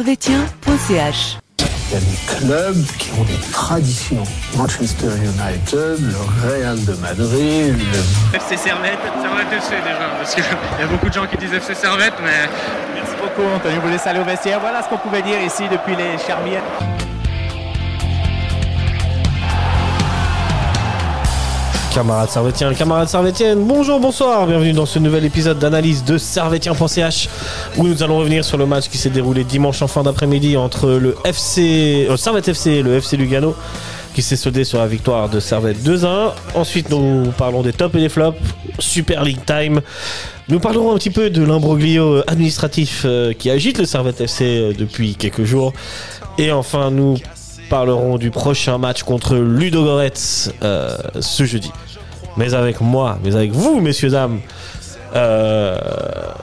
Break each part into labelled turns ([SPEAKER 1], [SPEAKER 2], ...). [SPEAKER 1] servetien.ch.
[SPEAKER 2] Il y a des clubs qui ont des traditions. Manchester United, le Real de Madrid.
[SPEAKER 3] FC Servette, Servette FC déjà, parce qu'il y a beaucoup de gens qui disent FC Servette, mais...
[SPEAKER 4] Merci beaucoup Antonio, vous laissez aller au vestiaire. Voilà ce qu'on pouvait dire ici depuis les Charmières.
[SPEAKER 5] Camarade Servetien, le camarade Servetienne, bonjour, bonsoir, bienvenue dans ce nouvel épisode d'analyse de Servetien.ch où nous allons revenir sur le match qui s'est déroulé dimanche en fin d'après-midi entre le FC, euh, Servette FC et le FC Lugano qui s'est soldé sur la victoire de Servette 2-1. Ensuite, nous parlons des tops et des flops, Super League Time. Nous parlerons un petit peu de l'imbroglio administratif euh, qui agite le Servette FC euh, depuis quelques jours. Et enfin, nous parlerons du prochain match contre Ludo Goretz euh, ce jeudi. Mais avec moi, mais avec vous, messieurs, dames, euh,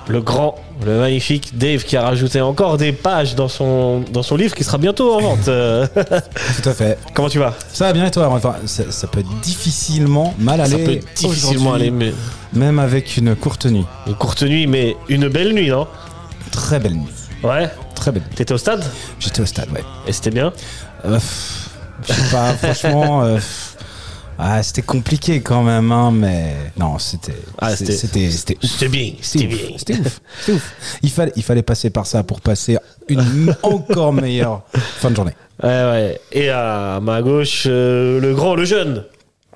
[SPEAKER 5] le grand, le magnifique Dave qui a rajouté encore des pages dans son, dans son livre qui sera bientôt en vente. Euh,
[SPEAKER 6] Tout à fait.
[SPEAKER 5] Comment tu vas
[SPEAKER 6] Ça va bien et toi Enfin, ça, ça peut difficilement mal aller.
[SPEAKER 5] Ça peut difficilement
[SPEAKER 6] aujourd'hui,
[SPEAKER 5] aller, mais
[SPEAKER 6] Même avec une courte nuit.
[SPEAKER 5] une courte nuit, mais une belle nuit, non
[SPEAKER 6] Très belle nuit.
[SPEAKER 5] Ouais
[SPEAKER 6] Très belle nuit.
[SPEAKER 5] T'étais au stade
[SPEAKER 6] J'étais au stade, ouais.
[SPEAKER 5] Et c'était bien
[SPEAKER 6] Euh, pff, je sais pas, franchement. euh, pff, ah, c'était compliqué quand même, hein, mais non, c'était.
[SPEAKER 5] Ah,
[SPEAKER 6] c'était.
[SPEAKER 5] c'était-
[SPEAKER 6] C'était. C'était ouf.
[SPEAKER 5] C'était bien, c'était
[SPEAKER 6] C'était
[SPEAKER 5] bien.
[SPEAKER 6] ouf. C'était ouf. C'était ouf. Il fallait, il fallait passer par ça pour passer une encore meilleure fin de journée.
[SPEAKER 5] Ouais, ouais. Et à ma gauche, euh, le grand, le jeune,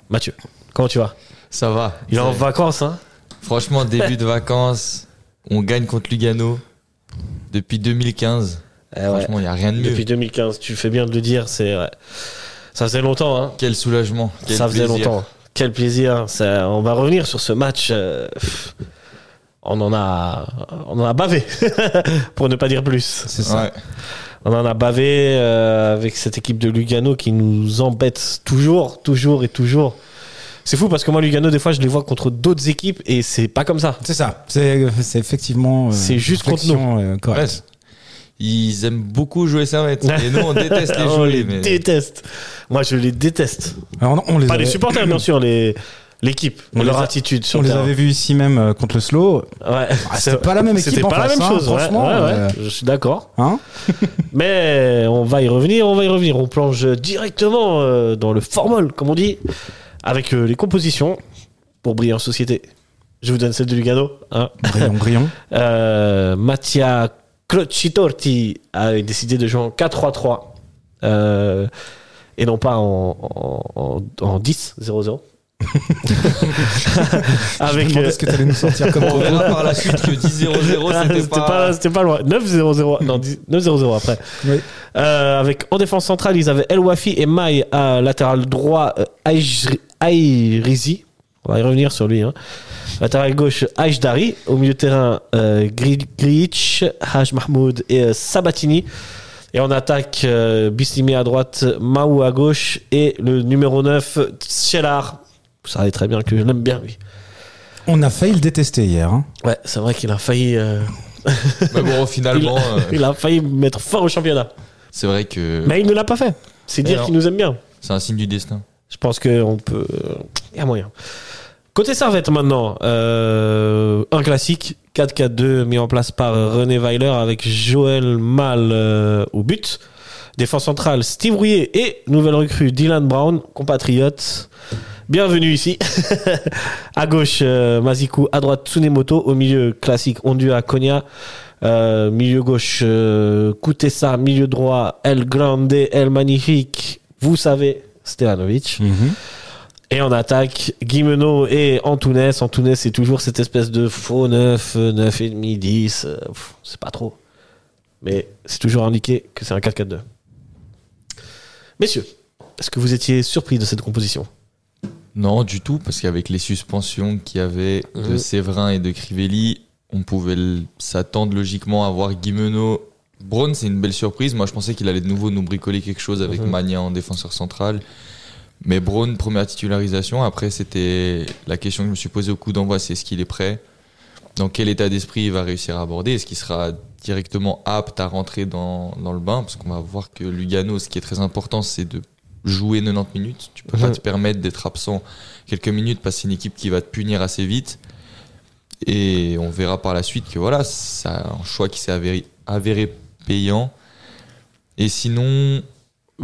[SPEAKER 5] Mathieu. Comment tu vas
[SPEAKER 7] Ça va.
[SPEAKER 5] Il est en
[SPEAKER 7] Ça-
[SPEAKER 5] vacances, hein
[SPEAKER 7] Franchement, début de vacances, on gagne contre Lugano depuis 2015.
[SPEAKER 5] Eh ouais.
[SPEAKER 7] Franchement, il n'y a rien de mieux.
[SPEAKER 5] Depuis 2015, tu fais bien de le dire, c'est ouais. ça faisait longtemps, hein.
[SPEAKER 7] Quel soulagement. quel
[SPEAKER 5] ça faisait
[SPEAKER 7] plaisir.
[SPEAKER 5] longtemps. Quel plaisir. Ça- on va revenir sur ce match. euh, pff, on en a, on en a bavé, pour ne pas dire plus.
[SPEAKER 6] C'est ça.
[SPEAKER 7] Ouais.
[SPEAKER 5] On en a bavé euh, avec cette équipe de Lugano qui nous embête toujours, toujours et toujours. C'est fou parce que moi Lugano des fois je les vois contre d'autres équipes et c'est pas comme ça.
[SPEAKER 6] C'est ça. C'est c'est effectivement. euh,
[SPEAKER 5] C'est juste contre
[SPEAKER 6] réflexion, euh,
[SPEAKER 7] Ouais,
[SPEAKER 6] correcte.
[SPEAKER 7] c'est- Ils aiment beaucoup jouer Servette. Et nous, on déteste les
[SPEAKER 5] on Oh, les
[SPEAKER 7] jouer. mais-
[SPEAKER 5] déteste. Moi je les déteste.
[SPEAKER 6] Alors, non, on les
[SPEAKER 5] Pas les
[SPEAKER 6] avait-
[SPEAKER 5] supporters bien sûr, les l'équipe,
[SPEAKER 6] On
[SPEAKER 5] leur
[SPEAKER 6] les a-
[SPEAKER 5] attitude sur
[SPEAKER 6] On
[SPEAKER 5] le
[SPEAKER 6] les
[SPEAKER 5] terrain.
[SPEAKER 6] avait vus ici même euh, contre le slow.
[SPEAKER 5] Ouais.
[SPEAKER 6] Ah, c'était pas la même équipe
[SPEAKER 5] C'était
[SPEAKER 6] en
[SPEAKER 5] pas la
[SPEAKER 6] face,
[SPEAKER 5] même
[SPEAKER 6] hein,
[SPEAKER 5] chose, ouais,
[SPEAKER 6] franchement,
[SPEAKER 5] ouais, ouais,
[SPEAKER 6] euh.
[SPEAKER 5] Je suis d'accord.
[SPEAKER 6] Hein
[SPEAKER 5] Mais on va y revenir, on va y revenir. On plonge directement euh, dans le formol, comme on dit, avec euh, les compositions pour briller en société. Je vous donne celle de Lugano. Hein.
[SPEAKER 6] Brion, Brion.
[SPEAKER 5] Euh, Mattia Crocitorti a décidé de jouer en 4-3-3 euh, et non pas en, en, en, en 10-0-0.
[SPEAKER 6] Je me
[SPEAKER 5] avec,
[SPEAKER 6] demandais
[SPEAKER 5] euh,
[SPEAKER 6] ce que t'allais nous sortir comme
[SPEAKER 7] On verra par la suite que 10-0-0,
[SPEAKER 5] Ah,
[SPEAKER 7] c'était pas...
[SPEAKER 5] c'était pas loin. 9-0-0. Non, 10 9-0-0 après.
[SPEAKER 6] Oui.
[SPEAKER 5] Euh, avec en défense centrale, ils avaient El Wafi et Maï à latéral droit, euh, Aïj- Aïrizi. On va y revenir sur lui. Hein. Latéral gauche, Aïjdari. Au milieu de terrain, euh, Gri- Grilich, Haj Mahmoud et euh, Sabatini. Et en attaque, euh, Bislimi à droite, Maou à gauche et le numéro 9, Tchelar. Vous savez très bien que je l'aime bien, lui.
[SPEAKER 6] On a failli le détester hier. hein.
[SPEAKER 5] Ouais, c'est vrai qu'il a failli. euh,
[SPEAKER 7] Mais bon, finalement, euh,
[SPEAKER 5] Il a failli mettre fin au championnat.
[SPEAKER 7] c'est vrai que
[SPEAKER 5] Mais il ne l'a pas fait. C'est dire
[SPEAKER 7] non.
[SPEAKER 5] qu'il nous aime bien.
[SPEAKER 7] c'est un signe du destin.
[SPEAKER 5] Je pense qu'on peut. Il y a moyen. Côté Servette maintenant, euh, un classique 4-4-2 mis en place par René Weiler avec Joël Mal euh, au but. Défense centrale, Steve Rouillet et nouvelle recrue Dylan Brown, compatriote. Bienvenue ici. à gauche, euh, Mazikou. À droite, Tsunemoto. Au milieu, classique, Ondua, Konya. Euh, milieu gauche, euh, Kutesa. Milieu droit, El Grande, El Magnifique. Vous savez, Stevanovic. Et en attaque, Guimeno et Antunes. Antunes, c'est toujours cette espèce de faux euh, 9, 9,5, 10. euh, pff, C'est pas trop. Mais c'est toujours indiqué que c'est un 4-4-2. Messieurs, est-ce que vous étiez surpris de cette composition
[SPEAKER 7] Non, du tout, parce qu'avec les suspensions qu'il y avait de
[SPEAKER 5] Mhm.
[SPEAKER 7] Séverin et de Crivelli, on pouvait l- s'attendre logiquement à voir Guimeno. Braun, c'est une belle surprise. Moi, je pensais qu'il allait de nouveau nous bricoler quelque chose avec
[SPEAKER 5] Mhm.
[SPEAKER 7] Magna en défenseur central. Mais Braun, première titularisation. Après, c'était la question que je me suis posée au coup d'envoi c'est est-ce qu'il est prêt Dans quel état d'esprit il va réussir à aborder Est-ce qu'il sera directement apte à rentrer dans, dans le bain Parce qu'on va voir que Lugano, ce qui est très important, c'est de jouer 90 minutes. Tu peux pas
[SPEAKER 5] Mhm.
[SPEAKER 7] te permettre d'être absent quelques minutes parce que c'est une équipe qui va te punir assez vite. Et on verra par la suite que voilà, c'est un choix qui s'est avéré, avéré payant. Et sinon,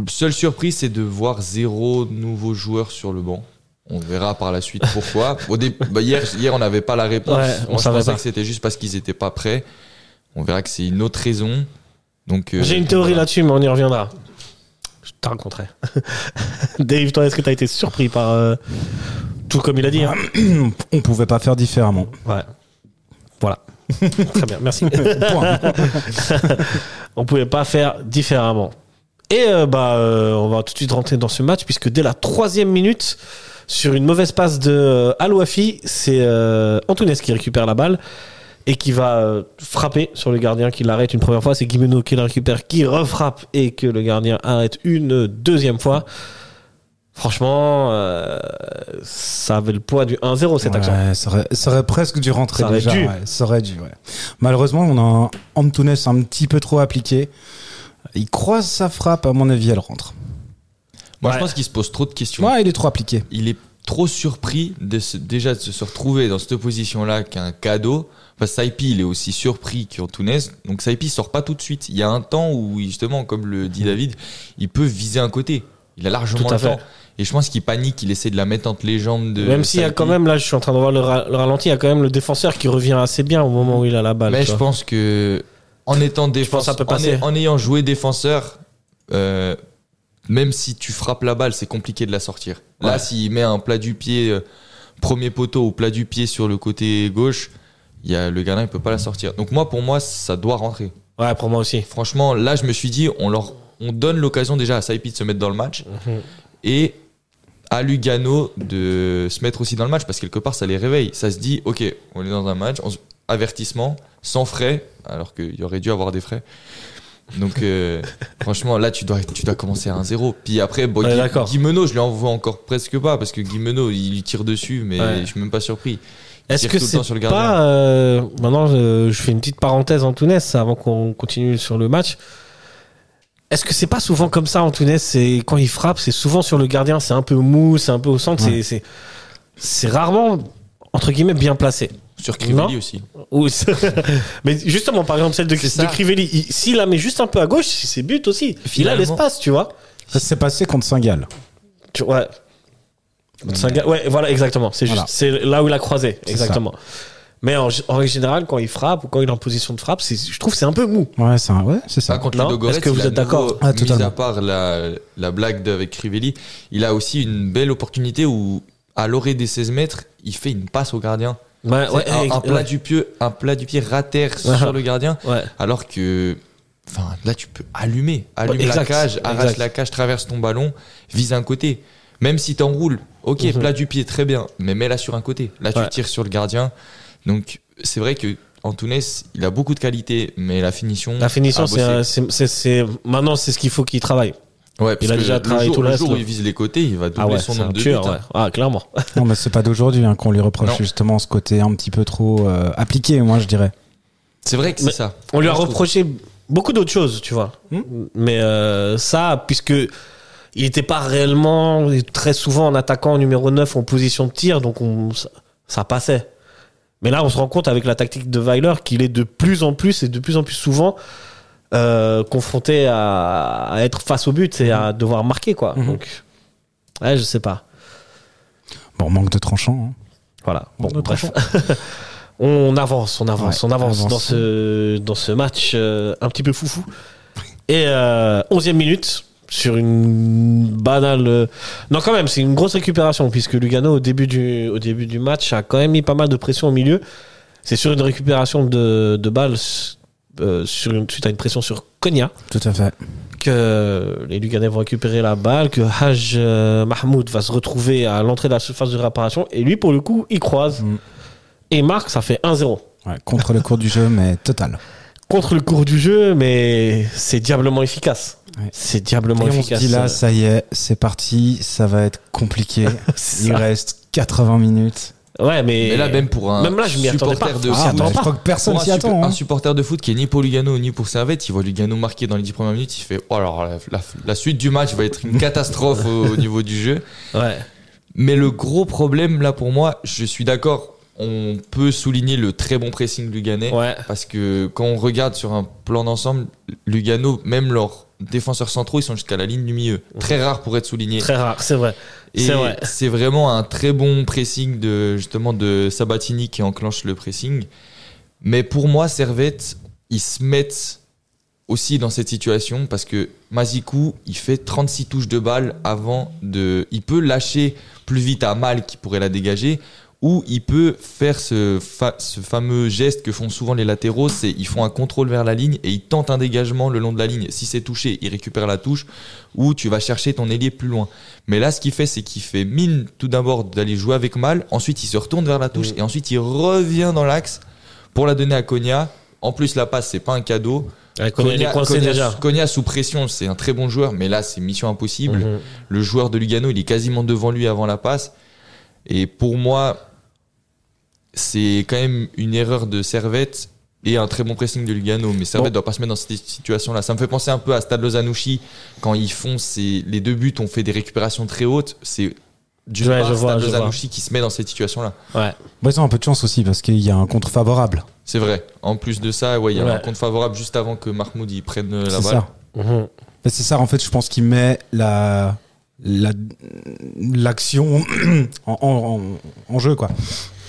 [SPEAKER 7] seule surprise, c'est de voir zéro nouveau joueur sur le banc. On verra par la suite pourquoi. Au dé- bah, hier, hier, on n'avait pas la réponse.
[SPEAKER 5] Ouais, on
[SPEAKER 7] Moi, je
[SPEAKER 5] savait
[SPEAKER 7] pensais
[SPEAKER 5] pas.
[SPEAKER 7] que c'était juste parce qu'ils n'étaient pas prêts. On verra que c'est une autre raison. Donc, euh,
[SPEAKER 5] J'ai une théorie
[SPEAKER 7] voilà.
[SPEAKER 5] là-dessus, mais on y reviendra. Je te raconterai. Dave, toi, est-ce que t'as été surpris par. euh, tout comme il a dit hein
[SPEAKER 6] On pouvait pas faire différemment.
[SPEAKER 5] Ouais. Voilà. Très bien, merci.
[SPEAKER 6] Point.
[SPEAKER 5] on pouvait pas faire différemment. Et euh, bah, euh, on va tout de suite rentrer dans ce match puisque dès la troisième minute, sur une mauvaise passe de euh, Al Wafi, c'est euh, Antunes qui récupère la balle et qui va euh, frapper sur le gardien qui l'arrête une première fois. C'est Guimeno qui la récupère, qui refrappe et que le gardien arrête une deuxième fois. Franchement, euh, ça avait le poids du 1-0 cette action.
[SPEAKER 6] Ouais, ça, aurait, ça aurait presque dû rentrer
[SPEAKER 5] Ça aurait
[SPEAKER 6] déjà.
[SPEAKER 5] dû.
[SPEAKER 6] ouais, ça aurait dû, ouais. Malheureusement, on a un Antunes un petit peu trop appliqué. Il croise sa frappe, à mon avis, elle rentre.
[SPEAKER 7] Moi,
[SPEAKER 5] Ouais.
[SPEAKER 7] je pense qu'il se pose trop de questions.
[SPEAKER 6] Ouais, il est trop appliqué.
[SPEAKER 7] il est trop surpris de se- déjà de se retrouver dans cette position-là qu'un cadeau. Parce que Saipi, il est aussi surpris qu'Antunes. Donc Saipi sort pas tout de suite. Il y a un temps où, justement, comme le dit David, il peut viser un côté. Il a largement
[SPEAKER 5] Mm. Tout à
[SPEAKER 7] le
[SPEAKER 5] fait.
[SPEAKER 7] temps. Et je pense qu'il panique, il essaie de la mettre entre les jambes de.
[SPEAKER 5] Même s'il y a quand
[SPEAKER 7] Saipi.
[SPEAKER 5] même, là je suis en train de voir le, ra- le ralenti, il y a quand même le défenseur qui revient assez bien au moment où il a la balle.
[SPEAKER 7] Mais
[SPEAKER 5] tu
[SPEAKER 7] je
[SPEAKER 5] vois.
[SPEAKER 7] pense que en étant
[SPEAKER 5] pense que ça
[SPEAKER 7] défenseur,
[SPEAKER 5] peut
[SPEAKER 7] en,
[SPEAKER 5] passer.
[SPEAKER 7] ay- en ayant joué défenseur, euh, même si tu frappes la balle, c'est compliqué de la sortir. Là, s'il met un plat du pied, euh, premier poteau ou plat du pied sur le côté gauche, il y a, le gardien ne peut pas la sortir. Donc moi, pour moi, ça doit rentrer.
[SPEAKER 5] Ouais, pour moi aussi.
[SPEAKER 7] Franchement, là, je me suis dit, on, leur, on donne l'occasion déjà à Saipi de se mettre dans le match
[SPEAKER 5] Mhm.
[SPEAKER 7] et à Lugano de se mettre aussi dans le match parce que quelque part, ça les réveille. Ça se dit, ok, on est dans un match, on se- avertissement, sans frais, alors qu'il y aurait dû avoir des frais. Donc, euh, franchement, là, tu dois, tu dois commencer à 1-0. Puis après, bon,
[SPEAKER 5] Ouais,
[SPEAKER 7] Gui-
[SPEAKER 5] d'accord.
[SPEAKER 7] Guimeno, je lui en vois encore presque pas parce que Guimeno, il lui tire dessus, mais
[SPEAKER 5] Ouais.
[SPEAKER 7] je suis même pas surpris. Il
[SPEAKER 5] Est-ce
[SPEAKER 7] tire
[SPEAKER 5] que
[SPEAKER 7] tout le
[SPEAKER 5] c'est
[SPEAKER 7] temps sur le gardien.
[SPEAKER 5] pas euh, maintenant euh, je fais une petite parenthèse Antunes avant qu'on continue sur le match. Est-ce que c'est pas souvent comme ça Antunes C'est quand il frappe, c'est souvent sur le gardien, c'est un peu mou, c'est un peu au centre, c'est- c'est c'est rarement entre guillemets bien placé.
[SPEAKER 7] Sur Crivelli
[SPEAKER 5] Non.
[SPEAKER 7] aussi.
[SPEAKER 5] Ou c'est- mais justement par exemple celle de,
[SPEAKER 7] C'est ça.
[SPEAKER 5] de Crivelli, il- s'il la met juste un peu à gauche, c'est but aussi.
[SPEAKER 7] Finalement.
[SPEAKER 5] Il a l'espace, tu vois.
[SPEAKER 6] Ça s'est passé contre Saint-Gall.
[SPEAKER 5] Tu- ouais. Saga- ouais, voilà, exactement. C'est juste,
[SPEAKER 6] Voilà.
[SPEAKER 5] c'est là où il a croisé,
[SPEAKER 6] C'est
[SPEAKER 5] exactement. Mais en, g- en règle générale, quand il frappe ou quand il est en position de frappe, c'est- je trouve que c'est un peu mou.
[SPEAKER 6] Ouais, c'est un- ouais, c'est ça.
[SPEAKER 7] Ah, contre
[SPEAKER 5] Non
[SPEAKER 7] les Dogorets,
[SPEAKER 5] Est-ce que
[SPEAKER 7] il
[SPEAKER 5] vous
[SPEAKER 7] a
[SPEAKER 5] êtes d'accord
[SPEAKER 7] nouveau,
[SPEAKER 6] Ah,
[SPEAKER 7] Mis
[SPEAKER 6] totalement.
[SPEAKER 7] à part la, la blague avec Crivelli, il a aussi une belle opportunité où, à l'orée des 16 mètres, il fait une passe au gardien.
[SPEAKER 5] Ouais, ouais,
[SPEAKER 7] C'est un,
[SPEAKER 5] ex-
[SPEAKER 7] un plat
[SPEAKER 5] ouais.
[SPEAKER 7] du pied, un plat du pied rater
[SPEAKER 5] Ouais.
[SPEAKER 7] sur le gardien,
[SPEAKER 5] Ouais.
[SPEAKER 7] alors que enfin, là, tu peux allumer. Allume la
[SPEAKER 5] exact,
[SPEAKER 7] cage, arrache
[SPEAKER 5] exact.
[SPEAKER 7] la cage, traverse ton ballon, vise un côté. Même si t'enroules, ok,
[SPEAKER 5] Mhm.
[SPEAKER 7] plat du pied, très bien, mais mets-la sur un côté. Là,
[SPEAKER 5] Ouais.
[SPEAKER 7] tu tires sur le gardien. Donc, c'est vrai que Antunes, il a beaucoup de qualités, mais la finition.
[SPEAKER 5] La finition,
[SPEAKER 7] à
[SPEAKER 5] c'est
[SPEAKER 7] bosser.
[SPEAKER 5] un- c'est- c'est- c'est- maintenant, c'est ce qu'il faut qu'il travaille.
[SPEAKER 7] Ouais, parce
[SPEAKER 5] a
[SPEAKER 7] que
[SPEAKER 5] déjà
[SPEAKER 7] le
[SPEAKER 5] travaillé
[SPEAKER 7] jour,
[SPEAKER 5] tout le reste,
[SPEAKER 7] jour où
[SPEAKER 5] là.
[SPEAKER 7] il vise les côtés, il va doubler
[SPEAKER 5] Ah ouais,
[SPEAKER 7] son
[SPEAKER 5] c'est un
[SPEAKER 7] nombre de
[SPEAKER 5] tueur,
[SPEAKER 7] buts. hein.
[SPEAKER 5] ouais. Ah, clairement.
[SPEAKER 6] Non, mais c'est pas d'aujourd'hui hein, qu'on lui reproche
[SPEAKER 7] Non.
[SPEAKER 6] justement ce côté un petit peu trop euh, appliqué, moi je dirais.
[SPEAKER 7] C'est vrai que
[SPEAKER 5] Mais
[SPEAKER 7] c'est ça.
[SPEAKER 5] On lui a
[SPEAKER 7] Moi, je trouve- Hmm
[SPEAKER 5] reproché beaucoup d'autres choses, tu vois. Mais euh, ça, puisque il n'était pas réellement très souvent en attaquant numéro 9 en position de tir, donc on, ça, ça passait. Mais là, on se rend compte avec la tactique de Weiler qu'il est de plus en plus et de plus en plus souvent euh, confronté à, à être face au but et
[SPEAKER 7] Hmm
[SPEAKER 5] à devoir marquer, quoi.
[SPEAKER 6] Mhm.
[SPEAKER 5] Donc, ouais, je sais pas.
[SPEAKER 6] Bon, manque de tranchant. hein.
[SPEAKER 5] Voilà. Bon,
[SPEAKER 6] Manque de
[SPEAKER 5] bref.
[SPEAKER 6] tranchant.
[SPEAKER 5] On avance, on avance,
[SPEAKER 6] Ouais,
[SPEAKER 5] on avance,
[SPEAKER 6] avance.
[SPEAKER 5] dans ce dans ce match euh, un petit peu foufou. Et euh, 11e minute sur une banale euh, non quand même c'est une grosse récupération puisque Lugano au début du au début du match a quand même mis pas mal de pression au milieu. C'est sur une récupération de de balles euh, sur une, suite à une pression sur Konya
[SPEAKER 6] Tout à fait.
[SPEAKER 5] que les Luganais vont récupérer la balle, que Haj euh, Mahmoud va se retrouver à l'entrée de la surface de réparation, et lui, pour le coup, il croise.
[SPEAKER 6] Mm.
[SPEAKER 5] Et marque, ça fait 1-0.
[SPEAKER 6] Ouais, contre le cours du jeu, mais total.
[SPEAKER 5] Contre le cours du jeu, mais c'est diablement efficace.
[SPEAKER 6] Ouais.
[SPEAKER 5] C'est diablement
[SPEAKER 6] Et on se
[SPEAKER 5] efficace.
[SPEAKER 6] dit là, ça y est, c'est parti, ça va être compliqué.
[SPEAKER 5] C'est
[SPEAKER 6] Il
[SPEAKER 5] ça.
[SPEAKER 6] reste 80
[SPEAKER 7] Ah,
[SPEAKER 6] minutes.
[SPEAKER 5] Ouais, mais.
[SPEAKER 7] Mais là, même pour un
[SPEAKER 5] Même là, je m'y attendais
[SPEAKER 7] supporter
[SPEAKER 5] pas.
[SPEAKER 7] de
[SPEAKER 5] Ah,
[SPEAKER 7] foot,
[SPEAKER 5] attend
[SPEAKER 6] mais je
[SPEAKER 5] pas.
[SPEAKER 6] crois que personne
[SPEAKER 7] pour un,
[SPEAKER 6] s'y
[SPEAKER 7] sup-
[SPEAKER 6] attend.
[SPEAKER 7] un
[SPEAKER 6] hein.
[SPEAKER 7] supporter de foot qui est ni pour Lugano ni pour Servette, il voit Lugano marquer dans les 10 premières minutes, il fait oh alors la, la- la suite du match va être une catastrophe au, au niveau du jeu.
[SPEAKER 5] Ouais.
[SPEAKER 7] Mais le gros problème là pour moi, je suis d'accord, on peut souligner le très bon pressing Luganais
[SPEAKER 5] Ouais.
[SPEAKER 7] parce que quand on regarde sur un plan d'ensemble, Lugano même leur défenseurs centraux, ils sont jusqu'à la ligne du milieu. Très rare pour être souligné.
[SPEAKER 5] Très rare, c'est vrai.
[SPEAKER 7] Et
[SPEAKER 5] C'est vrai.
[SPEAKER 7] c'est vraiment un très bon pressing de justement de Sabatini qui enclenche le pressing. Mais pour moi, Servette, ils se mettent aussi dans cette situation parce que Mazikou, il fait 36 touches de balle avant de. Il peut lâcher plus vite à Mal qui pourrait la dégager ou il peut faire ce, fa- ce fameux geste que font souvent les latéraux c'est ils font un contrôle vers la ligne et ils tentent un dégagement le long de la ligne. Si c'est touché, ils récupèrent la touche ou tu vas chercher ton ailier plus loin. Mais là, ce qu'il fait, c'est qu'il fait mine tout d'abord d'aller jouer avec Mal, ensuite il se retourne vers la touche et ensuite il revient dans l'axe pour la donner à Konya. En plus, la passe, c'est pas un cadeau.
[SPEAKER 5] Ouais, Konya, il est coincé
[SPEAKER 7] Konya-
[SPEAKER 5] déjà.
[SPEAKER 7] Konya, sous pression, c'est un très bon joueur, mais là, c'est mission impossible.
[SPEAKER 5] Mhm.
[SPEAKER 7] Le joueur de Lugano, il est quasiment devant lui avant la passe. Et pour moi, c'est quand même une erreur de Servette et un très bon pressing de Lugano. Mais Servette doit pas se mettre dans cette situation-là. Ça me fait penser un peu à Stade Lozanouchi quand ils font ces- les deux buts, on fait des récupérations très hautes. C'est du
[SPEAKER 5] Ouais, je vois,
[SPEAKER 7] Stade
[SPEAKER 5] je vois.
[SPEAKER 7] Lozanouchi qui se met dans cette situation-là.
[SPEAKER 5] Ouais.
[SPEAKER 6] Bah, ils ont un peu de chance aussi parce qu'il y a un contre favorable.
[SPEAKER 7] C'est vrai. En plus de ça, ouais, il y a
[SPEAKER 5] Ouais.
[SPEAKER 7] un compte favorable juste avant que Mahmoud y prenne euh, la
[SPEAKER 6] C'est
[SPEAKER 7] balle.
[SPEAKER 6] ça.
[SPEAKER 5] Mhm.
[SPEAKER 6] Bah, C'est ça, en fait, je pense qu'il met la la- l'action en, en- en- en jeu quoi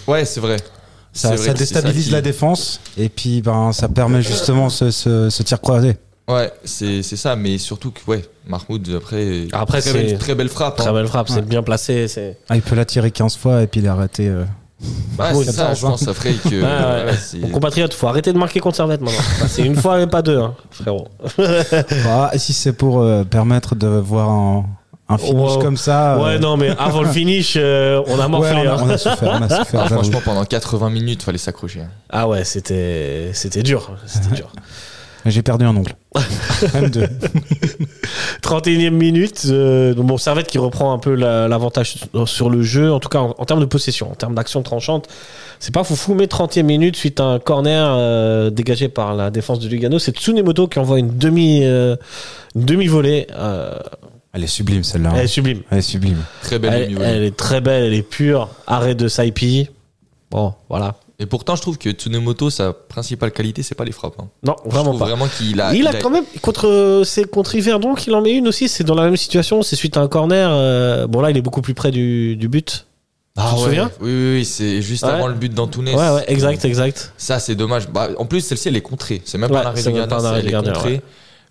[SPEAKER 7] Ouais, c'est vrai. C'est
[SPEAKER 6] ça,
[SPEAKER 7] vrai
[SPEAKER 6] ça
[SPEAKER 7] que c'est
[SPEAKER 6] déstabilise
[SPEAKER 7] ça qui-
[SPEAKER 6] la défense et puis ben ça permet justement ce, ce- ce tir croisé
[SPEAKER 7] Ouais, c'est c'est ça, mais surtout que ouais, Mahmoud après,
[SPEAKER 5] Ah, Après,
[SPEAKER 7] très,
[SPEAKER 5] c'est-
[SPEAKER 7] belle, très belle frappe.
[SPEAKER 5] Très
[SPEAKER 7] hein.
[SPEAKER 5] belle frappe,
[SPEAKER 6] Ouais.
[SPEAKER 5] c'est bien placé. C'est...
[SPEAKER 6] Ah, il peut la tirer 15 fois et puis il est arrêté euh.
[SPEAKER 7] Ouais,
[SPEAKER 5] Mahmoud,
[SPEAKER 7] c'est ça,
[SPEAKER 6] 14,
[SPEAKER 7] je pense après que
[SPEAKER 5] Ouais, ouais.
[SPEAKER 7] ouais, c'est-
[SPEAKER 5] Mon compatriote, faut arrêter de marquer contre Servette maintenant. Enfin, c'est une fois et pas deux, hein, frérot.
[SPEAKER 6] Ah, et si c'est pour euh, permettre de voir un, un finish
[SPEAKER 5] Wow.
[SPEAKER 6] comme ça euh,
[SPEAKER 5] Ouais, non, mais avant le finish, euh, on a
[SPEAKER 6] ouais,
[SPEAKER 5] morflé.
[SPEAKER 6] on, a,
[SPEAKER 5] hein.
[SPEAKER 6] on a souffert on a souffert
[SPEAKER 7] Ah,
[SPEAKER 6] j'avoue.
[SPEAKER 7] franchement pendant 80 minutes, fallait s'accrocher. hein.
[SPEAKER 5] Ah ouais, c'était, c'était dur. C'était dur.
[SPEAKER 6] j'ai perdu un ongle Même deux.
[SPEAKER 5] 31e minute. euh, donc bon, Servette qui reprend un peu la- l'avantage sur le jeu, en tout cas en, en termes de possession, en termes d'action tranchante. C'est pas foufou, mais 30e minute, suite à un corner euh, dégagé par la défense de Lugano, c'est Tsunemoto qui envoie une demi, euh, une demi-volée. euh,
[SPEAKER 6] elle est sublime celle-là hein.
[SPEAKER 5] elle est sublime.
[SPEAKER 6] elle est sublime
[SPEAKER 7] Très Ah. belle
[SPEAKER 5] Elle,
[SPEAKER 7] demi-volée.
[SPEAKER 5] elle est très belle, elle est pure. Arrêt de Saipi. Bon, voilà.
[SPEAKER 7] Et pourtant, je trouve que Tsunemoto, sa principale qualité, c'est pas les frappes. hein.
[SPEAKER 5] Non,
[SPEAKER 7] je
[SPEAKER 5] vraiment
[SPEAKER 7] trouve
[SPEAKER 5] pas.
[SPEAKER 7] vraiment qu'il a,
[SPEAKER 5] il, a
[SPEAKER 7] il a-
[SPEAKER 5] quand même contre euh, c'est contre Yverdon qu'il en met une aussi. C'est dans la même situation. C'est suite à un corner. euh, bon là, il est beaucoup plus près du, du but.
[SPEAKER 7] Ah
[SPEAKER 5] tu te
[SPEAKER 7] ouais.
[SPEAKER 5] souviens
[SPEAKER 7] Oui, oui, oui, c'est juste
[SPEAKER 5] Ouais.
[SPEAKER 7] avant le but d'Antunes.
[SPEAKER 5] Ouais, ouais, exact, exact.
[SPEAKER 7] Ça, c'est dommage. Bah, en plus, celle-ci, elle est contrée. C'est même
[SPEAKER 5] Ouais,
[SPEAKER 7] pas un arrêt
[SPEAKER 5] c'est
[SPEAKER 7] de
[SPEAKER 5] même pas
[SPEAKER 7] gardien,
[SPEAKER 5] un arrêt
[SPEAKER 7] c'est-
[SPEAKER 5] de
[SPEAKER 7] elle est
[SPEAKER 5] gardien,
[SPEAKER 7] contrée.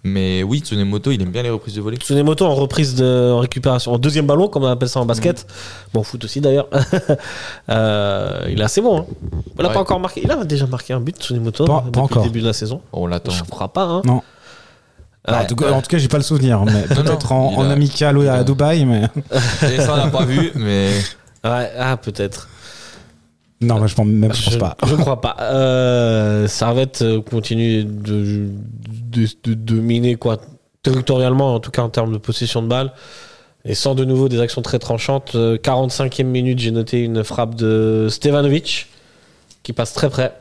[SPEAKER 7] Mais oui, Tsunemoto, il aime bien les reprises de volée.
[SPEAKER 5] Tsunemoto en reprise de en récupération, en deuxième ballon comme on appelle ça en basket.
[SPEAKER 6] Mm.
[SPEAKER 5] Bon foot aussi d'ailleurs. Euh, il est assez bon. hein. Il a
[SPEAKER 7] Ouais.
[SPEAKER 5] pas encore marqué. Il a déjà marqué un but Tsunemoto
[SPEAKER 6] Pas- pas
[SPEAKER 5] depuis
[SPEAKER 6] encore.
[SPEAKER 5] le début de la saison.
[SPEAKER 7] On l'attend.
[SPEAKER 5] Je crois pas. Hein.
[SPEAKER 6] non
[SPEAKER 5] Ouais.
[SPEAKER 6] Bah, en tout cas, en tout cas, j'ai pas le souvenir, mais peut-être en,
[SPEAKER 7] il
[SPEAKER 6] en
[SPEAKER 7] a-
[SPEAKER 6] amical ou
[SPEAKER 7] il
[SPEAKER 6] à
[SPEAKER 7] a-
[SPEAKER 6] Dubaï, mais
[SPEAKER 7] Et ça, on l'a pas vu, mais
[SPEAKER 5] Ouais, ah peut-être.
[SPEAKER 6] non, moi, je pense même je
[SPEAKER 5] Je,
[SPEAKER 6] pense pas.
[SPEAKER 5] je crois pas. Euh, Servette euh, continue de, de, de dominer quoi, territorialement, en tout cas en termes de possession de balle. Et sans de nouveau des actions très tranchantes. Euh, 45e minute, j'ai noté une frappe de Stevanovic qui passe très près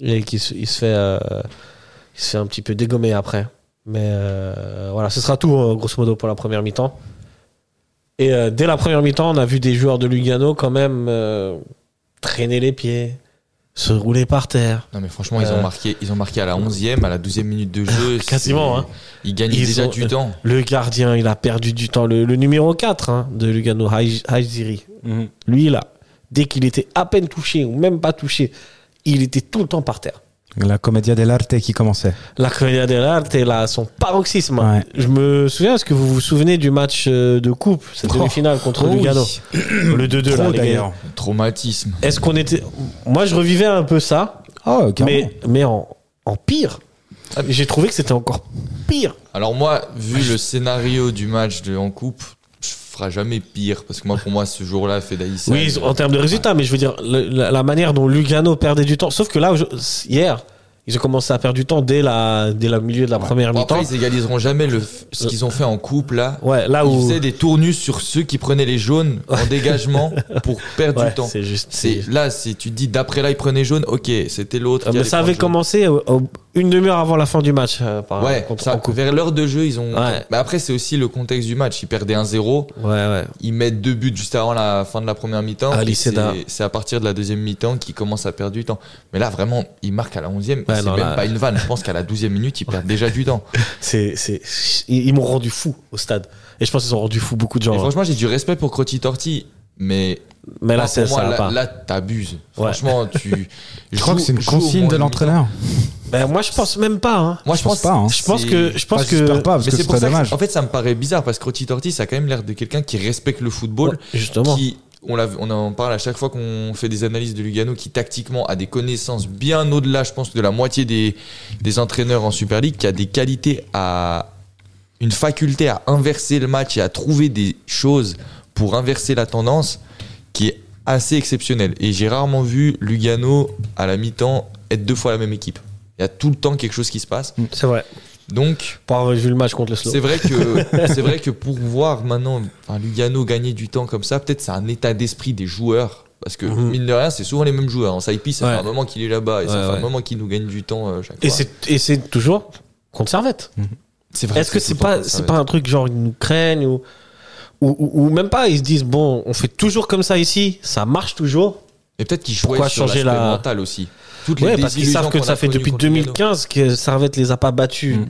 [SPEAKER 5] et qui se, il se fait, euh, il se fait un petit peu dégommer après. Mais euh, voilà, ce sera tout euh, grosso modo pour la première mi-temps. Et euh, dès la première mi-temps, on a vu des joueurs de Lugano quand même euh, traîner les pieds, se rouler par terre.
[SPEAKER 7] non mais franchement, ils
[SPEAKER 5] Euh.
[SPEAKER 7] ont marqué, ils ont marqué à la 11e, à la 12e minute de jeu.
[SPEAKER 5] Quasiment,
[SPEAKER 7] C'est-
[SPEAKER 5] hein.
[SPEAKER 7] Ils gagnent
[SPEAKER 5] Ils
[SPEAKER 7] déjà
[SPEAKER 5] ont-
[SPEAKER 7] du temps.
[SPEAKER 5] Le gardien, il a perdu du temps. Le, le numéro 4 hein, de Lugano, Haj- Hajziri, lui là, dès qu'il était à peine touché ou même pas touché, il était tout le temps par terre.
[SPEAKER 6] La commedia dell'arte qui commençait.
[SPEAKER 5] La Comedia dell'Arte, elle a son paroxysme.
[SPEAKER 6] Ouais.
[SPEAKER 5] Je me souviens, est-ce que vous vous souvenez du match euh, de coupe, cette
[SPEAKER 6] Oh.
[SPEAKER 5] demi-finale contre
[SPEAKER 6] Oh oui.
[SPEAKER 5] Lugano Le 2-2 là,
[SPEAKER 6] Trop,
[SPEAKER 5] les gars.
[SPEAKER 6] d'ailleurs.
[SPEAKER 7] Traumatisme.
[SPEAKER 5] Est-ce qu'on était. Moi, je revivais un peu ça,
[SPEAKER 6] Oh, carrément.
[SPEAKER 5] mais, mais en, en pire. Ah, J'ai trouvé que c'était encore pire.
[SPEAKER 7] Alors moi, vu le scénario du match de en coupe, je ferai jamais pire parce que moi, pour moi, ce jour-là, Fedaïs.
[SPEAKER 5] Oui, en termes de résultats, mais je veux dire, le- la, la manière dont Lugano perdait du temps. Sauf que là, je- hier, ils ont commencé à perdre du temps dès la, dès la milieu de la première mi-temps.
[SPEAKER 7] Après, ils égaliseront jamais le, f- ce qu'ils ont fait en coupe là.
[SPEAKER 5] Ouais, là
[SPEAKER 7] Ils
[SPEAKER 5] où.
[SPEAKER 7] faisaient des tournus sur ceux qui prenaient les jaunes en dégagement pour perdre
[SPEAKER 5] Ouais,
[SPEAKER 7] du temps.
[SPEAKER 5] c'est juste.
[SPEAKER 7] C'est là, si tu te dis d'après là, ils prenaient jaune, ok, c'était l'autre.
[SPEAKER 5] Ah,
[SPEAKER 7] qui
[SPEAKER 5] mais
[SPEAKER 7] allait
[SPEAKER 5] ça
[SPEAKER 7] prendre
[SPEAKER 5] avait
[SPEAKER 7] jaune.
[SPEAKER 5] commencé au- au- une demi-heure avant la fin du match. euh, par
[SPEAKER 7] Ouais,
[SPEAKER 5] contre,
[SPEAKER 7] ça,
[SPEAKER 5] en coupe.
[SPEAKER 7] vers l'heure de jeu, ils ont.
[SPEAKER 5] Ouais.
[SPEAKER 7] Mais après, c'est aussi le contexte du match. Ils perdaient 1-0,
[SPEAKER 5] Ouais, ouais.
[SPEAKER 7] ils mettent deux buts juste avant la fin de la première mi-temps.
[SPEAKER 5] Ah,
[SPEAKER 7] et
[SPEAKER 5] Lee
[SPEAKER 7] c'est
[SPEAKER 5] Sedar.
[SPEAKER 7] c'est à partir de la deuxième mi-temps qu'ils commencent à perdre du temps. Mais là, vraiment, ils marquent à la 11e.
[SPEAKER 5] Ouais,
[SPEAKER 7] c'est
[SPEAKER 5] non,
[SPEAKER 7] même
[SPEAKER 5] là-
[SPEAKER 7] pas une vanne. Je pense qu'à la 12e minute, ils perdent déjà du temps.
[SPEAKER 5] C'est, c'est, ils, ils m'ont rendu fou au stade. Et je pense qu'ils ont rendu fou beaucoup de
[SPEAKER 7] Et
[SPEAKER 5] gens. hein.
[SPEAKER 7] franchement, j'ai du respect pour Crotti Torti. Mais
[SPEAKER 5] Mais là,
[SPEAKER 7] moi,
[SPEAKER 5] c'est,
[SPEAKER 7] pour moi,
[SPEAKER 5] ça va
[SPEAKER 7] là,
[SPEAKER 5] pas.
[SPEAKER 7] là, t'abuses.
[SPEAKER 5] Ouais.
[SPEAKER 7] Franchement, tu.
[SPEAKER 6] Je crois
[SPEAKER 7] joue-
[SPEAKER 6] que c'est une
[SPEAKER 7] joue au
[SPEAKER 6] consigne
[SPEAKER 7] moins
[SPEAKER 6] de
[SPEAKER 7] une
[SPEAKER 6] l'entraîneur.
[SPEAKER 5] Ben, moi, je pense même pas. hein.
[SPEAKER 7] mi-temps. Moi, je pense
[SPEAKER 6] pas. hein.
[SPEAKER 5] Je pense
[SPEAKER 7] c'est-
[SPEAKER 5] que, je pense
[SPEAKER 6] Enfin, j'espère
[SPEAKER 5] que.
[SPEAKER 6] pas, parce que
[SPEAKER 7] Mais
[SPEAKER 6] ce
[SPEAKER 7] c'est pour
[SPEAKER 6] serait
[SPEAKER 7] ça. que-
[SPEAKER 6] dommage.
[SPEAKER 7] en fait, ça me paraît bizarre parce que Crotti Torti, ça a quand même l'air de quelqu'un qui respecte le football.
[SPEAKER 5] Ouais, justement.
[SPEAKER 7] qui on, l'a- on en parle à chaque fois qu'on fait des analyses de Lugano, qui tactiquement a des connaissances bien au-delà, je pense, de la moitié des, des entraîneurs en Super League, qui a des qualités à une faculté à inverser le match et à trouver des choses pour inverser la tendance, qui est assez exceptionnelle. Et j'ai rarement vu Lugano à la mi-temps être deux fois la même équipe. Il y a tout le temps quelque chose qui se passe.
[SPEAKER 5] C'est vrai.
[SPEAKER 7] Donc,
[SPEAKER 5] Pour avoir vu le match contre le Slow.
[SPEAKER 7] c'est vrai que c'est vrai que pour voir maintenant enfin, Lugano gagner du temps comme ça, peut-être c'est un état d'esprit des joueurs. Parce que
[SPEAKER 5] Mhm.
[SPEAKER 7] mine de rien, c'est souvent les mêmes joueurs. En Saipi, ça
[SPEAKER 5] Ouais.
[SPEAKER 7] fait un moment qu'il est là-bas et ça
[SPEAKER 5] Ouais,
[SPEAKER 7] fait
[SPEAKER 5] ouais.
[SPEAKER 7] un moment qu'il nous gagne du temps euh, chaque
[SPEAKER 5] Et
[SPEAKER 7] fois.
[SPEAKER 5] c'est, et c'est toujours contre Servette.
[SPEAKER 7] vrai
[SPEAKER 5] Est-ce que c'est
[SPEAKER 7] tout le temps
[SPEAKER 5] pas,
[SPEAKER 7] comme ça,
[SPEAKER 5] c'est
[SPEAKER 7] ouais.
[SPEAKER 5] pas un truc genre ils nous craignent ou, ou, ou- ou même pas, ils se disent bon, on fait toujours comme ça ici, ça marche toujours.
[SPEAKER 7] Mais peut-être qu'ils jouaient
[SPEAKER 5] Pourquoi
[SPEAKER 7] sur
[SPEAKER 5] changer
[SPEAKER 7] l'aspect
[SPEAKER 5] la-
[SPEAKER 7] mental aussi. Toutes les
[SPEAKER 5] Ouais, parce qu'ils
[SPEAKER 7] désillusions
[SPEAKER 5] savent que
[SPEAKER 7] qu'on
[SPEAKER 5] ça
[SPEAKER 7] a
[SPEAKER 5] fait
[SPEAKER 7] connues
[SPEAKER 5] depuis
[SPEAKER 7] contre Lugano.
[SPEAKER 5] 2015 que Servette les a pas battus
[SPEAKER 7] Mm.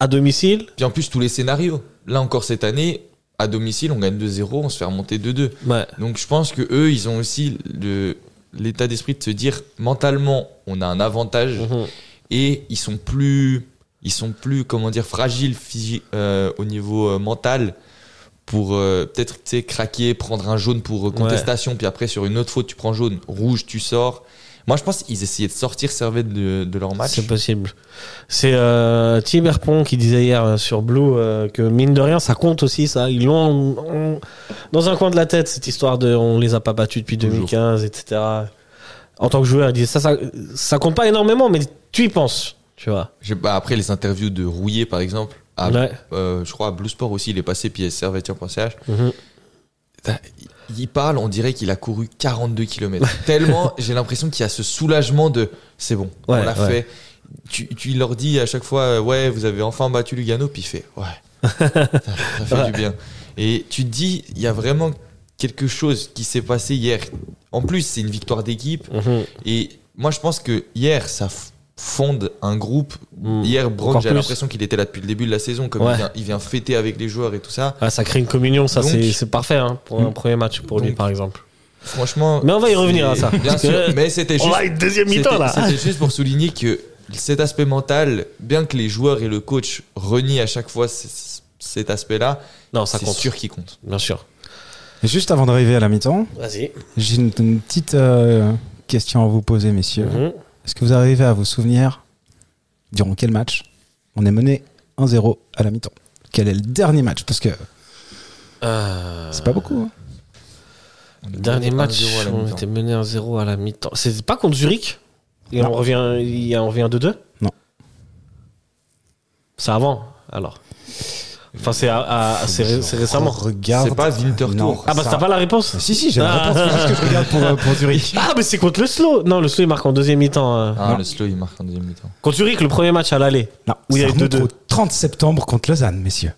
[SPEAKER 5] à domicile.
[SPEAKER 7] Puis en plus, tous les scénarios. Là encore cette année, à domicile, on gagne 2-0, on se fait remonter 2-2.
[SPEAKER 5] Ouais.
[SPEAKER 7] Donc je pense que eux, ils ont aussi le- l'état d'esprit de se dire mentalement, on a un avantage.
[SPEAKER 5] Mhm.
[SPEAKER 7] et ils sont plus ils sont plus comment dire fragiles physi- euh, au niveau euh, mental pour euh, peut-être tu sais, craquer prendre un jaune pour euh, contestation puis après sur une autre faute tu prends jaune rouge tu sors moi je pense qu'ils essayaient de sortir Servette de, de leur match
[SPEAKER 5] C'est possible. C'est euh, Thierry Berpon qui disait hier euh, sur Blue euh, que mine de rien, ça compte aussi, ça. Ils l'ont en- en- dans un coin de la tête, cette histoire de on les a pas battus depuis
[SPEAKER 7] Toujours.
[SPEAKER 5] 2015, etc. En tant que joueur, il disait ça, ça, ça compte pas énormément, mais tu y penses, tu vois.
[SPEAKER 7] Je- bah, après les interviews de Rouillé par exemple à-
[SPEAKER 5] Ouais.
[SPEAKER 7] euh, je crois à Blue Sport aussi il est passé puis à servetien.ch
[SPEAKER 5] Mhm.
[SPEAKER 7] Putain, il- il parle on dirait qu'il a couru 42 km tellement j'ai l'impression qu'il y a ce soulagement de c'est bon on
[SPEAKER 5] Ouais,
[SPEAKER 7] l'a
[SPEAKER 5] ouais.
[SPEAKER 7] fait tu, tu leur dis à chaque fois euh, ouais vous avez enfin battu Lugano puis il fait ouais ça fait
[SPEAKER 5] Ouais.
[SPEAKER 7] du bien et tu te dis il y a vraiment quelque chose qui s'est passé hier en plus c'est une victoire d'équipe
[SPEAKER 5] Mhm.
[SPEAKER 7] et moi, je pense que hier, ça f- fonde un groupe.
[SPEAKER 5] Mm.
[SPEAKER 7] Hier,
[SPEAKER 5] Encore
[SPEAKER 7] Brown, j'ai
[SPEAKER 5] plus.
[SPEAKER 7] l'impression qu'il était là depuis le début de la saison, comme
[SPEAKER 5] Ouais.
[SPEAKER 7] il, vient, il vient fêter avec les joueurs et tout ça.
[SPEAKER 5] Ah, ça crée une communion, ça
[SPEAKER 7] Donc- Mm.
[SPEAKER 5] c'est c'est parfait hein, pour un premier match pour lui
[SPEAKER 7] Donc-
[SPEAKER 5] par exemple.
[SPEAKER 7] Franchement.
[SPEAKER 5] Mais on va y revenir à
[SPEAKER 7] c'est-
[SPEAKER 5] ça.
[SPEAKER 7] Bien
[SPEAKER 5] Parce que-
[SPEAKER 7] sûr. Mais c'était juste.
[SPEAKER 5] une deuxième
[SPEAKER 7] c'était- C'était juste pour souligner que cet aspect mental, bien que les joueurs et le coach renient à chaque fois c- c- cet aspect-là,
[SPEAKER 5] Non, ça
[SPEAKER 7] c'est
[SPEAKER 5] compte,
[SPEAKER 7] sûr qu'il compte.
[SPEAKER 5] bien sûr.
[SPEAKER 6] Et juste avant d'arriver à la mi-temps,
[SPEAKER 5] Vas-y.
[SPEAKER 6] j'ai une, une petite euh, question à vous poser, messieurs.
[SPEAKER 5] Mhm.
[SPEAKER 6] Est-ce que vous arrivez à vous souvenir durant quel match on est mené 1-0 à la mi-temps Quel est le dernier match Parce que
[SPEAKER 5] Euh,
[SPEAKER 6] c'est pas beaucoup. hein.
[SPEAKER 7] On est
[SPEAKER 5] Dernier
[SPEAKER 7] mené
[SPEAKER 5] match,
[SPEAKER 7] 1-0 à la
[SPEAKER 5] on
[SPEAKER 7] mi-temps.
[SPEAKER 5] était mené 1-0 à la mi-temps. C'est pas contre Zurich Et on revient, et on revient 2-2
[SPEAKER 6] Non.
[SPEAKER 5] C'est avant, alors. Enfin, c'est à- à- c'est ré- Euh, c'est récemment.
[SPEAKER 6] Regarde.
[SPEAKER 7] C'est pas Winterthur.
[SPEAKER 6] Non,
[SPEAKER 5] Oh, Ah bah,
[SPEAKER 6] ça-
[SPEAKER 5] t'as pas la réponse
[SPEAKER 6] Si, si, j'ai la
[SPEAKER 5] Ah.
[SPEAKER 6] réponse. C'est juste que je regarde pour, euh, pour Zurich.
[SPEAKER 5] Ah, mais c'est contre le Slow Non, le Slow, il marque en deuxième mi-temps. euh.
[SPEAKER 7] Ah,
[SPEAKER 6] Non.
[SPEAKER 7] le slow, il marque en deuxième mi-temps.
[SPEAKER 5] Contre Zurich, le premier match à l'aller.
[SPEAKER 6] Non,
[SPEAKER 5] Oui, il y
[SPEAKER 6] ça
[SPEAKER 5] a eu
[SPEAKER 6] remonte
[SPEAKER 5] 2-2.
[SPEAKER 6] au 30 septembre contre Lausanne, messieurs.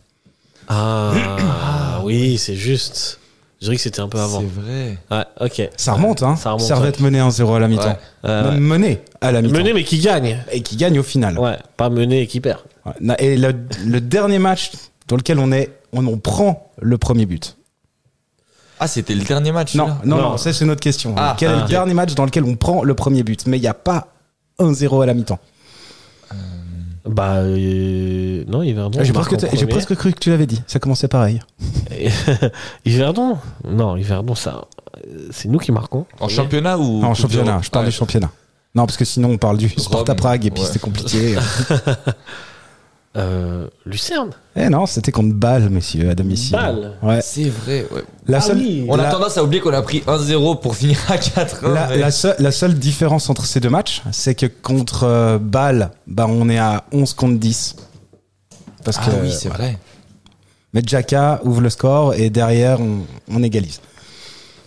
[SPEAKER 5] Ah, oui, c'est juste. Zurich, c'était un peu avant.
[SPEAKER 7] C'est vrai.
[SPEAKER 5] Ouais, ok.
[SPEAKER 6] Ça remonte, hein
[SPEAKER 5] Ça remonte,
[SPEAKER 6] Servette menée 1-0 à la mi-temps.
[SPEAKER 7] Ouais.
[SPEAKER 5] Euh,
[SPEAKER 6] Même
[SPEAKER 5] ouais.
[SPEAKER 6] menée à la mi-temps.
[SPEAKER 5] Mené, mais qui gagne
[SPEAKER 6] Et qui gagne au final.
[SPEAKER 5] Ouais, pas mené et qui perd.
[SPEAKER 6] Ouais. Na- Et le, le dernier match dans lequel on est, on, on prend le premier but.
[SPEAKER 7] Ah, c'était le dernier match
[SPEAKER 6] Non,
[SPEAKER 7] là
[SPEAKER 6] non,
[SPEAKER 5] Non.
[SPEAKER 6] non, ça c'est notre question.
[SPEAKER 7] Ah,
[SPEAKER 6] Quel est
[SPEAKER 5] ah.
[SPEAKER 6] le dernier match dans lequel on prend le premier but Mais il n'y a pas 1-0 à la mi-temps.
[SPEAKER 5] Bah, euh, non, il y avait un bon.
[SPEAKER 6] Ah, J'ai
[SPEAKER 5] marque
[SPEAKER 6] presque,
[SPEAKER 5] en
[SPEAKER 6] j'ai
[SPEAKER 5] premier.
[SPEAKER 6] presque cru que tu l'avais dit. Ça commençait pareil.
[SPEAKER 5] Et- Yverdon Non, Yverdon, ça, euh, c'est nous qui marquons.
[SPEAKER 7] En championnat ou
[SPEAKER 6] Non, en
[SPEAKER 7] Coupe
[SPEAKER 6] championnat.
[SPEAKER 7] d'Europe
[SPEAKER 6] Je parle
[SPEAKER 7] Ouais.
[SPEAKER 6] du championnat. Non, parce que sinon on parle du sport à
[SPEAKER 7] Rome,
[SPEAKER 6] Prague et puis
[SPEAKER 7] ouais.
[SPEAKER 6] c'était compliqué.
[SPEAKER 5] Euh, Lucerne
[SPEAKER 6] eh non, c'était contre Bâle, messieurs, à domicile.
[SPEAKER 5] Bâle
[SPEAKER 6] Ouais.
[SPEAKER 7] C'est vrai, ouais.
[SPEAKER 6] La
[SPEAKER 5] Ah
[SPEAKER 6] seule,
[SPEAKER 5] oui.
[SPEAKER 7] On
[SPEAKER 6] la-
[SPEAKER 7] a tendance à oublier qu'on a pris 1-0 pour finir à 4
[SPEAKER 6] La, la seu- la seule différence entre ces deux matchs, c'est que contre euh, Bâle, bah, on est à 11 contre 10. Parce
[SPEAKER 7] Ah
[SPEAKER 6] que,
[SPEAKER 7] oui, c'est
[SPEAKER 6] euh, voilà.
[SPEAKER 7] vrai.
[SPEAKER 6] Mais Jaka ouvre le score et derrière, on, on égalise.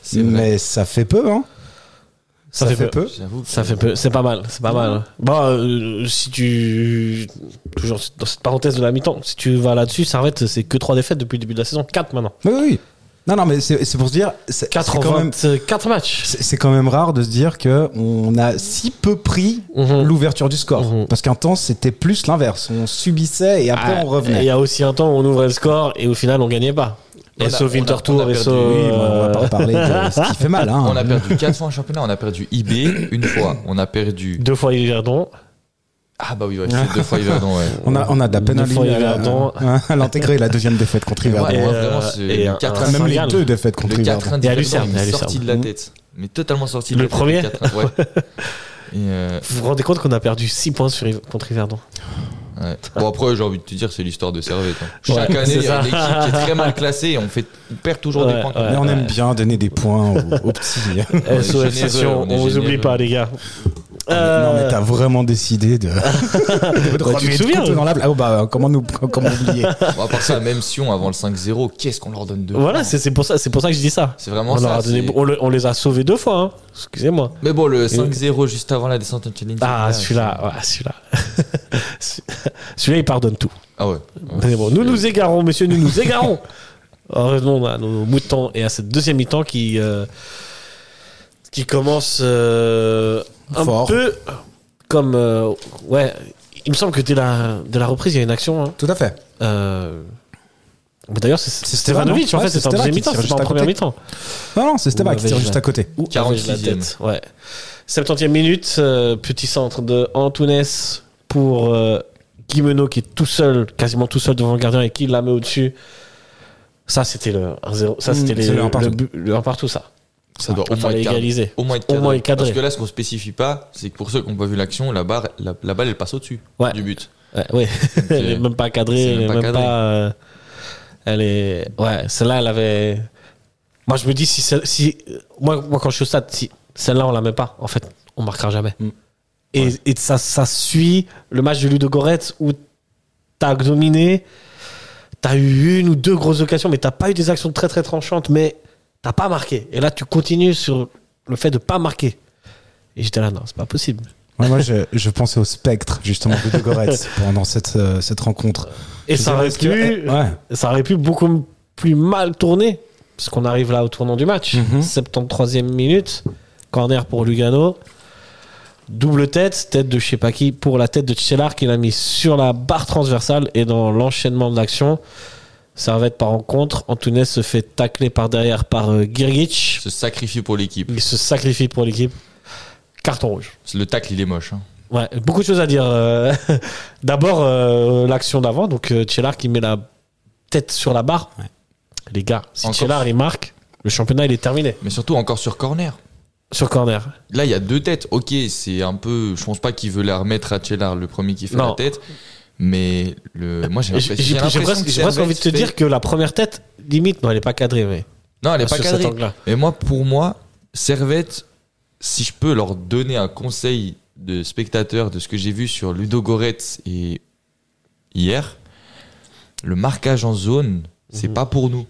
[SPEAKER 7] C'est vrai.
[SPEAKER 6] Mais ça fait peu, hein
[SPEAKER 5] Ça, fait, peu.
[SPEAKER 7] J'avoue que-
[SPEAKER 5] Ça fait peu. C'est pas mal. C'est pas mal. Bon, euh, si tu. Toujours dans cette parenthèse de la mi-temps, si tu vas là-dessus, Servette, c'est que 3 défaites depuis le début de la saison. 4 maintenant.
[SPEAKER 6] Oui, oui, oui. Non, non, mais c'est c'est pour se dire, c'est c'est
[SPEAKER 5] 4 en
[SPEAKER 6] quand même.
[SPEAKER 5] 24 euh, matchs.
[SPEAKER 6] C'est c'est quand même rare de se dire que on a si peu pris
[SPEAKER 5] Mhm.
[SPEAKER 6] l'ouverture du score.
[SPEAKER 5] Mhm.
[SPEAKER 6] Parce qu'un temps, c'était plus l'inverse. On subissait et après
[SPEAKER 5] Ah,
[SPEAKER 6] on
[SPEAKER 5] et Il
[SPEAKER 6] revenait.
[SPEAKER 5] y a aussi un temps où on ouvrait le score et au final on gagnait pas.
[SPEAKER 7] On
[SPEAKER 5] Et
[SPEAKER 7] a-
[SPEAKER 5] sauf
[SPEAKER 7] on a-
[SPEAKER 5] Winter
[SPEAKER 7] on
[SPEAKER 5] Tour
[SPEAKER 7] a
[SPEAKER 5] et
[SPEAKER 7] perdu,
[SPEAKER 5] sauf.
[SPEAKER 6] Oui, mais on
[SPEAKER 5] euh,
[SPEAKER 6] va pas parler de ce qui fait mal. Hein.
[SPEAKER 7] On a perdu 4 fois en championnat, on a perdu IB une fois, on a perdu.
[SPEAKER 5] Deux fois Yverdon.
[SPEAKER 7] Ah bah oui, ouais, c'est deux fois Yverdon, ouais.
[SPEAKER 6] On a, on a de la peine à
[SPEAKER 5] Deux fois
[SPEAKER 6] l'in-
[SPEAKER 5] Yverdon.
[SPEAKER 6] à- à l'intégrer la deuxième défaite contre
[SPEAKER 7] Et
[SPEAKER 6] Yverdon.
[SPEAKER 7] ouais,
[SPEAKER 5] euh,
[SPEAKER 7] vraiment, c'est
[SPEAKER 5] et un-
[SPEAKER 7] quatre-
[SPEAKER 5] un-
[SPEAKER 7] ça
[SPEAKER 6] Même les
[SPEAKER 5] Saint-Gall.
[SPEAKER 6] deux défaites contre
[SPEAKER 7] Le
[SPEAKER 6] Yverdon.
[SPEAKER 7] 4 1
[SPEAKER 5] Et à Lucerne, et à Lucerne. Mmh.
[SPEAKER 7] sorti de la tête, mais totalement sorti de
[SPEAKER 5] Le
[SPEAKER 7] la tête,
[SPEAKER 5] premier
[SPEAKER 7] 4-1, ouais. Et euh,
[SPEAKER 5] Vous vous rendez compte qu'on a perdu 6 points sur Yver- contre Yverdon
[SPEAKER 7] ouais. Bon après, j'ai envie de te dire, c'est l'histoire de Servette. hein. Chaque
[SPEAKER 5] Ouais,
[SPEAKER 7] année, il y a
[SPEAKER 5] c'est
[SPEAKER 7] une
[SPEAKER 5] ça.
[SPEAKER 7] équipe qui est très mal classée et on, fait, on perd toujours
[SPEAKER 5] Ouais,
[SPEAKER 7] des points.
[SPEAKER 5] ouais.
[SPEAKER 6] Mais on aime bien donner des points aux, aux petits.
[SPEAKER 7] est
[SPEAKER 5] SOS
[SPEAKER 7] généreux,
[SPEAKER 5] Euh, Session,
[SPEAKER 7] on est
[SPEAKER 5] on vous
[SPEAKER 7] généreux.
[SPEAKER 5] oublie pas, les gars.
[SPEAKER 6] Non, Ah, mais
[SPEAKER 5] Euh,
[SPEAKER 6] t'as vraiment décidé de. de- de
[SPEAKER 5] Bah, tu te
[SPEAKER 6] remettre
[SPEAKER 5] souviens,
[SPEAKER 6] tout dans la blague. Oh, bah, comment nous, comment oublier
[SPEAKER 7] Bon, à part ça, même Sion avant le 5-0, qu'est-ce qu'on leur donne de
[SPEAKER 5] Euh, Voilà, c'est c'est pour, ça- c'est pour ça que je dis ça.
[SPEAKER 7] C'est vraiment
[SPEAKER 5] On, leur
[SPEAKER 7] ça.
[SPEAKER 5] a donné-
[SPEAKER 7] c'est-
[SPEAKER 5] on le- on les a sauvés deux fois, hein. excusez-moi.
[SPEAKER 7] Mais bon, le 5-0 juste avant la descente en challenge.
[SPEAKER 5] Ah,
[SPEAKER 7] ouais,
[SPEAKER 5] celui-là, ouais, celui-là. celui-là, il pardonne tout.
[SPEAKER 7] c'est- Ah ouais.
[SPEAKER 5] Mais bon, nous nous égarons, monsieur, nous nous égarons. Revenons à nos moutons et à cette deuxième mi-temps qui, euh, qui commence euh, un
[SPEAKER 6] Fort.
[SPEAKER 5] peu comme. euh, ouais, il me semble que dès la, dès la reprise, il y a une action. hein.
[SPEAKER 6] Tout à fait.
[SPEAKER 5] Euh, mais D'ailleurs, c'est c'est
[SPEAKER 6] Stella,
[SPEAKER 5] Stevanovic,
[SPEAKER 6] non
[SPEAKER 5] en
[SPEAKER 6] Ouais,
[SPEAKER 5] fait,
[SPEAKER 6] c'est
[SPEAKER 5] c'est en
[SPEAKER 6] Stella
[SPEAKER 5] deuxième
[SPEAKER 6] qui
[SPEAKER 5] mi-temps,
[SPEAKER 6] tire
[SPEAKER 5] c'est pas en
[SPEAKER 6] juste à
[SPEAKER 5] première
[SPEAKER 6] côté.
[SPEAKER 5] mi-temps.
[SPEAKER 6] Non, non, c'est Steba
[SPEAKER 5] Ou
[SPEAKER 6] qui tire
[SPEAKER 5] avec
[SPEAKER 6] juste
[SPEAKER 5] la-
[SPEAKER 6] à côté.
[SPEAKER 5] Ou
[SPEAKER 7] 46e.
[SPEAKER 5] avec la tête, Ouais. 70e minute, euh, petit centre de Antunes pour euh, Guimeno qui est tout seul, quasiment tout seul devant le gardien et qui la met au-dessus. Ça, c'était le 1-0. Ça,
[SPEAKER 6] Mm,
[SPEAKER 5] c'était les-
[SPEAKER 6] c'est le un partout.
[SPEAKER 5] le but- le 1 partout, ça.
[SPEAKER 7] Ça doit
[SPEAKER 5] Il
[SPEAKER 7] au moins
[SPEAKER 5] fallait
[SPEAKER 7] être cadré.
[SPEAKER 5] égaliser.
[SPEAKER 7] Au moins être
[SPEAKER 5] Au
[SPEAKER 7] cadré.
[SPEAKER 5] moins être cadré.
[SPEAKER 7] Parce que là, ce qu'on spécifie pas, c'est que pour ceux qui n'ont pas vu l'action, la, barre, la, la balle, elle passe au-dessus
[SPEAKER 5] Ouais.
[SPEAKER 7] du but.
[SPEAKER 5] Ouais, ouais. elle est même pas cadrée,
[SPEAKER 7] euh, C'est
[SPEAKER 5] elle
[SPEAKER 7] même
[SPEAKER 5] est
[SPEAKER 7] pas
[SPEAKER 5] même
[SPEAKER 7] cadré.
[SPEAKER 5] pas. euh, elle est. Ouais, celle-là, elle avait. Moi, je me dis, si. celle- si moi, moi, quand je suis au stade, si celle-là, on la met pas, en fait, on marquera jamais.
[SPEAKER 7] Mm.
[SPEAKER 5] Et, et ça, ça suit le match de Ludo Goretz où t'as dominé, t'as eu une ou deux grosses occasions, mais t'as pas eu des actions très très tranchantes, mais t'as pas marqué. Et là, tu continues sur le fait de pas marquer. Et j'étais là, non, c'est pas possible.
[SPEAKER 6] Ouais, moi, je, je pensais au spectre, justement, de De Goretz pendant cette, euh, cette rencontre.
[SPEAKER 5] Et
[SPEAKER 6] Je
[SPEAKER 5] ça
[SPEAKER 6] veux
[SPEAKER 5] aurait
[SPEAKER 6] dire, est-ce que-
[SPEAKER 5] pu.
[SPEAKER 6] Ouais.
[SPEAKER 5] ça aurait pu beaucoup m- plus mal tourner. Parce qu'on arrive là au tournant du match. 73e minute. Corner pour Lugano. Double tête, tête de je sais pas qui, pour la tête de Tchellar qui l'a mis sur la barre transversale et dans l'enchaînement de l'action. Servette par en contre. Antunes se fait tacler par derrière par euh, Girgic.
[SPEAKER 7] Se sacrifier pour l'équipe.
[SPEAKER 5] Il se sacrifie pour l'équipe. Carton rouge.
[SPEAKER 7] Le tacle, il est moche. hein.
[SPEAKER 5] Ouais, beaucoup de choses à dire. euh, D'abord, euh, l'action d'avant, donc euh, Tchellar qui met la tête sur la barre. Les gars, si
[SPEAKER 7] Encore.
[SPEAKER 5] Tchellar il marque, le championnat il est terminé
[SPEAKER 7] Mais surtout, encore sur corner.
[SPEAKER 5] sur corner.
[SPEAKER 7] Là, il y a deux têtes. Ok, c'est un peu. Je pense pas qu'il veut la remettre à Chellar, le premier qui fait
[SPEAKER 5] Non.
[SPEAKER 7] la tête. Mais le... moi, j'ai
[SPEAKER 5] J'ai
[SPEAKER 7] l'impression-
[SPEAKER 5] j'ai- j'ai
[SPEAKER 7] l'impression
[SPEAKER 5] presque
[SPEAKER 7] que
[SPEAKER 5] j'ai presque envie de
[SPEAKER 7] Servette
[SPEAKER 5] te
[SPEAKER 7] fait-
[SPEAKER 5] dire que la première tête, limite, non, elle est pas cadrée, mais
[SPEAKER 7] Non, elle est pas
[SPEAKER 5] sur
[SPEAKER 7] cadrée.
[SPEAKER 5] cet angle-là.
[SPEAKER 7] Mais moi, pour moi, Servette, si je peux leur donner un conseil de spectateur de ce que j'ai vu sur Ludo Goretz et hier, le marquage en zone, c'est pas pour nous.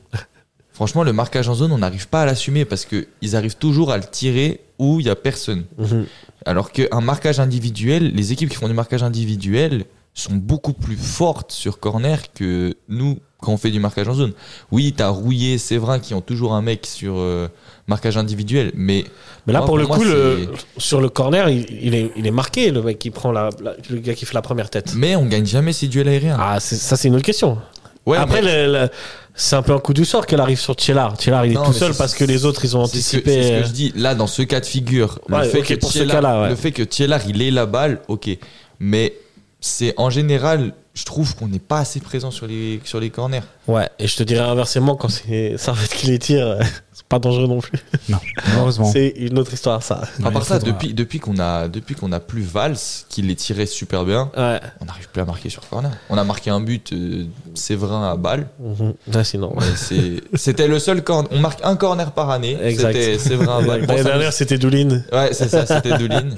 [SPEAKER 7] Franchement, le marquage en zone, on n'arrive pas à l'assumer parce que ils arrivent toujours à le tirer où il y a personne.
[SPEAKER 5] Mhm.
[SPEAKER 7] Alors qu'un marquage individuel, les équipes qui font du marquage individuel sont beaucoup plus fortes sur corner que nous quand on fait du marquage en zone. Oui, t'as Rouillé, Séverin qui ont toujours un mec sur euh, marquage individuel, mais
[SPEAKER 5] Mais là,
[SPEAKER 7] Moi,
[SPEAKER 5] pour le
[SPEAKER 7] pour
[SPEAKER 5] coup,
[SPEAKER 7] moi,
[SPEAKER 5] le- sur le corner, il, il est, il est marqué, le mec qui prend la, la- le gars qui fait la première tête.
[SPEAKER 7] mais on gagne jamais ces duels aériens.
[SPEAKER 5] Ah, c'est- ça, c'est une autre question.
[SPEAKER 7] ouais,
[SPEAKER 5] Après,
[SPEAKER 7] mais
[SPEAKER 5] le- le- c'est un peu un coup du sort qu'elle arrive sur Tchellar. Tchellar, il est
[SPEAKER 7] Non,
[SPEAKER 5] tout
[SPEAKER 7] mais
[SPEAKER 5] seul
[SPEAKER 7] c'est-
[SPEAKER 5] parce que les autres, ils ont
[SPEAKER 7] c'est ce, que,
[SPEAKER 5] anticipé.
[SPEAKER 7] c'est ce
[SPEAKER 5] euh,
[SPEAKER 7] que je dis. Là, dans ce cas de figure,
[SPEAKER 5] Ouais,
[SPEAKER 7] le, fait
[SPEAKER 5] ok,
[SPEAKER 7] que
[SPEAKER 5] pour ce
[SPEAKER 7] Thielard-
[SPEAKER 5] cas-là, ouais.
[SPEAKER 7] le fait que Thielard, il ait la balle, ok. Mais c'est en général, je trouve qu'on n'est pas assez présent sur les, sur les corners.
[SPEAKER 5] Ouais, et je te dirais inversement, quand c'est Servette qui les tire, euh, c'est pas dangereux non plus.
[SPEAKER 6] Non, malheureusement.
[SPEAKER 5] C'est une autre histoire, ça.
[SPEAKER 7] à part
[SPEAKER 6] il
[SPEAKER 7] ça,
[SPEAKER 6] faudra-
[SPEAKER 7] depuis, depuis qu'on a, depuis qu'on a plus Valls, qui les tirait super bien,
[SPEAKER 5] Ouais,
[SPEAKER 7] on n'arrive plus à marquer sur corner. On a marqué un but, euh, Séverin à balle.
[SPEAKER 5] Mhm. Ouais, sinon.
[SPEAKER 7] mais c'est- C'était le seul corner. On marque un corner par année.
[SPEAKER 5] Exact.
[SPEAKER 7] C'était Séverin à balle.
[SPEAKER 5] L'année
[SPEAKER 7] Ah, bah, Bon, ça nous-
[SPEAKER 5] dernière, c'était Doulin.
[SPEAKER 7] Ouais, c'est ça, c'était deux lignes.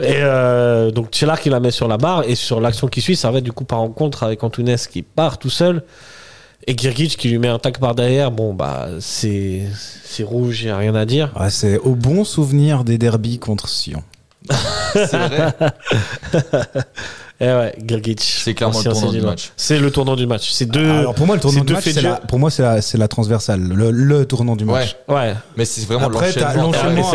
[SPEAKER 5] Et euh, donc, Tchellar qui la met sur la barre, et sur l'action qui suit, Servette, du coup, par rencontre avec Antunes qui part tout seul. Et Girgic qui lui met un tac par derrière, bon, bah, c'est c'est rouge, y a rien à dire.
[SPEAKER 6] Ah, c'est au bon souvenir des derbies contre Sion.
[SPEAKER 7] C'est vrai.
[SPEAKER 5] Et ouais, Girgic.
[SPEAKER 7] C'est clairement
[SPEAKER 5] ancien
[SPEAKER 7] le tournant
[SPEAKER 5] Cédille,
[SPEAKER 7] du
[SPEAKER 5] ouais.
[SPEAKER 7] match. Ah,
[SPEAKER 5] C'est le tournant du match. C'est deux.
[SPEAKER 6] Ah, Alors pour moi, le tournant
[SPEAKER 5] c'est
[SPEAKER 6] du
[SPEAKER 5] deux
[SPEAKER 6] match,
[SPEAKER 5] faits
[SPEAKER 6] c'est
[SPEAKER 5] de
[SPEAKER 6] la,
[SPEAKER 5] jeu.
[SPEAKER 6] pour moi, c'est la, c'est la transversale, le, le tournant du match.
[SPEAKER 7] Ouais.
[SPEAKER 5] Ouais.
[SPEAKER 7] Mais c'est vraiment
[SPEAKER 6] Après, t'as
[SPEAKER 7] l'enchaînement.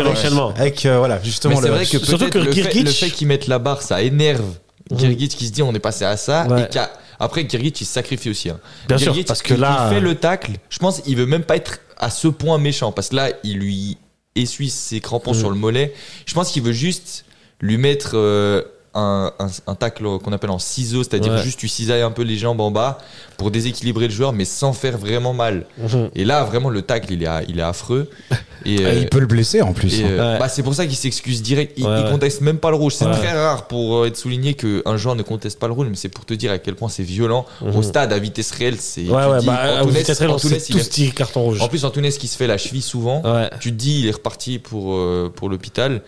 [SPEAKER 5] l'enchaînement
[SPEAKER 7] Ouais,
[SPEAKER 5] avec-
[SPEAKER 7] ouais.
[SPEAKER 5] l'enchaînement.
[SPEAKER 6] Avec, euh, voilà, justement,
[SPEAKER 7] Mais c'est
[SPEAKER 6] le-
[SPEAKER 7] vrai que
[SPEAKER 5] Surtout
[SPEAKER 7] peut-être
[SPEAKER 5] que
[SPEAKER 7] le, fait,
[SPEAKER 5] Kirgic-
[SPEAKER 7] le fait qu'ils mettent la barre, ça énerve
[SPEAKER 5] Mhm.
[SPEAKER 7] Kirgic qui se dit on est passé à ça.
[SPEAKER 5] Ouais.
[SPEAKER 7] Et qu'à- après, Kirgic il se sacrifie aussi. hein.
[SPEAKER 5] Bien sûr,
[SPEAKER 7] Girgic,
[SPEAKER 5] parce que
[SPEAKER 7] il-
[SPEAKER 5] là,
[SPEAKER 7] Il
[SPEAKER 5] euh,
[SPEAKER 7] fait le tacle. Je pense il veut même pas être à ce point méchant. Parce que là, il lui essuie ses crampons
[SPEAKER 5] Mhm.
[SPEAKER 7] sur le mollet. Je pense qu'il veut juste lui mettre euh, un, un- un tacle qu'on appelle en ciseau, c'est-à-dire
[SPEAKER 5] Ouais.
[SPEAKER 7] juste tu cisailles un peu les jambes en bas pour déséquilibrer le joueur, mais sans faire vraiment mal.
[SPEAKER 5] Mhm.
[SPEAKER 7] Et là, vraiment, le tacle, il est, à- il est affreux. Et,
[SPEAKER 6] Et
[SPEAKER 5] Ah,
[SPEAKER 7] euh,
[SPEAKER 6] Ah, il peut le blesser en plus.
[SPEAKER 7] et,
[SPEAKER 6] hein.
[SPEAKER 7] euh,
[SPEAKER 5] Ouais.
[SPEAKER 7] bah, c'est pour ça qu'il s'excuse direct. Il,
[SPEAKER 5] Ouais,
[SPEAKER 7] il
[SPEAKER 5] ouais.
[SPEAKER 7] conteste même pas le rouge. C'est
[SPEAKER 5] Ouais.
[SPEAKER 7] très rare pour euh, être souligné qu'un joueur ne conteste pas le rouge, mais c'est pour te dire à quel point c'est violent. Au stade, à vitesse réelle, c'est. tu
[SPEAKER 5] Mhm. Ouais, ouais,
[SPEAKER 7] dis,
[SPEAKER 5] bah, à
[SPEAKER 7] Antunes-
[SPEAKER 5] vitesse réelle, on
[SPEAKER 7] Antunes,
[SPEAKER 5] sait
[SPEAKER 7] il est-
[SPEAKER 5] tous dit carton rouge.
[SPEAKER 7] En plus, Antunes qui se fait la cheville souvent,
[SPEAKER 5] Ouais.
[SPEAKER 7] tu te dis, il est reparti pour, euh, pour l'hôpital.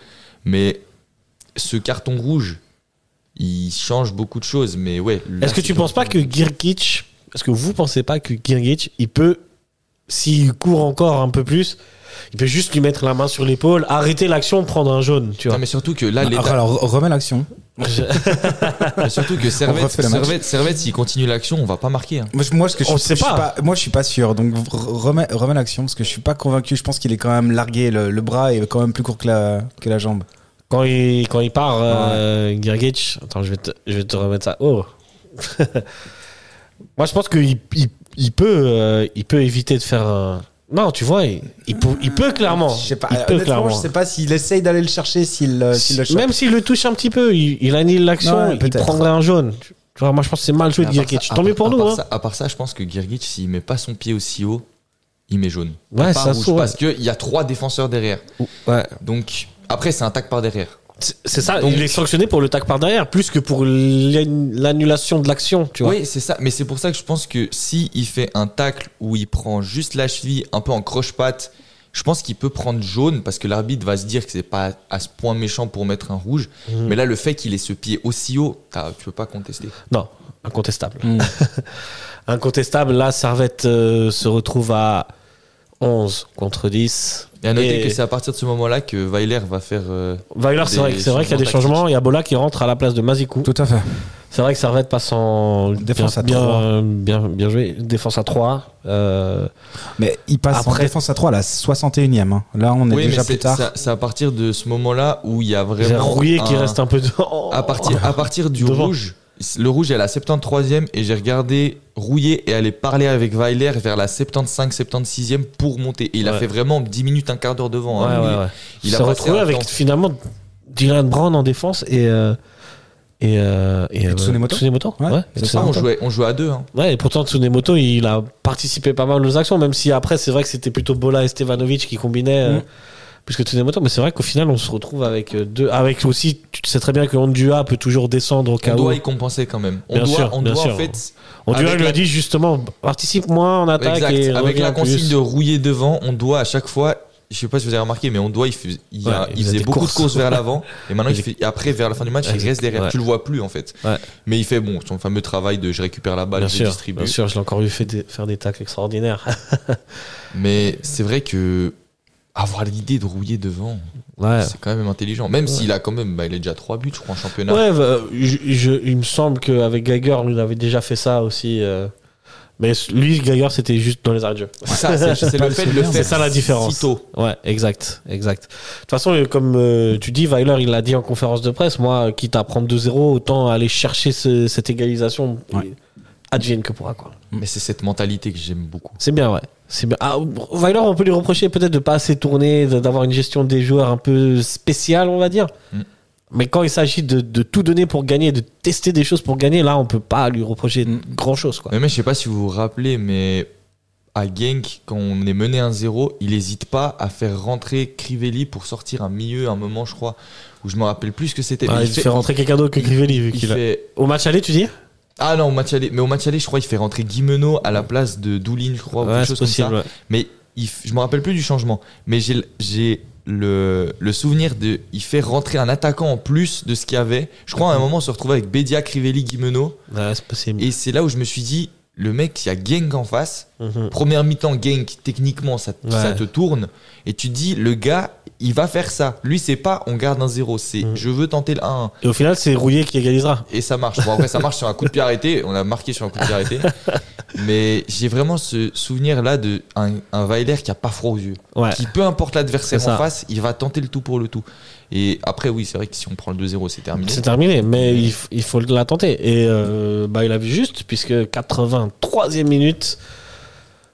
[SPEAKER 7] Mais ce carton rouge, il change beaucoup de choses. Mais ouais. là,
[SPEAKER 5] Est-ce que
[SPEAKER 7] c'est
[SPEAKER 5] tu penses pas que Girgic, est-ce que vous pensez pas que Girgic, il peut, s'il court encore un peu plus, il peut juste lui mettre la main sur l'épaule, arrêter l'action, prendre un jaune, tu vois.
[SPEAKER 7] Non, mais surtout que
[SPEAKER 5] Ah,
[SPEAKER 7] là,
[SPEAKER 6] Alors,
[SPEAKER 7] l'état-
[SPEAKER 6] alors, remets l'action.
[SPEAKER 7] mais surtout que
[SPEAKER 6] On
[SPEAKER 7] Servette,
[SPEAKER 6] refait le match.
[SPEAKER 7] Servette, Servette, s'il continue l'action, on va pas marquer. hein.
[SPEAKER 6] Moi, je- moi, ce que je,
[SPEAKER 5] On sait
[SPEAKER 6] je suis
[SPEAKER 5] pas.
[SPEAKER 6] pas. Moi, je suis pas sûr. Donc, re- remets, remets l'action parce que je suis pas convaincu. Je pense qu'il est quand même largué. Le, le bras est quand même plus court que la, que la jambe.
[SPEAKER 5] Quand il, quand il part, euh, Gergic, attends, je vais, te, je vais te remettre ça. Oh Moi, je pense qu'il il, il peut, euh, il peut éviter de faire un. Non, tu vois, il, il peut, il peut
[SPEAKER 7] Oh,
[SPEAKER 5] clairement.
[SPEAKER 6] Je sais pas.
[SPEAKER 5] Il
[SPEAKER 6] euh,
[SPEAKER 5] peut
[SPEAKER 6] honnêtement,
[SPEAKER 5] clairement.
[SPEAKER 6] je sais pas s'il essaye d'aller le chercher, s'il euh, s'il le chope.
[SPEAKER 5] Même s'il le touche un petit peu, il, il annule l'action,
[SPEAKER 6] Ouais,
[SPEAKER 5] il
[SPEAKER 6] peut-être.
[SPEAKER 5] prendrait un jaune. Tu vois, moi, je pense que c'est mal joué de
[SPEAKER 7] Mais à part
[SPEAKER 5] Gergic.
[SPEAKER 7] Ah, bah, ça-
[SPEAKER 5] Tant
[SPEAKER 7] à
[SPEAKER 5] mieux
[SPEAKER 7] part-
[SPEAKER 5] pour
[SPEAKER 7] à
[SPEAKER 5] nous.
[SPEAKER 7] part
[SPEAKER 5] Hein.
[SPEAKER 7] ça- à part ça, je pense que Girgic, s'il met pas son pied aussi haut, il met jaune.
[SPEAKER 5] Ouais,
[SPEAKER 7] Pas
[SPEAKER 5] ça
[SPEAKER 7] rouge,
[SPEAKER 5] se trouve.
[SPEAKER 7] parce qu'il y a trois défenseurs derrière.
[SPEAKER 5] Ouais.
[SPEAKER 7] Donc après, c'est un tac par derrière.
[SPEAKER 5] C'est c'est ça,
[SPEAKER 7] Donc-
[SPEAKER 5] il est sanctionné pour le tac par derrière, plus que pour l'ann- l'annulation de l'action, tu vois.
[SPEAKER 7] Oui, c'est ça. Mais c'est pour ça que je pense que si il fait un tacle où il prend juste la cheville, un peu en croche-patte, je pense qu'il peut prendre jaune parce que l'arbitre va se dire que c'est pas à ce point méchant pour mettre un rouge.
[SPEAKER 5] Mhm.
[SPEAKER 7] Mais là, le fait qu'il ait ce pied aussi haut, t'as- tu peux pas contester.
[SPEAKER 5] Non, incontestable.
[SPEAKER 7] Hmm.
[SPEAKER 5] Incontestable, là, Servette euh, se retrouve à 11 contre 10.
[SPEAKER 7] Et à noter
[SPEAKER 5] Et-
[SPEAKER 7] que c'est à partir de ce moment-là que Weiler va faire. euh,
[SPEAKER 5] Weiler, c'est
[SPEAKER 7] Des
[SPEAKER 5] vrai, que- c'est vrai qu'il y a des
[SPEAKER 7] changements
[SPEAKER 5] changements. Il y a Bola qui rentre à la place de Mazikou.
[SPEAKER 6] Tout à fait.
[SPEAKER 5] C'est vrai que Servette passe en
[SPEAKER 6] Défense
[SPEAKER 5] bien,
[SPEAKER 6] à trois.
[SPEAKER 5] Bien, bien, bien joué. Défense à Euh, 3.
[SPEAKER 6] Mais il passe en
[SPEAKER 5] Après-
[SPEAKER 6] défense à 3, la 61e. hein. Là, on est
[SPEAKER 7] oui,
[SPEAKER 6] déjà
[SPEAKER 7] mais
[SPEAKER 6] plus
[SPEAKER 7] c'est
[SPEAKER 6] tard.
[SPEAKER 7] c'est à- c'est à partir de ce moment-là où il y a
[SPEAKER 5] J'ai
[SPEAKER 7] vraiment.
[SPEAKER 5] rouillé qui
[SPEAKER 7] un-
[SPEAKER 5] reste un peu devant.
[SPEAKER 7] À partir, à partir du
[SPEAKER 5] Devant.
[SPEAKER 7] rouge, le rouge est à la 73e et j'ai regardé Rouillé et aller parler avec Weiler vers la 75-76e pour monter. Et il a
[SPEAKER 5] Ouais.
[SPEAKER 7] fait vraiment 10 minutes, un quart d'heure devant.
[SPEAKER 5] Ouais,
[SPEAKER 7] hein.
[SPEAKER 5] ouais,
[SPEAKER 7] Il-
[SPEAKER 5] ouais. Il
[SPEAKER 7] il a
[SPEAKER 5] s'est
[SPEAKER 7] passé
[SPEAKER 5] retrouvé
[SPEAKER 7] un
[SPEAKER 5] avec
[SPEAKER 7] temps.
[SPEAKER 5] finalement Dylan Brown en défense et. euh, et, euh, et, euh,
[SPEAKER 6] Tsunemoto
[SPEAKER 5] Ouais,
[SPEAKER 6] Ouais,
[SPEAKER 5] et
[SPEAKER 6] c'est
[SPEAKER 7] Ah,
[SPEAKER 5] Tsunemoto.
[SPEAKER 7] on, jouait, on jouait à deux. hein.
[SPEAKER 5] Ouais, et pourtant Tsunemoto, il a participé pas mal aux actions, même si après, c'est vrai que c'était plutôt Bola et Stevanovic qui combinaient euh,
[SPEAKER 6] Mm.
[SPEAKER 5] plus que Tsunemoto. Mais c'est vrai qu'au final, on se retrouve avec euh, deux. Avec aussi, tu sais très bien que Ondua peut toujours descendre au
[SPEAKER 7] On
[SPEAKER 5] cas où.
[SPEAKER 7] doit y compenser quand même. On
[SPEAKER 5] Bien
[SPEAKER 7] doit,
[SPEAKER 5] sûr,
[SPEAKER 7] on
[SPEAKER 5] bien
[SPEAKER 7] doit
[SPEAKER 5] sûr.
[SPEAKER 7] en fait.
[SPEAKER 5] Ondua
[SPEAKER 7] avec
[SPEAKER 5] lui a
[SPEAKER 7] la-
[SPEAKER 5] dit justement, participe moins en attaque.
[SPEAKER 7] Exact.
[SPEAKER 5] Ah, et
[SPEAKER 7] avec
[SPEAKER 5] reviens
[SPEAKER 7] la
[SPEAKER 5] plus.
[SPEAKER 7] consigne de rouiller devant, on doit à chaque fois. Je sais pas si vous avez remarqué, mais on doit. Il, fais- il, a-
[SPEAKER 5] Ouais, il
[SPEAKER 7] il
[SPEAKER 5] faisait
[SPEAKER 7] faisait
[SPEAKER 5] des
[SPEAKER 7] beaucoup
[SPEAKER 5] courses.
[SPEAKER 7] de courses vers l'avant, et maintenant
[SPEAKER 5] Il
[SPEAKER 7] il fait, et après vers la fin du match, il
[SPEAKER 5] Exact.
[SPEAKER 7] reste derrière.
[SPEAKER 5] Ouais.
[SPEAKER 7] Tu le vois plus en fait.
[SPEAKER 5] Ouais.
[SPEAKER 7] Mais il fait bon son fameux travail de je récupère la balle,
[SPEAKER 5] Bien
[SPEAKER 7] je
[SPEAKER 5] sûr,
[SPEAKER 7] distribue.
[SPEAKER 5] bien sûr, je l'ai encore vu fait des- faire des tacles extraordinaires.
[SPEAKER 7] Mais c'est vrai que avoir l'idée de rouiller devant,
[SPEAKER 5] ouais.
[SPEAKER 7] c'est quand même intelligent. Même s'il a quand même, bah, il a déjà trois buts, je crois, en championnat.
[SPEAKER 5] Ouais, bah, je- je- il me semble qu'avec Geiger, on avait déjà fait ça aussi. euh, mais lui, Geiger, c'était juste dans les arrêts de jeu.
[SPEAKER 7] C'est ça, c'est- c'est le fait de le faire.
[SPEAKER 5] C'est ça la différence.
[SPEAKER 7] si tôt.
[SPEAKER 5] Ouais, exact, exact. De toute façon, euh, comme euh, tu dis, Weiler, il l'a dit en conférence de presse, moi, euh, quitte à prendre 2-0, autant aller chercher ce- cette égalisation.
[SPEAKER 6] Ouais.
[SPEAKER 5] Advienne que pourra, quoi.
[SPEAKER 7] Mais c'est cette mentalité que j'aime beaucoup.
[SPEAKER 5] C'est bien, ouais. C'est bien. Ah, Weiler, on peut lui reprocher peut-être de pas assez tourner, de- d'avoir une gestion des joueurs un peu spéciale, on va dire.
[SPEAKER 7] Mm.
[SPEAKER 5] Mais quand il s'agit de, de tout donner pour gagner, de tester des choses pour gagner, là, on peut pas lui reprocher
[SPEAKER 6] Mm.
[SPEAKER 5] grand-chose, quoi.
[SPEAKER 7] Mais, mais je sais pas si vous vous rappelez, mais à Genk, quand on est mené 1-0, il n'hésite pas à faire rentrer Crivelli pour sortir un milieu, un moment, je crois, où je me rappelle plus ce que c'était.
[SPEAKER 5] Ah,
[SPEAKER 7] mais
[SPEAKER 5] il fait rentrer quelqu'un d'autre que
[SPEAKER 7] il-
[SPEAKER 5] Crivelli, vu
[SPEAKER 7] il
[SPEAKER 5] qu'il a-
[SPEAKER 7] fait-
[SPEAKER 5] Au match aller, tu dis
[SPEAKER 7] Ah non, au match aller, mais au match aller, je crois, il fait rentrer Guimeno à la place de Doulin, je crois, ou quelque
[SPEAKER 5] c'est
[SPEAKER 7] chose comme ça.
[SPEAKER 5] possible. ouais.
[SPEAKER 7] Mais il f- je me rappelle plus du changement. Mais j'ai l- j'ai le, le souvenir de. Il fait rentrer un attaquant en plus de ce
[SPEAKER 5] Mm.
[SPEAKER 7] qu'il y avait. Je crois à un moment, on se retrouvait avec Bedia, Crivelli, Guimeno.
[SPEAKER 5] Ouais, c'est possible.
[SPEAKER 7] Et c'est là où je me suis dit, Le mec, il y a Genk en face.
[SPEAKER 5] Mhm.
[SPEAKER 7] Première mi-temps, Genk, techniquement, ça,
[SPEAKER 5] Ouais.
[SPEAKER 7] ça te tourne. Et tu dis, le gars, il va faire ça. Lui, c'est pas on garde un 0, c'est
[SPEAKER 5] Mhm.
[SPEAKER 7] je veux tenter le 1-1.
[SPEAKER 5] Et au final, c'est Rouillé qui égalisera.
[SPEAKER 7] Et ça marche. Bon, après, ça marche sur un coup de pied arrêté. On a marqué sur un coup de pied arrêté. Mais j'ai vraiment ce souvenir-là de un, un Weiler qui a pas froid aux yeux.
[SPEAKER 5] Ouais.
[SPEAKER 7] Qui, peu importe l'adversaire
[SPEAKER 5] C'est ça.
[SPEAKER 7] en face, il va tenter le tout pour le tout. Et après, oui, c'est vrai que si on prend le 2-0, c'est terminé.
[SPEAKER 5] C'est terminé, mais il, f- il faut la tenter. Et euh, bah, il a vu juste, puisque 83e minute,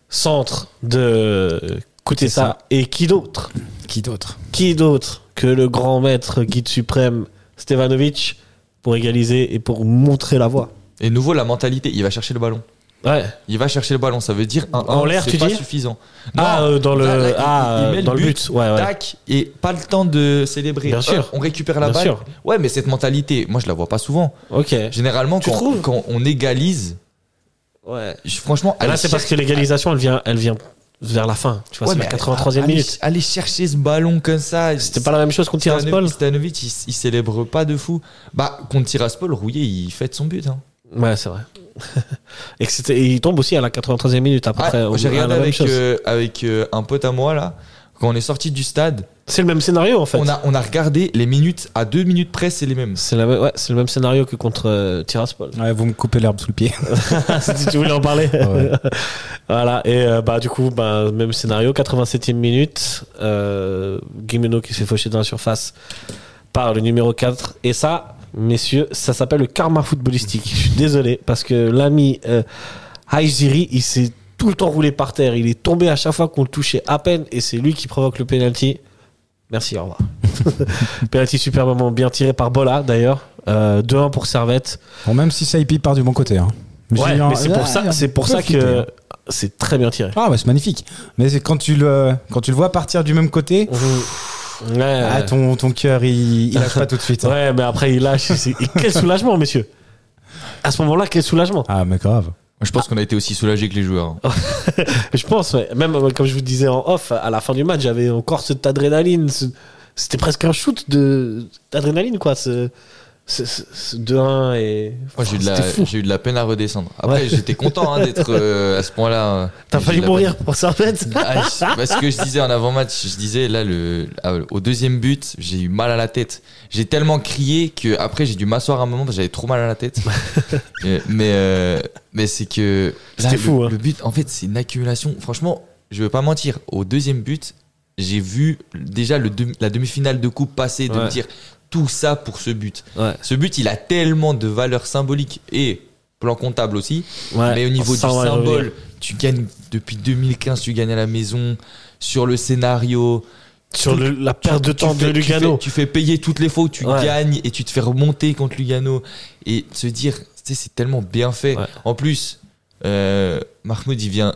[SPEAKER 5] centre de Écoutez
[SPEAKER 6] C'est
[SPEAKER 5] ça.
[SPEAKER 6] ça.
[SPEAKER 5] Et qui d'autre
[SPEAKER 6] Qui d'autre
[SPEAKER 5] Qui d'autre que le grand maître guide suprême Stevanovic pour égaliser et pour montrer la voie
[SPEAKER 7] Et nouveau, la mentalité, il va chercher le ballon.
[SPEAKER 5] Ouais.
[SPEAKER 7] Il va chercher le ballon, ça veut dire un
[SPEAKER 5] En
[SPEAKER 7] 1,
[SPEAKER 5] l'air,
[SPEAKER 7] c'est
[SPEAKER 5] tu
[SPEAKER 7] pas
[SPEAKER 5] dis
[SPEAKER 7] suffisant.
[SPEAKER 5] ah,
[SPEAKER 7] Non,
[SPEAKER 5] euh, dans le,
[SPEAKER 7] là, là, il-
[SPEAKER 5] ah,
[SPEAKER 7] il
[SPEAKER 5] euh,
[SPEAKER 7] met le
[SPEAKER 5] dans le
[SPEAKER 7] but,
[SPEAKER 5] but. Ouais, ouais.
[SPEAKER 7] tac, et pas le temps de célébrer.
[SPEAKER 5] Bien
[SPEAKER 7] Hop,
[SPEAKER 5] sûr.
[SPEAKER 7] On récupère la
[SPEAKER 5] Bien
[SPEAKER 7] balle.
[SPEAKER 5] sûr.
[SPEAKER 7] Ouais, mais cette mentalité, moi je la vois pas souvent.
[SPEAKER 5] Ok.
[SPEAKER 7] Généralement,
[SPEAKER 5] Tu
[SPEAKER 7] quand,
[SPEAKER 5] trouves
[SPEAKER 7] quand on égalise,
[SPEAKER 5] Ouais.
[SPEAKER 7] je- franchement,
[SPEAKER 5] Là,
[SPEAKER 7] aller
[SPEAKER 5] c'est parce que
[SPEAKER 7] chercher-
[SPEAKER 5] l'égalisation, elle vient, elle vient vers la fin. Tu vois,
[SPEAKER 7] Ouais,
[SPEAKER 5] c'est
[SPEAKER 7] mais
[SPEAKER 5] la 83e
[SPEAKER 7] aller-
[SPEAKER 5] minute.
[SPEAKER 7] Aller chercher ce ballon comme ça.
[SPEAKER 5] C'était pas la même chose qu'on tire à ce bol.
[SPEAKER 7] Stanovic, Stanovic, il, il célèbre pas de fou. Bah, contre Tiraspol, Rouillé, il fête son but. hein.
[SPEAKER 5] Ouais, c'est vrai. et, que c'était- et il tombe aussi à la 93e minute à peu
[SPEAKER 7] Ah,
[SPEAKER 5] près. au-
[SPEAKER 7] J'ai
[SPEAKER 5] à la
[SPEAKER 7] regardé
[SPEAKER 5] même
[SPEAKER 7] avec,
[SPEAKER 5] chose.
[SPEAKER 7] euh, avec euh, un pote à moi là. Quand on est sorti du stade,
[SPEAKER 5] C'est le même scénario en fait.
[SPEAKER 7] on a, on a regardé les minutes à deux minutes près, c'est les mêmes.
[SPEAKER 5] C'est la même- ouais, c'est le même scénario que contre euh, Tiraspol.
[SPEAKER 6] Ouais, vous me coupez l'herbe sous le pied.
[SPEAKER 5] si tu voulais en parler.
[SPEAKER 6] Ouais.
[SPEAKER 5] voilà. Et euh, bah du coup, bah, même scénario, 87e minute, euh, Guimeno qui se fait faucher dans la surface par le numéro 4. Et ça, messieurs, ça s'appelle le karma footballistique. Je suis désolé parce que l'ami euh, Haïziri, il s'est tout le temps roulé par terre. Il est tombé à chaque fois qu'on le touchait à peine et c'est lui qui provoque le penalty. Merci, au revoir. penalty superbement bien tiré par Bola d'ailleurs. Euh, 2-1 pour Servette.
[SPEAKER 6] Bon, même si Saipi part du bon côté. hein. J'ai
[SPEAKER 5] Ouais,
[SPEAKER 6] eu un-
[SPEAKER 5] mais c'est
[SPEAKER 6] Ah,
[SPEAKER 5] pour ça,
[SPEAKER 6] un
[SPEAKER 5] c'est pour
[SPEAKER 6] peu
[SPEAKER 5] ça
[SPEAKER 6] flippé,
[SPEAKER 5] que
[SPEAKER 6] hein.
[SPEAKER 5] c'est très bien tiré.
[SPEAKER 6] Ah, bah c'est magnifique. Mais c'est quand tu le quand tu le vois partir du même côté,
[SPEAKER 5] Ouais,
[SPEAKER 6] ah,
[SPEAKER 5] ouais.
[SPEAKER 6] ton ton cœur il, il lâche pas tout de suite. hein.
[SPEAKER 5] Ouais, mais après il lâche. c'est- et quel soulagement, messieurs. À ce moment-là, quel soulagement.
[SPEAKER 6] Ah, mais grave.
[SPEAKER 7] Je pense qu'on a été aussi soulagé que les joueurs.
[SPEAKER 5] Je pense, ouais. même euh, comme je vous disais en off, à la fin du match, j'avais encore cette adrénaline. ce- C'était presque un shoot de d'adrénaline, quoi. Ce, ce, ce- ce 2-1 et.
[SPEAKER 7] Moi, j'ai eu, de la-
[SPEAKER 5] C'était fou.
[SPEAKER 7] j'ai eu de la peine à redescendre. Après,
[SPEAKER 5] Ouais.
[SPEAKER 7] j'étais content hein, d'être euh, à ce point-là. euh,
[SPEAKER 5] T'as
[SPEAKER 7] j'ai eu
[SPEAKER 5] failli
[SPEAKER 7] de la
[SPEAKER 5] mourir pour ça, en fait.
[SPEAKER 7] peine. Ah, je- parce que je disais en avant-match, je disais là, le, ah, au deuxième but, j'ai eu mal à la tête. J'ai tellement crié que après, j'ai dû m'asseoir un moment parce que j'avais trop mal à la tête. Euh, mais euh, mais c'est que. là,
[SPEAKER 5] C'était
[SPEAKER 7] le-
[SPEAKER 5] fou, hein.
[SPEAKER 7] Le but, en fait, c'est une accumulation. Franchement, je veux pas mentir. Au deuxième but, j'ai vu déjà le demi- la demi-finale de coupe passer, de
[SPEAKER 5] Ouais.
[SPEAKER 7] me dire tout ça pour ce but.
[SPEAKER 5] Ouais.
[SPEAKER 7] Ce but, il a tellement de valeur symbolique et plan comptable aussi. mais au niveau du
[SPEAKER 5] ça, on va y revenir.
[SPEAKER 7] symbole, tu gagnes depuis 2015, tu gagnes à la maison, sur le scénario.
[SPEAKER 5] Sur le- la
[SPEAKER 7] tu-
[SPEAKER 5] perte de
[SPEAKER 7] tu
[SPEAKER 5] temps
[SPEAKER 7] fais-
[SPEAKER 5] de
[SPEAKER 7] tu fais-
[SPEAKER 5] Lugano.
[SPEAKER 7] Tu fais, payer toutes les fautes, tu
[SPEAKER 5] Ouais.
[SPEAKER 7] gagnes et tu te fais remonter contre Lugano. Et te se dire, tu sais, c'est tellement bien fait.
[SPEAKER 5] Ouais.
[SPEAKER 7] En plus, euh, Mahmoud, il vient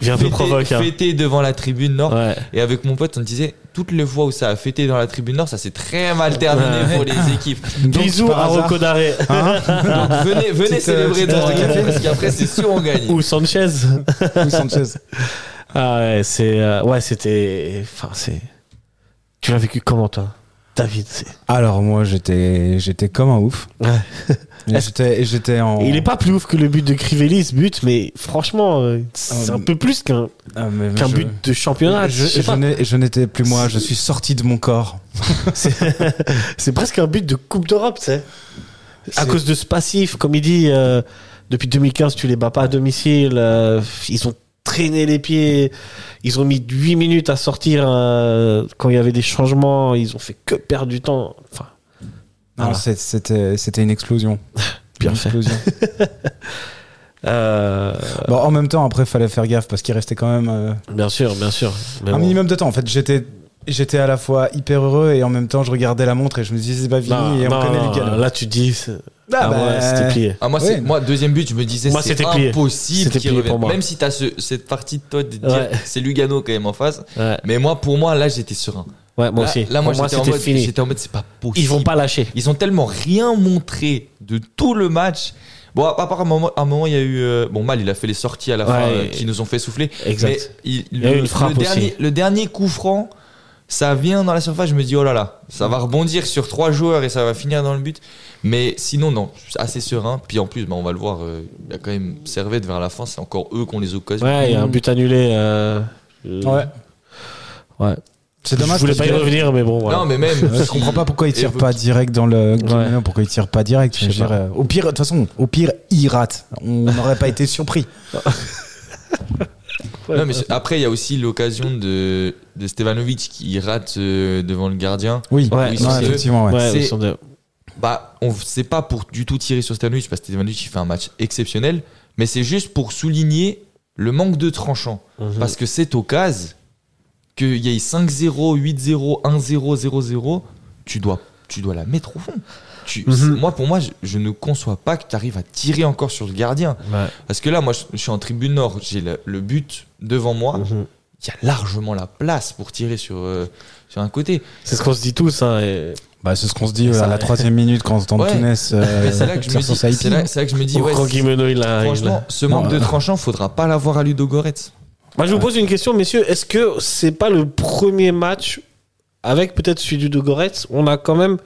[SPEAKER 5] Il vient un peu provoque.
[SPEAKER 7] fêter,
[SPEAKER 5] hein.
[SPEAKER 7] fêter devant la tribune nord.
[SPEAKER 5] Ouais.
[SPEAKER 7] Et avec mon pote, on disait, toutes les fois où ça a fêté dans la tribune nord, ça s'est très mal terminé
[SPEAKER 6] Ouais.
[SPEAKER 7] pour les équipes.
[SPEAKER 6] Donc,
[SPEAKER 5] Bisous
[SPEAKER 6] par
[SPEAKER 5] à
[SPEAKER 6] hasard-
[SPEAKER 5] Rocco Daré.
[SPEAKER 6] Hein
[SPEAKER 7] Donc venez, venez
[SPEAKER 6] Petite, euh,
[SPEAKER 7] célébrer
[SPEAKER 6] petite
[SPEAKER 7] dans
[SPEAKER 6] tasse
[SPEAKER 7] le
[SPEAKER 6] de
[SPEAKER 7] café
[SPEAKER 6] café.
[SPEAKER 7] parce qu'après c'est sûr on gagne.
[SPEAKER 5] Ou Sanchez.
[SPEAKER 6] Oui, Sanchez.
[SPEAKER 5] Ah ouais, c'est euh, ouais, c'était enfin c'est tu l'as vécu comment toi David, c'est
[SPEAKER 6] Alors moi j'étais j'étais comme un ouf.
[SPEAKER 5] Ouais.
[SPEAKER 6] Et J'étais et j'étais en.
[SPEAKER 5] il est pas plus ouf que le but de Crivelli ce but mais franchement euh, c'est
[SPEAKER 6] Euh,
[SPEAKER 5] un peu plus qu'un
[SPEAKER 6] Ah, mais- mais
[SPEAKER 5] qu'un
[SPEAKER 6] je-
[SPEAKER 5] but de championnat,
[SPEAKER 6] Je,
[SPEAKER 5] je sais
[SPEAKER 6] je
[SPEAKER 5] pas.
[SPEAKER 6] n'ai- je n'étais plus moi, je suis sorti de mon corps.
[SPEAKER 5] c'est c'est presque un but de Coupe d'Europe, tu sais. À
[SPEAKER 6] C'est-
[SPEAKER 5] cause de ce passif comme il dit euh, depuis 2015 tu les bats pas à domicile, euh, ils ont traîné les pieds, ils ont mis 8 minutes à sortir euh, quand il y avait des changements, ils ont fait que perdre du temps. Enfin,
[SPEAKER 6] Non,
[SPEAKER 5] Voilà.
[SPEAKER 6] c'est- c'était c'était une explosion.
[SPEAKER 5] Ah. Bien
[SPEAKER 6] Une
[SPEAKER 5] fait.
[SPEAKER 6] explosion.
[SPEAKER 5] euh,
[SPEAKER 6] Bon, en même temps, après, fallait faire gaffe parce qu'il restait quand même euh,
[SPEAKER 5] Bien sûr, bien sûr. Mais bon.
[SPEAKER 6] un minimum de temps. En fait, j'étais j'étais à la fois hyper heureux et en même temps, je regardais la montre et je me disais c'est pas fini
[SPEAKER 5] Non,
[SPEAKER 6] et
[SPEAKER 5] non,
[SPEAKER 6] on connaît
[SPEAKER 5] non,
[SPEAKER 6] Lugano.
[SPEAKER 5] Là, tu dis. c'est-
[SPEAKER 6] Ah,
[SPEAKER 5] Ah,
[SPEAKER 6] bah,
[SPEAKER 5] ouais, c'était plié.
[SPEAKER 7] Ah, moi,
[SPEAKER 6] Ouais.
[SPEAKER 7] c'est- moi, deuxième but, je me disais,
[SPEAKER 5] Moi,
[SPEAKER 7] c'est
[SPEAKER 5] c'était plié.
[SPEAKER 7] impossible
[SPEAKER 5] C'était
[SPEAKER 7] qu'il
[SPEAKER 5] plié pour
[SPEAKER 7] revienne.
[SPEAKER 5] moi.
[SPEAKER 7] Même si t'as ce- cette partie de toi de dire,
[SPEAKER 5] Ouais.
[SPEAKER 7] c'est Lugano quand même en face.
[SPEAKER 5] Ouais,
[SPEAKER 7] Mais moi, pour moi, là, j'étais serein.
[SPEAKER 5] Ouais, moi
[SPEAKER 7] là,
[SPEAKER 5] aussi.
[SPEAKER 7] Là, moi,
[SPEAKER 5] Pour moi,
[SPEAKER 7] j'étais en
[SPEAKER 5] c'était
[SPEAKER 7] mode,
[SPEAKER 5] fini.
[SPEAKER 7] j'étais en mode, c'est pas possible.
[SPEAKER 5] Ils vont pas lâcher.
[SPEAKER 7] Ils ont tellement rien montré de tout le match. Bon, à part un moment, un moment, il y a eu. euh, bon, Mal, il a fait les sorties à la
[SPEAKER 5] Ouais,
[SPEAKER 7] fin euh,
[SPEAKER 5] et-
[SPEAKER 7] qui nous ont fait souffler.
[SPEAKER 5] Exact.
[SPEAKER 7] Mais il,
[SPEAKER 5] y a eu une frappe
[SPEAKER 7] le dernier,
[SPEAKER 5] aussi.
[SPEAKER 7] le dernier coup franc, ça vient dans la surface, je me dis oh là là, ça va rebondir sur trois joueurs et ça va finir dans le but. Mais sinon, non, je suis assez serein. Puis en plus, bah, on va le voir, euh, il y a quand même Servette vers la fin, c'est encore eux qu'on les occasionne.
[SPEAKER 5] Ouais, il y a un but annulé. euh, euh,
[SPEAKER 6] Ouais.
[SPEAKER 5] ouais.
[SPEAKER 6] C'est dommage.
[SPEAKER 5] Je voulais
[SPEAKER 6] parce
[SPEAKER 5] pas y
[SPEAKER 6] que-
[SPEAKER 5] revenir, mais bon. Voilà.
[SPEAKER 7] Non, mais même.
[SPEAKER 6] Ouais, je comprends pas pourquoi il tire pas direct dans le Guimeno, pourquoi il tire pas direct.
[SPEAKER 5] Je sais
[SPEAKER 6] Je veux
[SPEAKER 5] pas.
[SPEAKER 6] dire, euh, au pire, de toute façon, au pire, il rate. On n'aurait pas été surpris.
[SPEAKER 7] Non, mais c'est- après, il y a aussi l'occasion de, de Stevanovic qui rate euh, devant le gardien.
[SPEAKER 6] Oui,
[SPEAKER 5] Ouais,
[SPEAKER 6] non,
[SPEAKER 7] c'est vrai.
[SPEAKER 6] effectivement, ouais.
[SPEAKER 5] Ouais,
[SPEAKER 7] C'est-
[SPEAKER 5] ils sont de-
[SPEAKER 7] Bah, on c'est pas pour du tout tirer sur Stevanovic parce que Stevanovic il fait un match exceptionnel, mais c'est juste pour souligner le manque de tranchant.
[SPEAKER 5] Mhm.
[SPEAKER 7] Parce que c'est au cas qu'il y ait 5-0, 8-0, 1-0, 0-0, tu dois, tu dois la mettre au fond. Tu,
[SPEAKER 5] Mhm.
[SPEAKER 7] c'est- Moi, pour moi, je, je ne conçois pas que tu arrives à tirer encore sur le gardien.
[SPEAKER 5] Ouais.
[SPEAKER 7] Parce que là, moi, je, je suis en tribune nord, j'ai le, le but devant moi.
[SPEAKER 5] Mhm.
[SPEAKER 7] il y a largement la place pour tirer sur, euh, sur un côté.
[SPEAKER 5] C'est ce qu'on se dit tous. Hein, et-
[SPEAKER 6] Bah, c'est ce qu'on se dit euh,
[SPEAKER 5] Ça,
[SPEAKER 6] à la
[SPEAKER 5] ouais.
[SPEAKER 6] troisième minute quand on entend
[SPEAKER 7] Ouais.
[SPEAKER 6] Tunès. euh,
[SPEAKER 7] Mais c'est là que je me
[SPEAKER 6] faire son
[SPEAKER 7] dis,
[SPEAKER 6] Saipi.
[SPEAKER 7] c'est là, c'est là que je me dis, ouais,
[SPEAKER 5] Rocky
[SPEAKER 7] c'est-
[SPEAKER 5] Meno, il a. il a-
[SPEAKER 7] franchement, ce
[SPEAKER 6] Non,
[SPEAKER 7] manque de
[SPEAKER 6] euh,
[SPEAKER 7] tranchant, faudra pas l'avoir à Ludo Goretz.
[SPEAKER 5] Moi, je vous pose une question, messieurs. Est-ce que c'est pas le premier match, avec peut-être celui du Goretz, on a quand même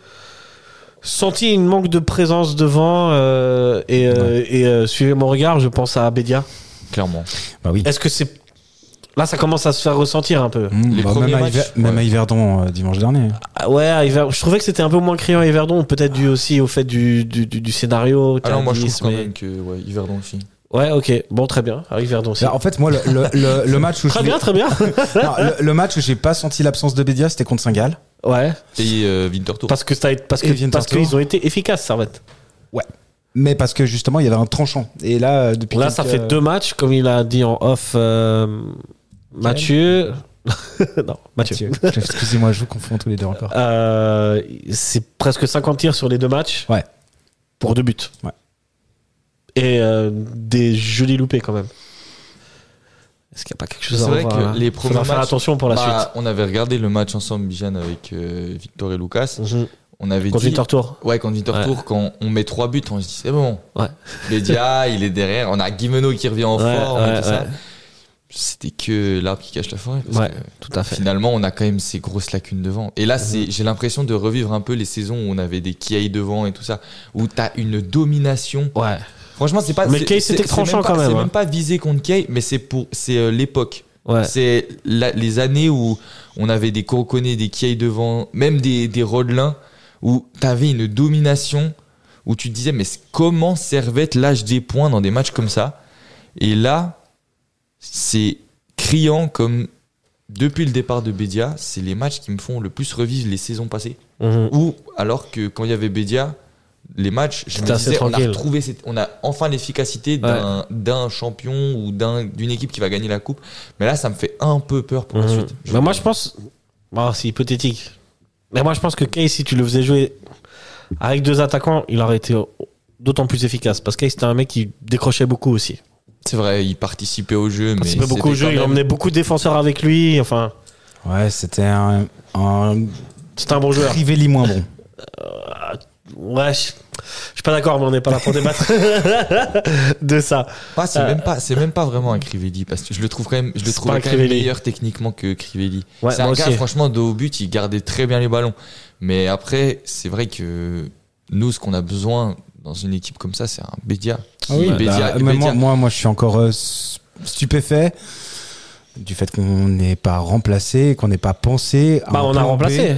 [SPEAKER 5] senti une manque de présence devant euh, et, euh, et, euh, suivez mon regard, je pense à Bédia.
[SPEAKER 7] Clairement.
[SPEAKER 6] Bah oui.
[SPEAKER 5] Est-ce que c'est. Là, ça commence à se faire ressentir un peu.
[SPEAKER 6] Mmh,
[SPEAKER 7] Les
[SPEAKER 6] bah,
[SPEAKER 7] premiers
[SPEAKER 6] même, à
[SPEAKER 7] matchs,
[SPEAKER 6] Hiver- même
[SPEAKER 7] ouais.
[SPEAKER 6] à Yverdon euh, dimanche dernier.
[SPEAKER 5] Ah ouais, à Hiver- je trouvais que c'était un peu moins criant à Everdon, peut-être dû aussi au fait du, du, du- du scénario.
[SPEAKER 7] Alors, Ah moi, je trouve
[SPEAKER 5] tardif,
[SPEAKER 7] quand
[SPEAKER 5] mais-
[SPEAKER 7] même que, ouais, Yverdon aussi.
[SPEAKER 5] Ouais, ok. Bon, très bien. À Everdon aussi.
[SPEAKER 6] Là, Bah, en fait, moi, le, le- le- le match où
[SPEAKER 5] Très
[SPEAKER 6] je-
[SPEAKER 5] bien, très bien.
[SPEAKER 6] Non, le, le match où j'ai pas senti l'absence de Bédia, c'était contre Saint-Gall.
[SPEAKER 5] ouais.
[SPEAKER 7] Et euh, Winterthur.
[SPEAKER 5] Parce que ça a été- parce
[SPEAKER 6] Et
[SPEAKER 5] que
[SPEAKER 6] Vienne
[SPEAKER 5] parce
[SPEAKER 6] Tartour.
[SPEAKER 5] qu'ils ont été efficaces, Servette.
[SPEAKER 6] Mais parce que justement, il y avait un tranchant. Et là, euh, depuis
[SPEAKER 5] Là, ça
[SPEAKER 6] quelques-
[SPEAKER 5] fait deux matchs, comme il a dit en off, euh, Mathieu. non, Mathieu.
[SPEAKER 6] Mathieu. Excusez-moi, je vous confonds tous les deux encore.
[SPEAKER 5] Euh, c'est presque 50 tirs sur les deux matchs.
[SPEAKER 6] Ouais.
[SPEAKER 5] Pour deux buts.
[SPEAKER 6] Ouais.
[SPEAKER 5] Et euh, des jolis loupés quand même. Est-ce qu'il n'y a pas quelque chose à
[SPEAKER 7] C'est vrai
[SPEAKER 5] revoir, là
[SPEAKER 7] que les
[SPEAKER 5] Faudra
[SPEAKER 7] premiers
[SPEAKER 5] faire
[SPEAKER 7] matchs.
[SPEAKER 5] attention pour la
[SPEAKER 7] bah, On avait regardé le match ensemble, Bijan, avec euh, Victor et Lucas.
[SPEAKER 5] suite. Mhm.
[SPEAKER 7] On avait
[SPEAKER 5] Contre
[SPEAKER 7] dit.
[SPEAKER 5] Winterthur.
[SPEAKER 7] Ouais, quand Winterthur, quand on met trois buts, on se dit, c'est bon.
[SPEAKER 5] Ouais.
[SPEAKER 7] Bédia, il est derrière. On a Guimeno qui revient en
[SPEAKER 5] Ouais,
[SPEAKER 7] forme et
[SPEAKER 5] ouais,
[SPEAKER 7] tout ça.
[SPEAKER 5] ouais.
[SPEAKER 7] C'était que l'arbre qui cache la forêt. parce
[SPEAKER 5] Ouais,
[SPEAKER 7] que-
[SPEAKER 5] tout à fait. Mhm.
[SPEAKER 7] Finalement, on a quand même ces grosses lacunes devant. Et là, c'est, j'ai l'impression de revivre un peu les saisons où on avait des Kiai devant et tout ça, où t'as une domination.
[SPEAKER 5] Ouais.
[SPEAKER 7] Franchement, c'est pas.
[SPEAKER 5] Mais
[SPEAKER 7] c'est-
[SPEAKER 5] Kay,
[SPEAKER 7] c'est-
[SPEAKER 5] c'était
[SPEAKER 7] c'est
[SPEAKER 5] tranchant
[SPEAKER 7] pas-
[SPEAKER 5] quand même,
[SPEAKER 7] C'est
[SPEAKER 5] hein.
[SPEAKER 7] même pas visé contre Kay, mais c'est pour, c'est euh, l'époque.
[SPEAKER 5] Ouais.
[SPEAKER 7] C'est la- les années où on avait des Corconés, des Kiai devant, même des, des Rodelins, où t'avais une domination, où tu te disais, mais c- comment Servette lâche des points dans des matchs comme ça Et là, c'est criant comme depuis le départ de Bédia, c'est les matchs qui me font le plus revivre les saisons passées.
[SPEAKER 5] Mhm.
[SPEAKER 7] Ou alors que quand il y avait Bédia, les matchs, je me
[SPEAKER 5] C'était assez
[SPEAKER 7] disais, on a,
[SPEAKER 5] tranquille.
[SPEAKER 7] retrouvé cette- on a enfin l'efficacité d'un d'un champion ou d'un- d'une équipe qui va gagner la coupe. Mais là, ça me fait un peu peur pour la
[SPEAKER 5] Mhm.
[SPEAKER 7] suite.
[SPEAKER 5] Mais moi, je pense. Bon, c'est hypothétique. Mais moi, je pense que Kay, si tu le faisais jouer avec deux attaquants, il aurait été d'autant plus efficace. Parce que Kay, c'était un mec qui décrochait beaucoup aussi.
[SPEAKER 7] C'est vrai, il participait au jeu.
[SPEAKER 5] Il
[SPEAKER 7] mais
[SPEAKER 5] participait Ah, beaucoup au
[SPEAKER 7] c'était
[SPEAKER 5] jeu,
[SPEAKER 7] quand
[SPEAKER 5] il
[SPEAKER 7] même-
[SPEAKER 5] emmenait beaucoup de défenseurs avec lui. Enfin,
[SPEAKER 6] Ouais, c'était un, un
[SPEAKER 5] c'était un bon joueur.
[SPEAKER 6] Crivelli moins bon.
[SPEAKER 5] Ouais, je, je suis pas d'accord, mais on n'est pas là pour débattre de ça.
[SPEAKER 7] Ah, c'est
[SPEAKER 5] Euh,
[SPEAKER 7] même pas, c'est même pas vraiment un Crivelli parce que je le trouve quand même, je le
[SPEAKER 5] C'est
[SPEAKER 7] trouve
[SPEAKER 5] pas un
[SPEAKER 7] quand même
[SPEAKER 5] Crivelli.
[SPEAKER 7] meilleur techniquement que Crivelli.
[SPEAKER 5] Ouais,
[SPEAKER 7] c'est
[SPEAKER 5] moi
[SPEAKER 7] un gars,
[SPEAKER 5] aussi.
[SPEAKER 7] franchement, de haut but, il gardait très bien les ballons. Mais après, c'est vrai que nous, ce qu'on a besoin dans une équipe comme ça, c'est un Bédia. Qui-
[SPEAKER 6] Bah,
[SPEAKER 7] Bédia-
[SPEAKER 6] mais moi,
[SPEAKER 7] Bédia-
[SPEAKER 6] moi, moi, je suis encore euh, s- stupéfait du fait qu'on n'est pas remplacé, qu'on n'ait pas pensé. à
[SPEAKER 5] Bah,
[SPEAKER 6] un
[SPEAKER 5] on a
[SPEAKER 6] plan B.
[SPEAKER 5] remplacé.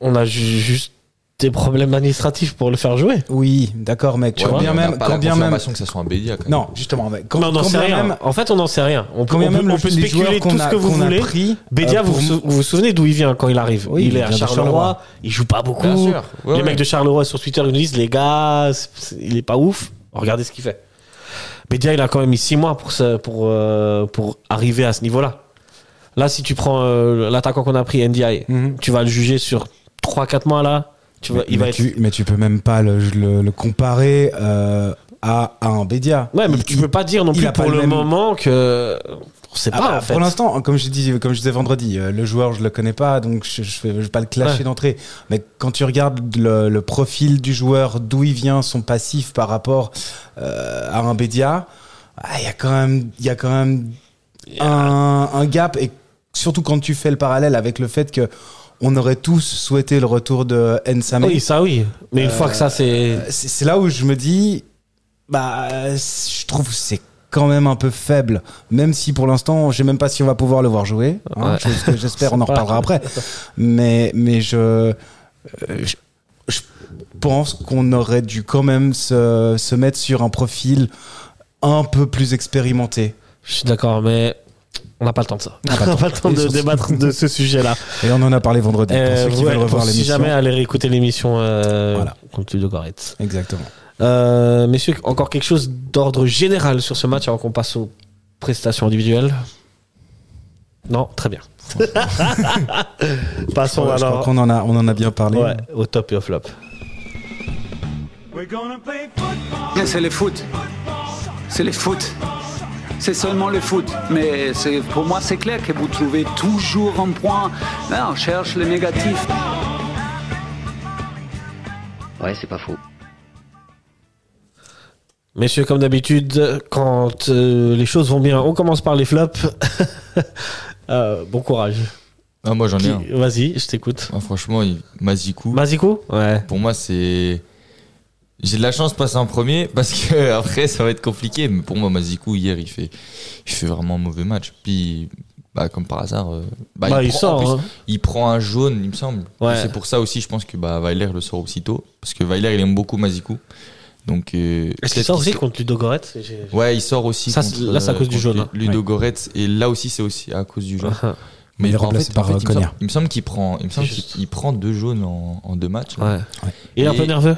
[SPEAKER 5] On a ju- juste des problèmes administratifs pour le faire jouer.
[SPEAKER 6] Oui, d'accord, mec.
[SPEAKER 7] Ouais,
[SPEAKER 6] quand
[SPEAKER 7] mais
[SPEAKER 6] bien
[SPEAKER 7] on n'a
[SPEAKER 6] même,
[SPEAKER 7] pas
[SPEAKER 6] quand
[SPEAKER 7] la
[SPEAKER 6] bien même.
[SPEAKER 7] confirmation que ça soit un Bédia. quand même.
[SPEAKER 6] Non, justement, mec. Quand,
[SPEAKER 5] Mais on n'en
[SPEAKER 6] quand
[SPEAKER 5] sait
[SPEAKER 6] bien
[SPEAKER 5] rien.
[SPEAKER 6] même,
[SPEAKER 5] En fait, on n'en sait rien. On peut,
[SPEAKER 6] quand bien
[SPEAKER 5] on peut-
[SPEAKER 6] même
[SPEAKER 5] on
[SPEAKER 6] le-
[SPEAKER 5] peut
[SPEAKER 6] les
[SPEAKER 5] spéculer
[SPEAKER 6] joueurs qu'on
[SPEAKER 5] tout
[SPEAKER 6] a-
[SPEAKER 5] ce que vous
[SPEAKER 6] qu'on a
[SPEAKER 5] voulez.
[SPEAKER 6] pris,
[SPEAKER 5] Bédia,
[SPEAKER 6] euh,
[SPEAKER 5] vous,
[SPEAKER 6] pour
[SPEAKER 5] vous sou-
[SPEAKER 6] m-
[SPEAKER 5] vous vous souvenez d'où il vient quand il arrive
[SPEAKER 6] Oui,
[SPEAKER 5] Il
[SPEAKER 6] il
[SPEAKER 5] est à
[SPEAKER 6] vient de
[SPEAKER 5] Charleroi,
[SPEAKER 6] Charleroi.
[SPEAKER 5] il joue pas beaucoup.
[SPEAKER 7] Bien sûr. Ouais,
[SPEAKER 5] les
[SPEAKER 7] ouais.
[SPEAKER 5] mecs de Charleroi sur Twitter ils nous disent les gars, c'est- c'est- il est pas ouf, regardez ce qu'il fait. Bédia, il a quand même mis 6 mois pour, se- pour, euh, pour arriver à ce niveau-là. Là, si tu prends euh, l'attaquant qu'on a pris, NDI,
[SPEAKER 6] Mhm.
[SPEAKER 5] tu vas le juger sur 3-4 mois là. Tu vas,
[SPEAKER 6] Mais,
[SPEAKER 5] il va être-
[SPEAKER 6] tu, mais tu peux même pas le, le- le comparer euh, à, à un Bédia.
[SPEAKER 5] Ouais, mais
[SPEAKER 6] Il-
[SPEAKER 5] tu peux pas dire non
[SPEAKER 6] il
[SPEAKER 5] plus
[SPEAKER 6] a pas
[SPEAKER 5] pour
[SPEAKER 6] le
[SPEAKER 5] le,
[SPEAKER 6] même-
[SPEAKER 5] moment que. On sait
[SPEAKER 6] Ah
[SPEAKER 5] pas
[SPEAKER 6] bah,
[SPEAKER 5] en fait.
[SPEAKER 6] Pour l'instant, comme je dis, comme je disais vendredi, euh, le joueur je le connais pas, donc je, je, fais- je vais pas le clasher
[SPEAKER 5] Ouais.
[SPEAKER 6] d'entrée. Mais quand tu regardes le, le profil du joueur, d'où il vient, son passif par rapport euh, à un Bédia, ah, il y a quand même, il y a quand même un, un gap et surtout quand tu fais le parallèle avec le fait que on aurait tous souhaité le retour de Nsame.
[SPEAKER 5] Oui, ça oui. Mais une
[SPEAKER 6] Euh,
[SPEAKER 5] fois que ça, c'est.
[SPEAKER 6] C'est c'est là où je me dis, bah, euh, je trouve que c'est quand même un peu faible, même si pour l'instant, je sais même pas si on va pouvoir le voir jouer. hein,
[SPEAKER 5] Ouais.
[SPEAKER 6] chose que j'espère, on en
[SPEAKER 5] C'est pas-
[SPEAKER 6] reparlera après. Mais, mais je, euh, je, je pense qu'on aurait dû quand même se, se mettre sur un profil un peu plus expérimenté.
[SPEAKER 5] Je suis d'accord, mais on n'a pas le temps de ça.
[SPEAKER 6] On n'a pas
[SPEAKER 5] On
[SPEAKER 6] le
[SPEAKER 5] n'a pas le temps
[SPEAKER 6] Et
[SPEAKER 5] de
[SPEAKER 6] surtout-
[SPEAKER 5] débattre de ce sujet-là.
[SPEAKER 6] Et on en a parlé vendredi pour
[SPEAKER 5] Euh,
[SPEAKER 6] ceux qui
[SPEAKER 5] ouais,
[SPEAKER 6] veulent
[SPEAKER 5] pour
[SPEAKER 6] revoir
[SPEAKER 5] si
[SPEAKER 6] l'émission.
[SPEAKER 5] jamais aller réécouter l'émission, euh,
[SPEAKER 6] Voilà.
[SPEAKER 5] contre le Goretz.
[SPEAKER 6] Exactement.
[SPEAKER 5] Euh, messieurs, encore quelque chose d'ordre général sur ce match avant qu'on passe aux prestations individuelles Non, très bien. Passons
[SPEAKER 6] Je crois
[SPEAKER 5] alors
[SPEAKER 6] qu'on en a, on en a bien parlé.
[SPEAKER 5] ouais, au top et au flop.
[SPEAKER 1] Mais C'est le foot. C'est le foot. C'est seulement le foot. Mais c'est- pour moi, c'est clair que vous trouvez toujours un point. Là, on cherche le négatif.
[SPEAKER 8] Ouais, c'est pas faux.
[SPEAKER 5] Messieurs, comme d'habitude, quand euh, les choses vont bien, on commence par les flops. Euh, bon courage.
[SPEAKER 7] Ah, moi, j'en ai
[SPEAKER 5] Qui-
[SPEAKER 7] un.
[SPEAKER 5] Vas-y, je t'écoute.
[SPEAKER 7] Ah, franchement, il- Mazikou.
[SPEAKER 5] Mazikou Ouais.
[SPEAKER 7] Pour moi, c'est. J'ai de la chance de passer en premier parce que après ça va être compliqué. Mais pour moi, Mazikou hier, il fait, il fait vraiment un mauvais match. Puis, bah, comme par hasard, euh, bah,
[SPEAKER 5] Bah, il,
[SPEAKER 7] prend- en
[SPEAKER 5] sort.
[SPEAKER 7] plus,
[SPEAKER 5] hein.
[SPEAKER 7] il prend un jaune, il me semble.
[SPEAKER 5] Ouais.
[SPEAKER 7] Et C'est pour ça aussi, je pense que bah, Weiler le sort aussitôt parce que Weiler il aime beaucoup Mazikou. Donc,
[SPEAKER 5] Est-ce
[SPEAKER 7] euh,
[SPEAKER 5] qu'il
[SPEAKER 7] peut-être
[SPEAKER 5] sort
[SPEAKER 7] qu'il
[SPEAKER 5] aussi
[SPEAKER 7] sort-
[SPEAKER 5] contre Ludo Goretz J'ai-
[SPEAKER 7] Ouais, il sort aussi.
[SPEAKER 5] Ça,
[SPEAKER 7] contre,
[SPEAKER 5] c'est- là, c'est à
[SPEAKER 7] euh,
[SPEAKER 5] cause du
[SPEAKER 7] contre
[SPEAKER 5] jaune, hein.
[SPEAKER 7] Ludo Goretz et là aussi, c'est aussi à cause du jaune.
[SPEAKER 6] Il est
[SPEAKER 7] en fait-
[SPEAKER 6] remplacé
[SPEAKER 7] en
[SPEAKER 6] par,
[SPEAKER 7] fait,
[SPEAKER 6] euh,
[SPEAKER 7] il me semble-
[SPEAKER 6] Cognac.
[SPEAKER 7] Il me semble qu'il prend, il me semble
[SPEAKER 5] C'est juste.
[SPEAKER 7] qu'il il prend deux jaunes en, en deux matchs. là.
[SPEAKER 5] Ouais. Il est un peu
[SPEAKER 7] Et-
[SPEAKER 5] nerveux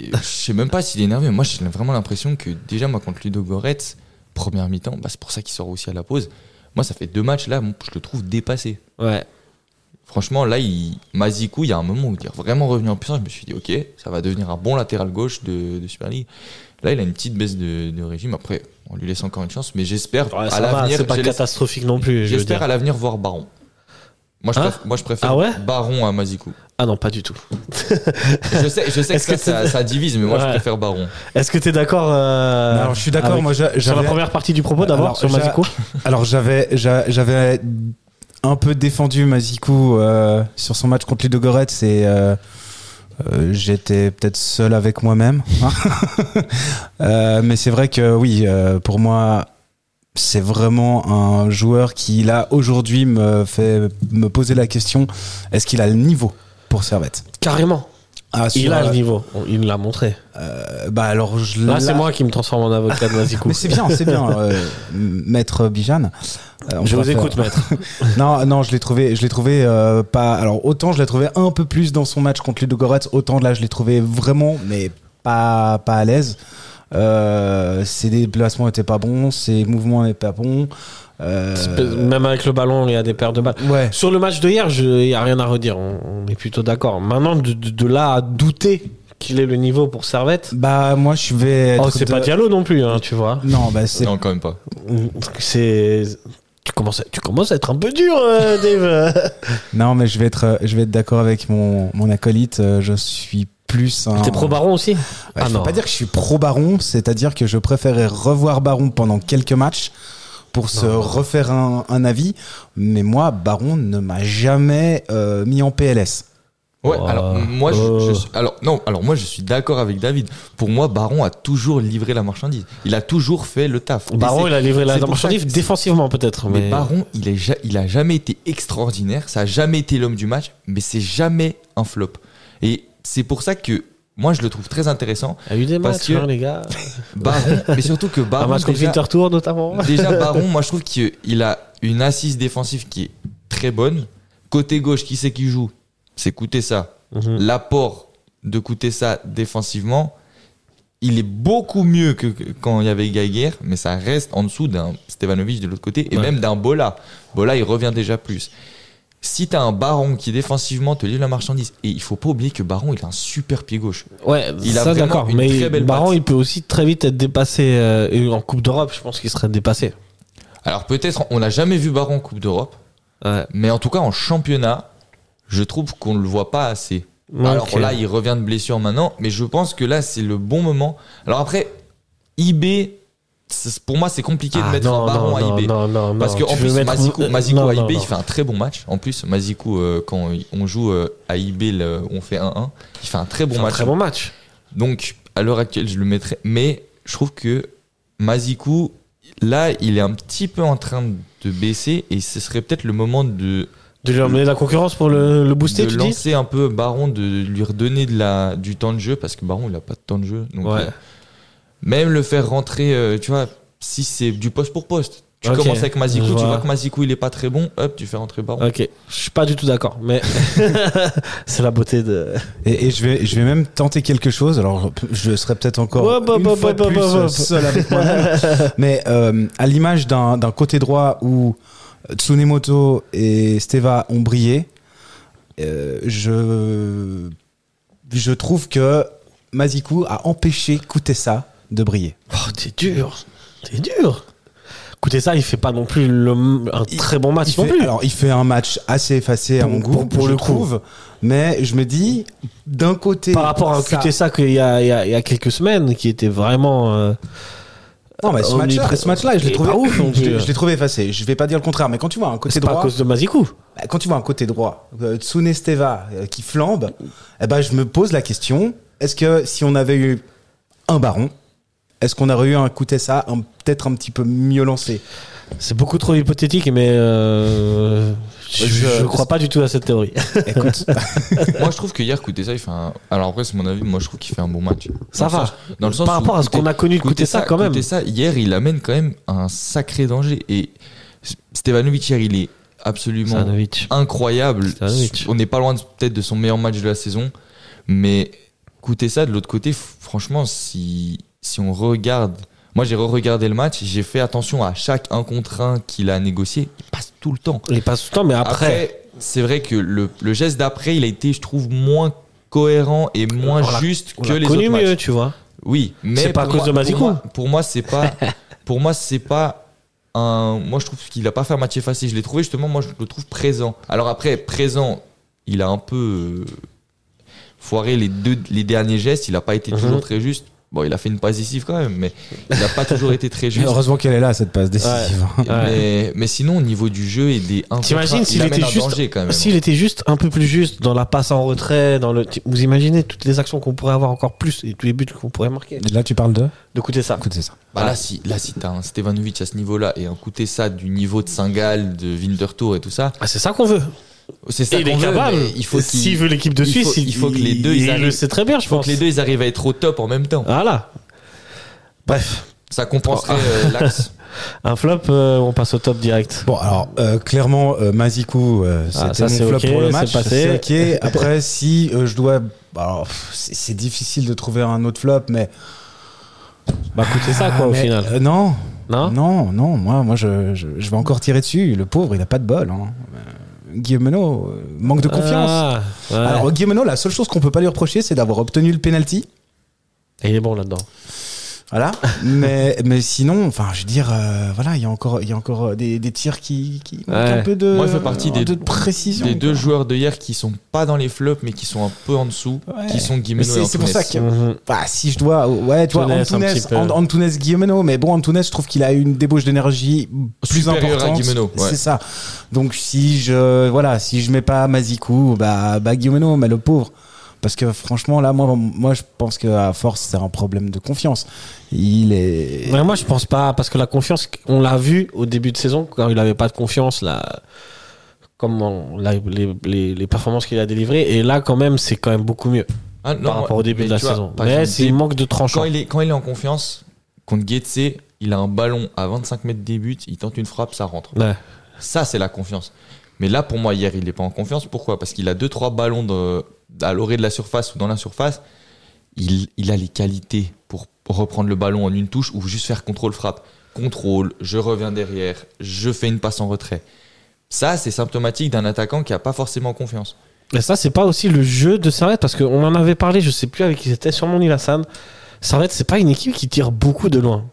[SPEAKER 7] Et je sais même pas s'il est nerveux. Moi, j'ai vraiment l'impression que déjà, moi, contre Ludo Goretz, première mi-temps, bah, c'est pour ça qu'il sort aussi à la pause. Moi, ça fait deux matchs là, bon, je le trouve dépassé.
[SPEAKER 5] Ouais.
[SPEAKER 7] Franchement, là, il... Mazikou, il y a un moment où il est vraiment revenu en puissance. Je me suis dit, ok, ça va devenir un bon latéral gauche de, de Super League. Là, il a une petite baisse de, de régime. Après, on lui laisse encore une chance, mais j'espère
[SPEAKER 5] Ouais,
[SPEAKER 7] à
[SPEAKER 5] ça va,
[SPEAKER 7] l'avenir.
[SPEAKER 5] c'est pas
[SPEAKER 7] j'ai laissé-
[SPEAKER 5] catastrophique non plus. Je veux
[SPEAKER 7] J'espère
[SPEAKER 5] dire.
[SPEAKER 7] à l'avenir voir Baron. Moi, je,
[SPEAKER 5] Hein
[SPEAKER 7] préfère, moi, je préfère
[SPEAKER 5] Ah ouais
[SPEAKER 7] Baron à Mazikou.
[SPEAKER 5] Ah non, pas du tout.
[SPEAKER 7] Je sais, je sais que,
[SPEAKER 5] Est-ce
[SPEAKER 7] ça,
[SPEAKER 5] que t'es-
[SPEAKER 7] ça, ça divise, mais moi,
[SPEAKER 5] Ouais.
[SPEAKER 7] je préfère Baron.
[SPEAKER 5] Est-ce que t'es d'accord euh,
[SPEAKER 6] Bah, Alors, je suis d'accord,
[SPEAKER 5] avec-
[SPEAKER 6] moi, j'a-
[SPEAKER 5] Sur la
[SPEAKER 6] j'avais-
[SPEAKER 5] première partie du propos d'abord,
[SPEAKER 6] Alors,
[SPEAKER 5] sur
[SPEAKER 6] j'a-
[SPEAKER 5] Mazikou
[SPEAKER 6] Alors j'avais j'a- j'avais un peu défendu Mazikou euh, sur son match contre Ludogorets et euh, euh, j'étais peut-être seul avec moi-même. hein. Euh, mais c'est vrai que oui, euh, pour moi, c'est vraiment un joueur qui là aujourd'hui me fait me poser la question est-ce qu'il a le niveau pour Servette
[SPEAKER 5] Carrément.
[SPEAKER 6] Ah,
[SPEAKER 5] Il
[SPEAKER 6] sur,
[SPEAKER 5] a le
[SPEAKER 6] euh,
[SPEAKER 5] niveau. Il l'a montré.
[SPEAKER 6] Bah alors je
[SPEAKER 5] Là,
[SPEAKER 6] l'a-
[SPEAKER 5] c'est moi qui me transforme en avocat de Mazikou.
[SPEAKER 6] Mais c'est bien, c'est bien, euh, maître Bijan. Euh, on
[SPEAKER 5] Je
[SPEAKER 6] pourra
[SPEAKER 5] vous
[SPEAKER 6] faire-
[SPEAKER 5] écoute, maître.
[SPEAKER 6] Non, non, je l'ai trouvé, je l'ai trouvé euh, pas. Alors autant je l'ai trouvé un peu plus dans son match contre Ludogorets, autant là je l'ai trouvé vraiment, mais pas pas à l'aise. Euh, ses déplacements étaient pas bons, ses mouvements n'étaient pas bons. Euh,
[SPEAKER 5] Même avec le ballon, il y a des paires de balles.
[SPEAKER 6] ouais.
[SPEAKER 5] Sur le match de hier, je- il n'y a rien à redire. On, on est plutôt d'accord. Maintenant, de, de- de là à douter qu'il ait le niveau pour Servette,
[SPEAKER 6] Bah moi je vais. être
[SPEAKER 5] oh, c'est
[SPEAKER 6] de-
[SPEAKER 5] pas Diallo non plus, hein, tu vois.
[SPEAKER 6] Non, bah c'est.
[SPEAKER 7] Non, quand même pas.
[SPEAKER 5] C'est. Tu commences, à, tu commences à être un peu dur, euh, Dave.
[SPEAKER 6] Non, mais je vais être, euh, je vais être d'accord avec mon mon acolyte. euh, Je suis plus un.
[SPEAKER 5] T'es pro Baron aussi
[SPEAKER 6] Ouais,
[SPEAKER 5] Ah
[SPEAKER 6] je
[SPEAKER 5] non.
[SPEAKER 6] peux pas dire que je suis pro Baron, c'est-à-dire que je préférais revoir Baron pendant quelques matchs pour se refaire un, un avis, mais moi, Baron ne m'a jamais euh, mis en PLS.
[SPEAKER 7] Ouais,
[SPEAKER 5] Oh.
[SPEAKER 7] alors moi je,
[SPEAKER 5] Oh.
[SPEAKER 7] je suis, alors non, alors moi je suis d'accord avec David. Pour moi, Baron a toujours livré la marchandise. Il a toujours fait le taf. Et
[SPEAKER 5] Baron,
[SPEAKER 7] c'est-
[SPEAKER 5] il a livré la
[SPEAKER 7] c'est pour
[SPEAKER 5] marchandise
[SPEAKER 7] ça que-
[SPEAKER 5] défensivement, peut-être.
[SPEAKER 7] mais
[SPEAKER 5] Mais,
[SPEAKER 7] Baron, il est ja- il a jamais été extraordinaire, ça a jamais été l'homme du match, mais c'est jamais un flop. Et c'est pour ça que moi je le trouve très intéressant.
[SPEAKER 5] Il y a eu des
[SPEAKER 7] Parce
[SPEAKER 5] matchs,
[SPEAKER 7] que-
[SPEAKER 5] hein, les gars.
[SPEAKER 7] Baron, mais surtout que
[SPEAKER 5] un
[SPEAKER 7] Baron
[SPEAKER 5] match contre
[SPEAKER 7] déjà-
[SPEAKER 5] Winter Tour, notamment.
[SPEAKER 7] Déjà, Baron, moi, je trouve qu'il a une assise défensive qui est très bonne. Côté gauche, qui c'est qui joue C'est Koutessa.
[SPEAKER 5] Mhm.
[SPEAKER 7] L'apport de Koutessa défensivement, il est beaucoup mieux que que quand il y avait Geiger, mais ça reste en dessous d'un Stevanovic de l'autre côté et
[SPEAKER 5] Ouais.
[SPEAKER 7] même d'un Bola. Bola, il revient déjà plus. Si t'as un Baron qui défensivement te livre la marchandise, et il faut pas oublier que Baron, il a un super pied gauche.
[SPEAKER 5] Ouais,
[SPEAKER 7] Il a
[SPEAKER 5] ça
[SPEAKER 7] vraiment
[SPEAKER 5] d'accord.
[SPEAKER 7] une
[SPEAKER 5] Mais
[SPEAKER 7] très belle
[SPEAKER 5] Baron,
[SPEAKER 7] patte.
[SPEAKER 5] il peut aussi très vite être dépassé. euh, et en Coupe d'Europe, je pense qu'il serait dépassé.
[SPEAKER 7] Alors peut-être, on n'a jamais vu Baron en Coupe d'Europe,
[SPEAKER 5] Ouais.
[SPEAKER 7] Mais en tout cas, en championnat, je trouve qu'on ne le voit pas assez. Alors
[SPEAKER 5] Ok.
[SPEAKER 7] là, il revient de blessure maintenant, mais je pense que là, c'est le bon moment. Alors après, IB, c'est- pour moi, c'est compliqué
[SPEAKER 5] Ah,
[SPEAKER 7] de mettre
[SPEAKER 5] non,
[SPEAKER 7] un baron
[SPEAKER 5] non, non,
[SPEAKER 7] à IB.
[SPEAKER 5] non, non,
[SPEAKER 7] Parce
[SPEAKER 5] non,
[SPEAKER 7] que en
[SPEAKER 5] tu
[SPEAKER 7] plus,
[SPEAKER 5] veux mettre-
[SPEAKER 7] Mazikou,
[SPEAKER 5] euh,
[SPEAKER 7] Mazikou
[SPEAKER 5] non,
[SPEAKER 7] à
[SPEAKER 5] non,
[SPEAKER 7] IB, il
[SPEAKER 5] non.
[SPEAKER 7] fait un très bon match. En plus, Mazikou, euh, quand on joue euh, à IB, le- on fait 1-1, il fait un très bon
[SPEAKER 5] C'est un
[SPEAKER 7] match.
[SPEAKER 5] très bon match.
[SPEAKER 7] Donc, à l'heure actuelle, je le mettrais. Mais je trouve que Mazikou, là, il est un petit peu en train de baisser et ce serait peut-être le moment de,
[SPEAKER 5] De lui emmener de la concurrence pour le, le booster,
[SPEAKER 7] de
[SPEAKER 5] tu dis
[SPEAKER 7] lancer un peu Baron, de lui redonner de la, du temps de jeu parce que Baron, il n'a pas de temps de jeu. Donc,
[SPEAKER 5] Ouais.
[SPEAKER 7] euh, même le faire rentrer, euh, tu vois, si c'est du poste pour poste. Tu
[SPEAKER 5] Ok,
[SPEAKER 7] commences avec Mazikou,
[SPEAKER 5] je
[SPEAKER 7] tu
[SPEAKER 5] vois.
[SPEAKER 7] vois que Mazikou, il est pas très bon, hop, tu fais rentrer Baron.
[SPEAKER 5] Ok, je suis pas du tout d'accord, mais c'est la beauté de.
[SPEAKER 6] Et, et je, vais, je vais même tenter quelque chose. Alors, p- je serai peut-être encore
[SPEAKER 5] Hop, hop,
[SPEAKER 6] une
[SPEAKER 5] hop,
[SPEAKER 6] fois
[SPEAKER 5] hop,
[SPEAKER 6] de plus
[SPEAKER 5] hop, hop.
[SPEAKER 6] euh, seul avec moi-même. Mais euh, à l'image d'un d'un côté droit où Tsunemoto et Steva ont brillé, euh, je, je trouve que Mazikou a empêché Kutesa de briller.
[SPEAKER 5] Oh, t'es dur, t'es dur. Écoutez ça, il fait pas non plus le, un
[SPEAKER 6] Il-
[SPEAKER 5] très bon match
[SPEAKER 6] il
[SPEAKER 5] non
[SPEAKER 6] fait,
[SPEAKER 5] Ah, plus.
[SPEAKER 6] alors, il fait un match assez effacé à
[SPEAKER 5] Pour-
[SPEAKER 6] mon goût,
[SPEAKER 5] pour- pour
[SPEAKER 6] je
[SPEAKER 5] le coup.
[SPEAKER 6] trouve. Mais je me dis, d'un côté.
[SPEAKER 5] Par rapport à un
[SPEAKER 6] ça-
[SPEAKER 5] QTSA qu'il y a, il y a- il y a quelques semaines, qui était vraiment. euh,
[SPEAKER 6] Non, mais ce
[SPEAKER 5] On est
[SPEAKER 6] match-là,
[SPEAKER 5] très-
[SPEAKER 6] ce match-là, je
[SPEAKER 5] il est
[SPEAKER 6] l'ai trouvé
[SPEAKER 5] pas ouf non
[SPEAKER 6] je l'ai-
[SPEAKER 5] plus.
[SPEAKER 6] je l'ai trouvé effacé. Je vais pas dire le contraire, mais quand tu vois un côté
[SPEAKER 5] c'est pas à
[SPEAKER 6] droit,
[SPEAKER 5] cause de Mazikou.
[SPEAKER 6] bah, quand tu vois un côté droit, euh, Tsune Steva euh, qui flambe, eh ben, je me pose la question est-ce que si on avait eu un baron, est-ce qu'on aurait eu un coup Tessa un- peut-être un petit peu mieux lancé
[SPEAKER 5] C'est beaucoup trop hypothétique, mais euh, je,
[SPEAKER 6] Je-
[SPEAKER 5] je crois pas du tout à cette théorie.
[SPEAKER 6] Écoute, bah,
[SPEAKER 7] moi, je trouve que hier, Kutesa, il fait un. Alors après, c'est mon avis, moi, je trouve qu'il fait un bon match.
[SPEAKER 5] Ça
[SPEAKER 7] Dans le
[SPEAKER 5] va.
[SPEAKER 7] sens- dans le sens
[SPEAKER 5] Par
[SPEAKER 7] où
[SPEAKER 5] rapport à ce
[SPEAKER 7] Kute-
[SPEAKER 5] qu'on a connu de Kutesa, quand même.
[SPEAKER 7] Kutesa, hier, il amène quand même un sacré danger. Et Stevanovic, hier, il est absolument
[SPEAKER 5] Stevanovic.
[SPEAKER 7] incroyable.
[SPEAKER 5] Stevanovic.
[SPEAKER 7] On n'est pas loin de- peut-être de son meilleur match de la saison. Mais Kutesa, de l'autre côté, f- franchement, si, si on regarde. Moi, j'ai re-regardé le match, j'ai fait attention à chaque 1 contre 1 qu'il a négocié. Il passe tout le temps.
[SPEAKER 5] Il passe tout le temps, mais
[SPEAKER 7] Après,
[SPEAKER 5] après.
[SPEAKER 7] c'est vrai que le, le geste d'après, il a été, je trouve, moins cohérent et moins
[SPEAKER 5] On l'a-
[SPEAKER 7] juste
[SPEAKER 5] on
[SPEAKER 7] que
[SPEAKER 5] l'a
[SPEAKER 7] les
[SPEAKER 5] connu
[SPEAKER 7] autres
[SPEAKER 5] mieux,
[SPEAKER 7] matchs.
[SPEAKER 5] tu vois.
[SPEAKER 7] Oui, mais
[SPEAKER 5] C'est pas à
[SPEAKER 7] pour
[SPEAKER 5] cause
[SPEAKER 7] moi-
[SPEAKER 5] de Mazikou.
[SPEAKER 7] Pour moi, pour moi, c'est pas. pour moi, c'est pas. Un, moi, je trouve qu'il a pas fait un match effacé. Je l'ai trouvé justement. Moi, je le trouve présent. Alors après, présent, il a un peu euh, foiré les deux les derniers gestes. Il a pas été
[SPEAKER 5] Mhm.
[SPEAKER 7] toujours très juste. Bon, il a fait une passe décisive quand même, mais il a pas toujours été très juste.
[SPEAKER 6] heureusement qu'elle est là, cette passe décisive.
[SPEAKER 7] Mais, mais sinon, au niveau du jeu et des un contre un,
[SPEAKER 5] T'imagines s'il
[SPEAKER 7] il amène
[SPEAKER 5] était
[SPEAKER 7] un
[SPEAKER 5] juste,
[SPEAKER 7] danger quand même.
[SPEAKER 5] s'il était juste un peu plus juste dans la passe en retrait, dans le, ti- vous imaginez toutes les actions qu'on pourrait avoir encore plus et tous les buts qu'on pourrait marquer.
[SPEAKER 6] Là, tu parles de
[SPEAKER 5] De coûter ça.
[SPEAKER 6] Coup Tessa.
[SPEAKER 7] Bah là, si, là, si t'as un Stevanovic à ce niveau-là et un coûté ça du niveau de Singal, de Winterthur et tout ça,
[SPEAKER 5] Ah, c'est ça qu'on veut.
[SPEAKER 7] c'est ça
[SPEAKER 5] Et il est
[SPEAKER 7] qu'on veut.
[SPEAKER 5] capable.
[SPEAKER 7] mais Il faut qu'il-
[SPEAKER 5] S'il veut l'équipe de
[SPEAKER 7] il
[SPEAKER 5] Suisse,
[SPEAKER 7] faut- il faut que les deux, ils
[SPEAKER 5] il le
[SPEAKER 7] arrivent-
[SPEAKER 5] sait très bien, je
[SPEAKER 7] faut
[SPEAKER 5] pense.
[SPEAKER 7] que les deux ils arrivent à être au top en même temps.
[SPEAKER 5] Voilà. Bref,
[SPEAKER 7] Ça
[SPEAKER 5] Ah.
[SPEAKER 7] compenserait euh, l'axe.
[SPEAKER 5] un flop, euh, on passe au top direct.
[SPEAKER 6] Bon, alors, euh, clairement, euh, Mazikou, euh,
[SPEAKER 5] Ah,
[SPEAKER 6] c'était
[SPEAKER 5] ça, c'est
[SPEAKER 6] mon flop
[SPEAKER 5] ok,
[SPEAKER 6] pour le
[SPEAKER 5] c'est
[SPEAKER 6] match.
[SPEAKER 5] passé.
[SPEAKER 6] C'est ok. Après, si euh, je dois. alors, pff, c'est c'est difficile de trouver un autre flop, mais.
[SPEAKER 5] Bah, coûter ça,
[SPEAKER 6] Ah,
[SPEAKER 5] quoi, au
[SPEAKER 6] mais,
[SPEAKER 5] final.
[SPEAKER 6] euh, non.
[SPEAKER 5] Non
[SPEAKER 6] non, non, moi, moi je, je, je vais encore tirer dessus. Le pauvre, il a pas de bol. Hein. Euh, Guillaume Menot, euh, manque de confiance.
[SPEAKER 5] Ah, ouais.
[SPEAKER 6] Alors, Guillaume Menot, la seule chose qu'on peut pas lui reprocher, c'est d'avoir obtenu le penalty.
[SPEAKER 5] Et il est bon là-dedans.
[SPEAKER 6] Voilà. mais, mais sinon, enfin, je veux dire, euh, voilà, il y a encore, il y a encore euh, des, des tirs qui, qui manquent
[SPEAKER 5] Ouais.
[SPEAKER 6] un peu de,
[SPEAKER 7] Moi, je fais partie des-
[SPEAKER 6] de précision.
[SPEAKER 7] Les deux
[SPEAKER 6] quoi.
[SPEAKER 7] joueurs de hier qui sont pas dans les flops mais qui sont un peu en dessous,
[SPEAKER 6] Ouais.
[SPEAKER 7] qui sont Guimeno
[SPEAKER 6] Mais
[SPEAKER 7] et
[SPEAKER 6] c'est c'est pour ça
[SPEAKER 7] Antunes.
[SPEAKER 6] que.
[SPEAKER 5] Mhm.
[SPEAKER 6] Bah, si je dois, ouais, tu vois,
[SPEAKER 5] Antunes, un
[SPEAKER 6] Antunes,
[SPEAKER 5] petit peu.
[SPEAKER 6] An- Antunes Guillemeno, mais bon, Antunes, je trouve qu'il a une débauche d'énergie plus
[SPEAKER 7] Supérieure à
[SPEAKER 6] importante.
[SPEAKER 7] Guillemeno, ouais.
[SPEAKER 6] C'est ça. Donc, si je, voilà, si je mets pas Mazikou, bah, bah Guillemeno, mais le pauvre. Parce que franchement, là, moi, moi, je pense que à force, c'est un problème de confiance. Il est.
[SPEAKER 5] Ouais, moi, je pense pas, parce que la confiance, on l'a vu au début de saison, quand il avait pas de confiance, là, comment, là, les, les- les performances qu'il a délivrées, et là, quand même, c'est quand même beaucoup mieux
[SPEAKER 7] Ah, non,
[SPEAKER 5] par
[SPEAKER 7] moi-
[SPEAKER 5] rapport au début
[SPEAKER 7] mais
[SPEAKER 5] de la
[SPEAKER 7] tu vois,
[SPEAKER 5] saison.
[SPEAKER 7] par
[SPEAKER 5] mais
[SPEAKER 7] exemple,
[SPEAKER 5] c'est- il manque de tranchant.
[SPEAKER 7] quand il est quand il est en confiance contre Guetze, il a un ballon à 25 mètres des buts, il tente une frappe, ça rentre.
[SPEAKER 5] Ouais.
[SPEAKER 7] Ça, c'est la confiance. Mais là, pour moi, hier, il n'est pas en confiance. Pourquoi Parce qu'il a deux trois ballons de- à l'orée de la surface ou dans la surface. Il, il a les qualités pour reprendre le ballon en une touche ou juste faire contrôle-frappe. Contrôle, je reviens derrière, je fais une passe en retrait. Ça, c'est symptomatique d'un attaquant qui n'a pas forcément confiance.
[SPEAKER 5] Et ça, c'est pas aussi le jeu de Servette, parce qu'on en avait parlé, je sais plus avec qui c'était, sûrement Nilassan. Servette, c'est pas une équipe qui tire beaucoup de loin.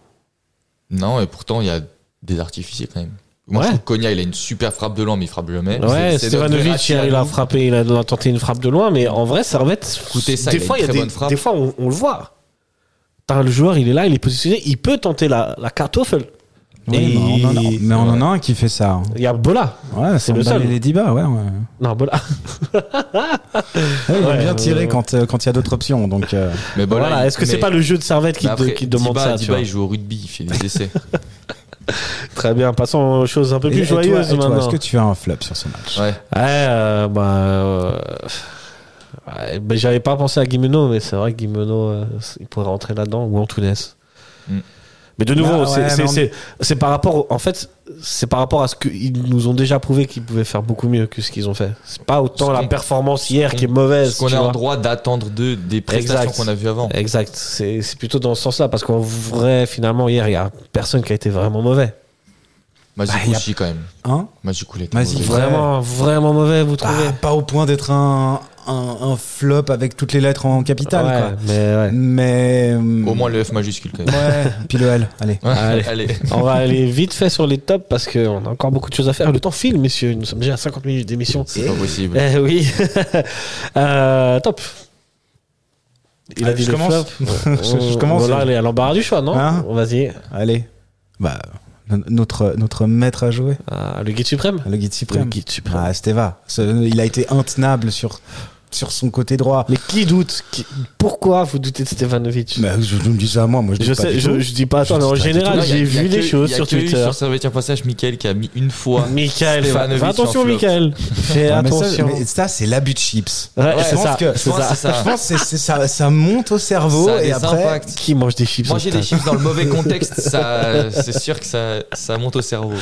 [SPEAKER 7] Non, et pourtant, il y a des artificiers quand même. Moi,
[SPEAKER 5] Ouais.
[SPEAKER 7] je trouve que Konya, il a une super frappe de l'homme, il frappe jamais.
[SPEAKER 5] Ouais,
[SPEAKER 7] C'est- c'est notre
[SPEAKER 5] Stevanovic,
[SPEAKER 7] Verratti à
[SPEAKER 5] il a
[SPEAKER 7] nous.
[SPEAKER 5] frappé, il a, il a tenté une frappe de loin, mais en vrai, Servette,
[SPEAKER 7] Écoutez ça,
[SPEAKER 5] des
[SPEAKER 7] il a
[SPEAKER 5] fois,
[SPEAKER 7] une
[SPEAKER 5] il y a
[SPEAKER 7] très
[SPEAKER 5] des,
[SPEAKER 7] bonne frappe.
[SPEAKER 5] des fois, on, on le voit. t'as le joueur, il est là, il est positionné, il peut tenter la, la cartoffel.
[SPEAKER 6] Oui,
[SPEAKER 5] Et-
[SPEAKER 6] mais on en a, mais on en a un qui fait ça. hein.
[SPEAKER 5] Il y a Bola.
[SPEAKER 6] Ouais, c'est
[SPEAKER 5] le
[SPEAKER 6] le
[SPEAKER 5] seul.
[SPEAKER 6] les 10 bas, ouais. ouais. Ouais,
[SPEAKER 5] Non, Bola.
[SPEAKER 6] il aime
[SPEAKER 5] Ouais,
[SPEAKER 6] bien
[SPEAKER 5] euh,
[SPEAKER 6] tirer quand euh, quand il y a d'autres options. Donc, euh,
[SPEAKER 7] Mais bon, là,
[SPEAKER 5] Voilà,
[SPEAKER 7] il-
[SPEAKER 5] est-ce que c'est
[SPEAKER 7] mais-
[SPEAKER 5] pas le jeu de servette qui,
[SPEAKER 7] mais
[SPEAKER 5] te-
[SPEAKER 7] après,
[SPEAKER 5] qui te demande
[SPEAKER 7] Diba,
[SPEAKER 5] ça tu
[SPEAKER 7] Diba,
[SPEAKER 5] vois
[SPEAKER 7] il joue au rugby, il fait des essais.
[SPEAKER 5] Très bien, passons aux choses un peu
[SPEAKER 6] et-
[SPEAKER 5] plus
[SPEAKER 6] et toi-
[SPEAKER 5] joyeuses
[SPEAKER 6] et toi,
[SPEAKER 5] maintenant.
[SPEAKER 6] Est-ce que tu as un flop sur ce match
[SPEAKER 7] ouais.
[SPEAKER 5] Ouais, euh, bah, euh, ouais, ben, j'avais pas pensé à Guimeno, mais c'est vrai que Guimeno, euh, il pourrait rentrer là-dedans ou Antunes.
[SPEAKER 7] Mm.
[SPEAKER 5] Mais de nouveau,
[SPEAKER 6] Bah,
[SPEAKER 5] c'est-
[SPEAKER 6] ouais,
[SPEAKER 5] c'est
[SPEAKER 6] mais on-
[SPEAKER 5] c'est- c'est par rapport, au- en fait, c'est par rapport à ce qu'ils nous ont déjà prouvé qu'ils pouvaient faire beaucoup mieux que ce qu'ils ont fait. C'est pas autant
[SPEAKER 7] Ce
[SPEAKER 5] la
[SPEAKER 7] qu'on-
[SPEAKER 5] performance hier
[SPEAKER 7] qu'on-
[SPEAKER 5] qui est mauvaise.
[SPEAKER 7] Parce qu'on
[SPEAKER 5] tu
[SPEAKER 7] a
[SPEAKER 5] vois.
[SPEAKER 7] en droit d'attendre d'eux des prestations
[SPEAKER 5] Exact.
[SPEAKER 7] qu'on a vues avant.
[SPEAKER 5] Exact, c'est c'est plutôt dans ce sens-là, parce qu'en vrai, finalement, hier, il y a personne qui a été vraiment mauvais. Bah,
[SPEAKER 7] Magic
[SPEAKER 6] y a-
[SPEAKER 7] aussi, quand même.
[SPEAKER 6] Hein
[SPEAKER 7] Magic Cool était
[SPEAKER 6] Magic
[SPEAKER 7] mauvais.
[SPEAKER 6] Ouais.
[SPEAKER 5] Vraiment, vraiment mauvais, vous trouvez
[SPEAKER 6] Ah, Pas au point d'être un, un, un flop avec toutes les lettres en capitale,
[SPEAKER 5] Ouais,
[SPEAKER 6] quoi.
[SPEAKER 5] mais ouais.
[SPEAKER 6] Mais. euh,
[SPEAKER 7] Au moins le F majuscule, quand même.
[SPEAKER 6] Ouais, puis le L, allez.
[SPEAKER 7] Ouais,
[SPEAKER 5] Allez.
[SPEAKER 7] allez.
[SPEAKER 5] On va aller vite fait sur les tops parce qu'on a encore beaucoup de choses à faire. Le temps file, messieurs. Nous sommes déjà à 50 minutes d'émission.
[SPEAKER 7] C'est pas possible.
[SPEAKER 5] Eh oui. Euh, top. Il a
[SPEAKER 6] Ah,
[SPEAKER 5] dit
[SPEAKER 6] je
[SPEAKER 5] le
[SPEAKER 6] commence
[SPEAKER 5] flop.
[SPEAKER 6] Je- je commence.
[SPEAKER 5] Voilà, elle est à l'embarras du choix, non
[SPEAKER 6] Hein
[SPEAKER 5] Vas-y.
[SPEAKER 6] Allez. Bah, n- notre, notre maître à jouer,
[SPEAKER 5] Euh, le guide suprême
[SPEAKER 6] le guide suprême.
[SPEAKER 5] Le guide suprême.
[SPEAKER 6] Ah, Steva. Ce- Il a été intenable sur, sur son côté droit.
[SPEAKER 5] Mais qui doute Qui- Pourquoi vous doutez de Stefanovic
[SPEAKER 6] Mais je je me dis ça à moi, moi je, dis
[SPEAKER 5] Je
[SPEAKER 6] pas
[SPEAKER 5] sais,
[SPEAKER 6] du
[SPEAKER 5] je,
[SPEAKER 6] tout.
[SPEAKER 5] je dis pas à
[SPEAKER 6] Je
[SPEAKER 5] toi, mais
[SPEAKER 6] dis
[SPEAKER 5] en
[SPEAKER 6] pas du
[SPEAKER 5] général,
[SPEAKER 7] Non, il y a-
[SPEAKER 5] j'ai
[SPEAKER 7] il y a
[SPEAKER 5] vu
[SPEAKER 7] que-
[SPEAKER 5] des
[SPEAKER 7] il
[SPEAKER 5] choses
[SPEAKER 7] y a
[SPEAKER 5] sur
[SPEAKER 7] que eu
[SPEAKER 5] Twitter.
[SPEAKER 7] Sur Servetien Passage, Michael qui a mis une fois.
[SPEAKER 5] Michael,
[SPEAKER 7] Stefanovic
[SPEAKER 5] fais attention,
[SPEAKER 7] en flop.
[SPEAKER 5] Michael. Fais
[SPEAKER 6] Non, mais ça,
[SPEAKER 5] attention.
[SPEAKER 6] mais ça, c'est l'abus de chips.
[SPEAKER 5] Ouais,
[SPEAKER 6] je
[SPEAKER 5] c'est
[SPEAKER 6] pense
[SPEAKER 5] ça,
[SPEAKER 6] que
[SPEAKER 5] c'est
[SPEAKER 7] Je pense
[SPEAKER 5] ça.
[SPEAKER 7] que ça.
[SPEAKER 6] Je pense que c'est- c'est- ça, ça monte au cerveau
[SPEAKER 7] Ça a
[SPEAKER 6] et
[SPEAKER 7] des
[SPEAKER 6] après.
[SPEAKER 7] impacts.
[SPEAKER 5] Qui mange des chips au
[SPEAKER 7] Manger
[SPEAKER 5] stade
[SPEAKER 7] des chiffres dans le mauvais contexte, ça, c'est sûr que ça, ça monte au cerveau.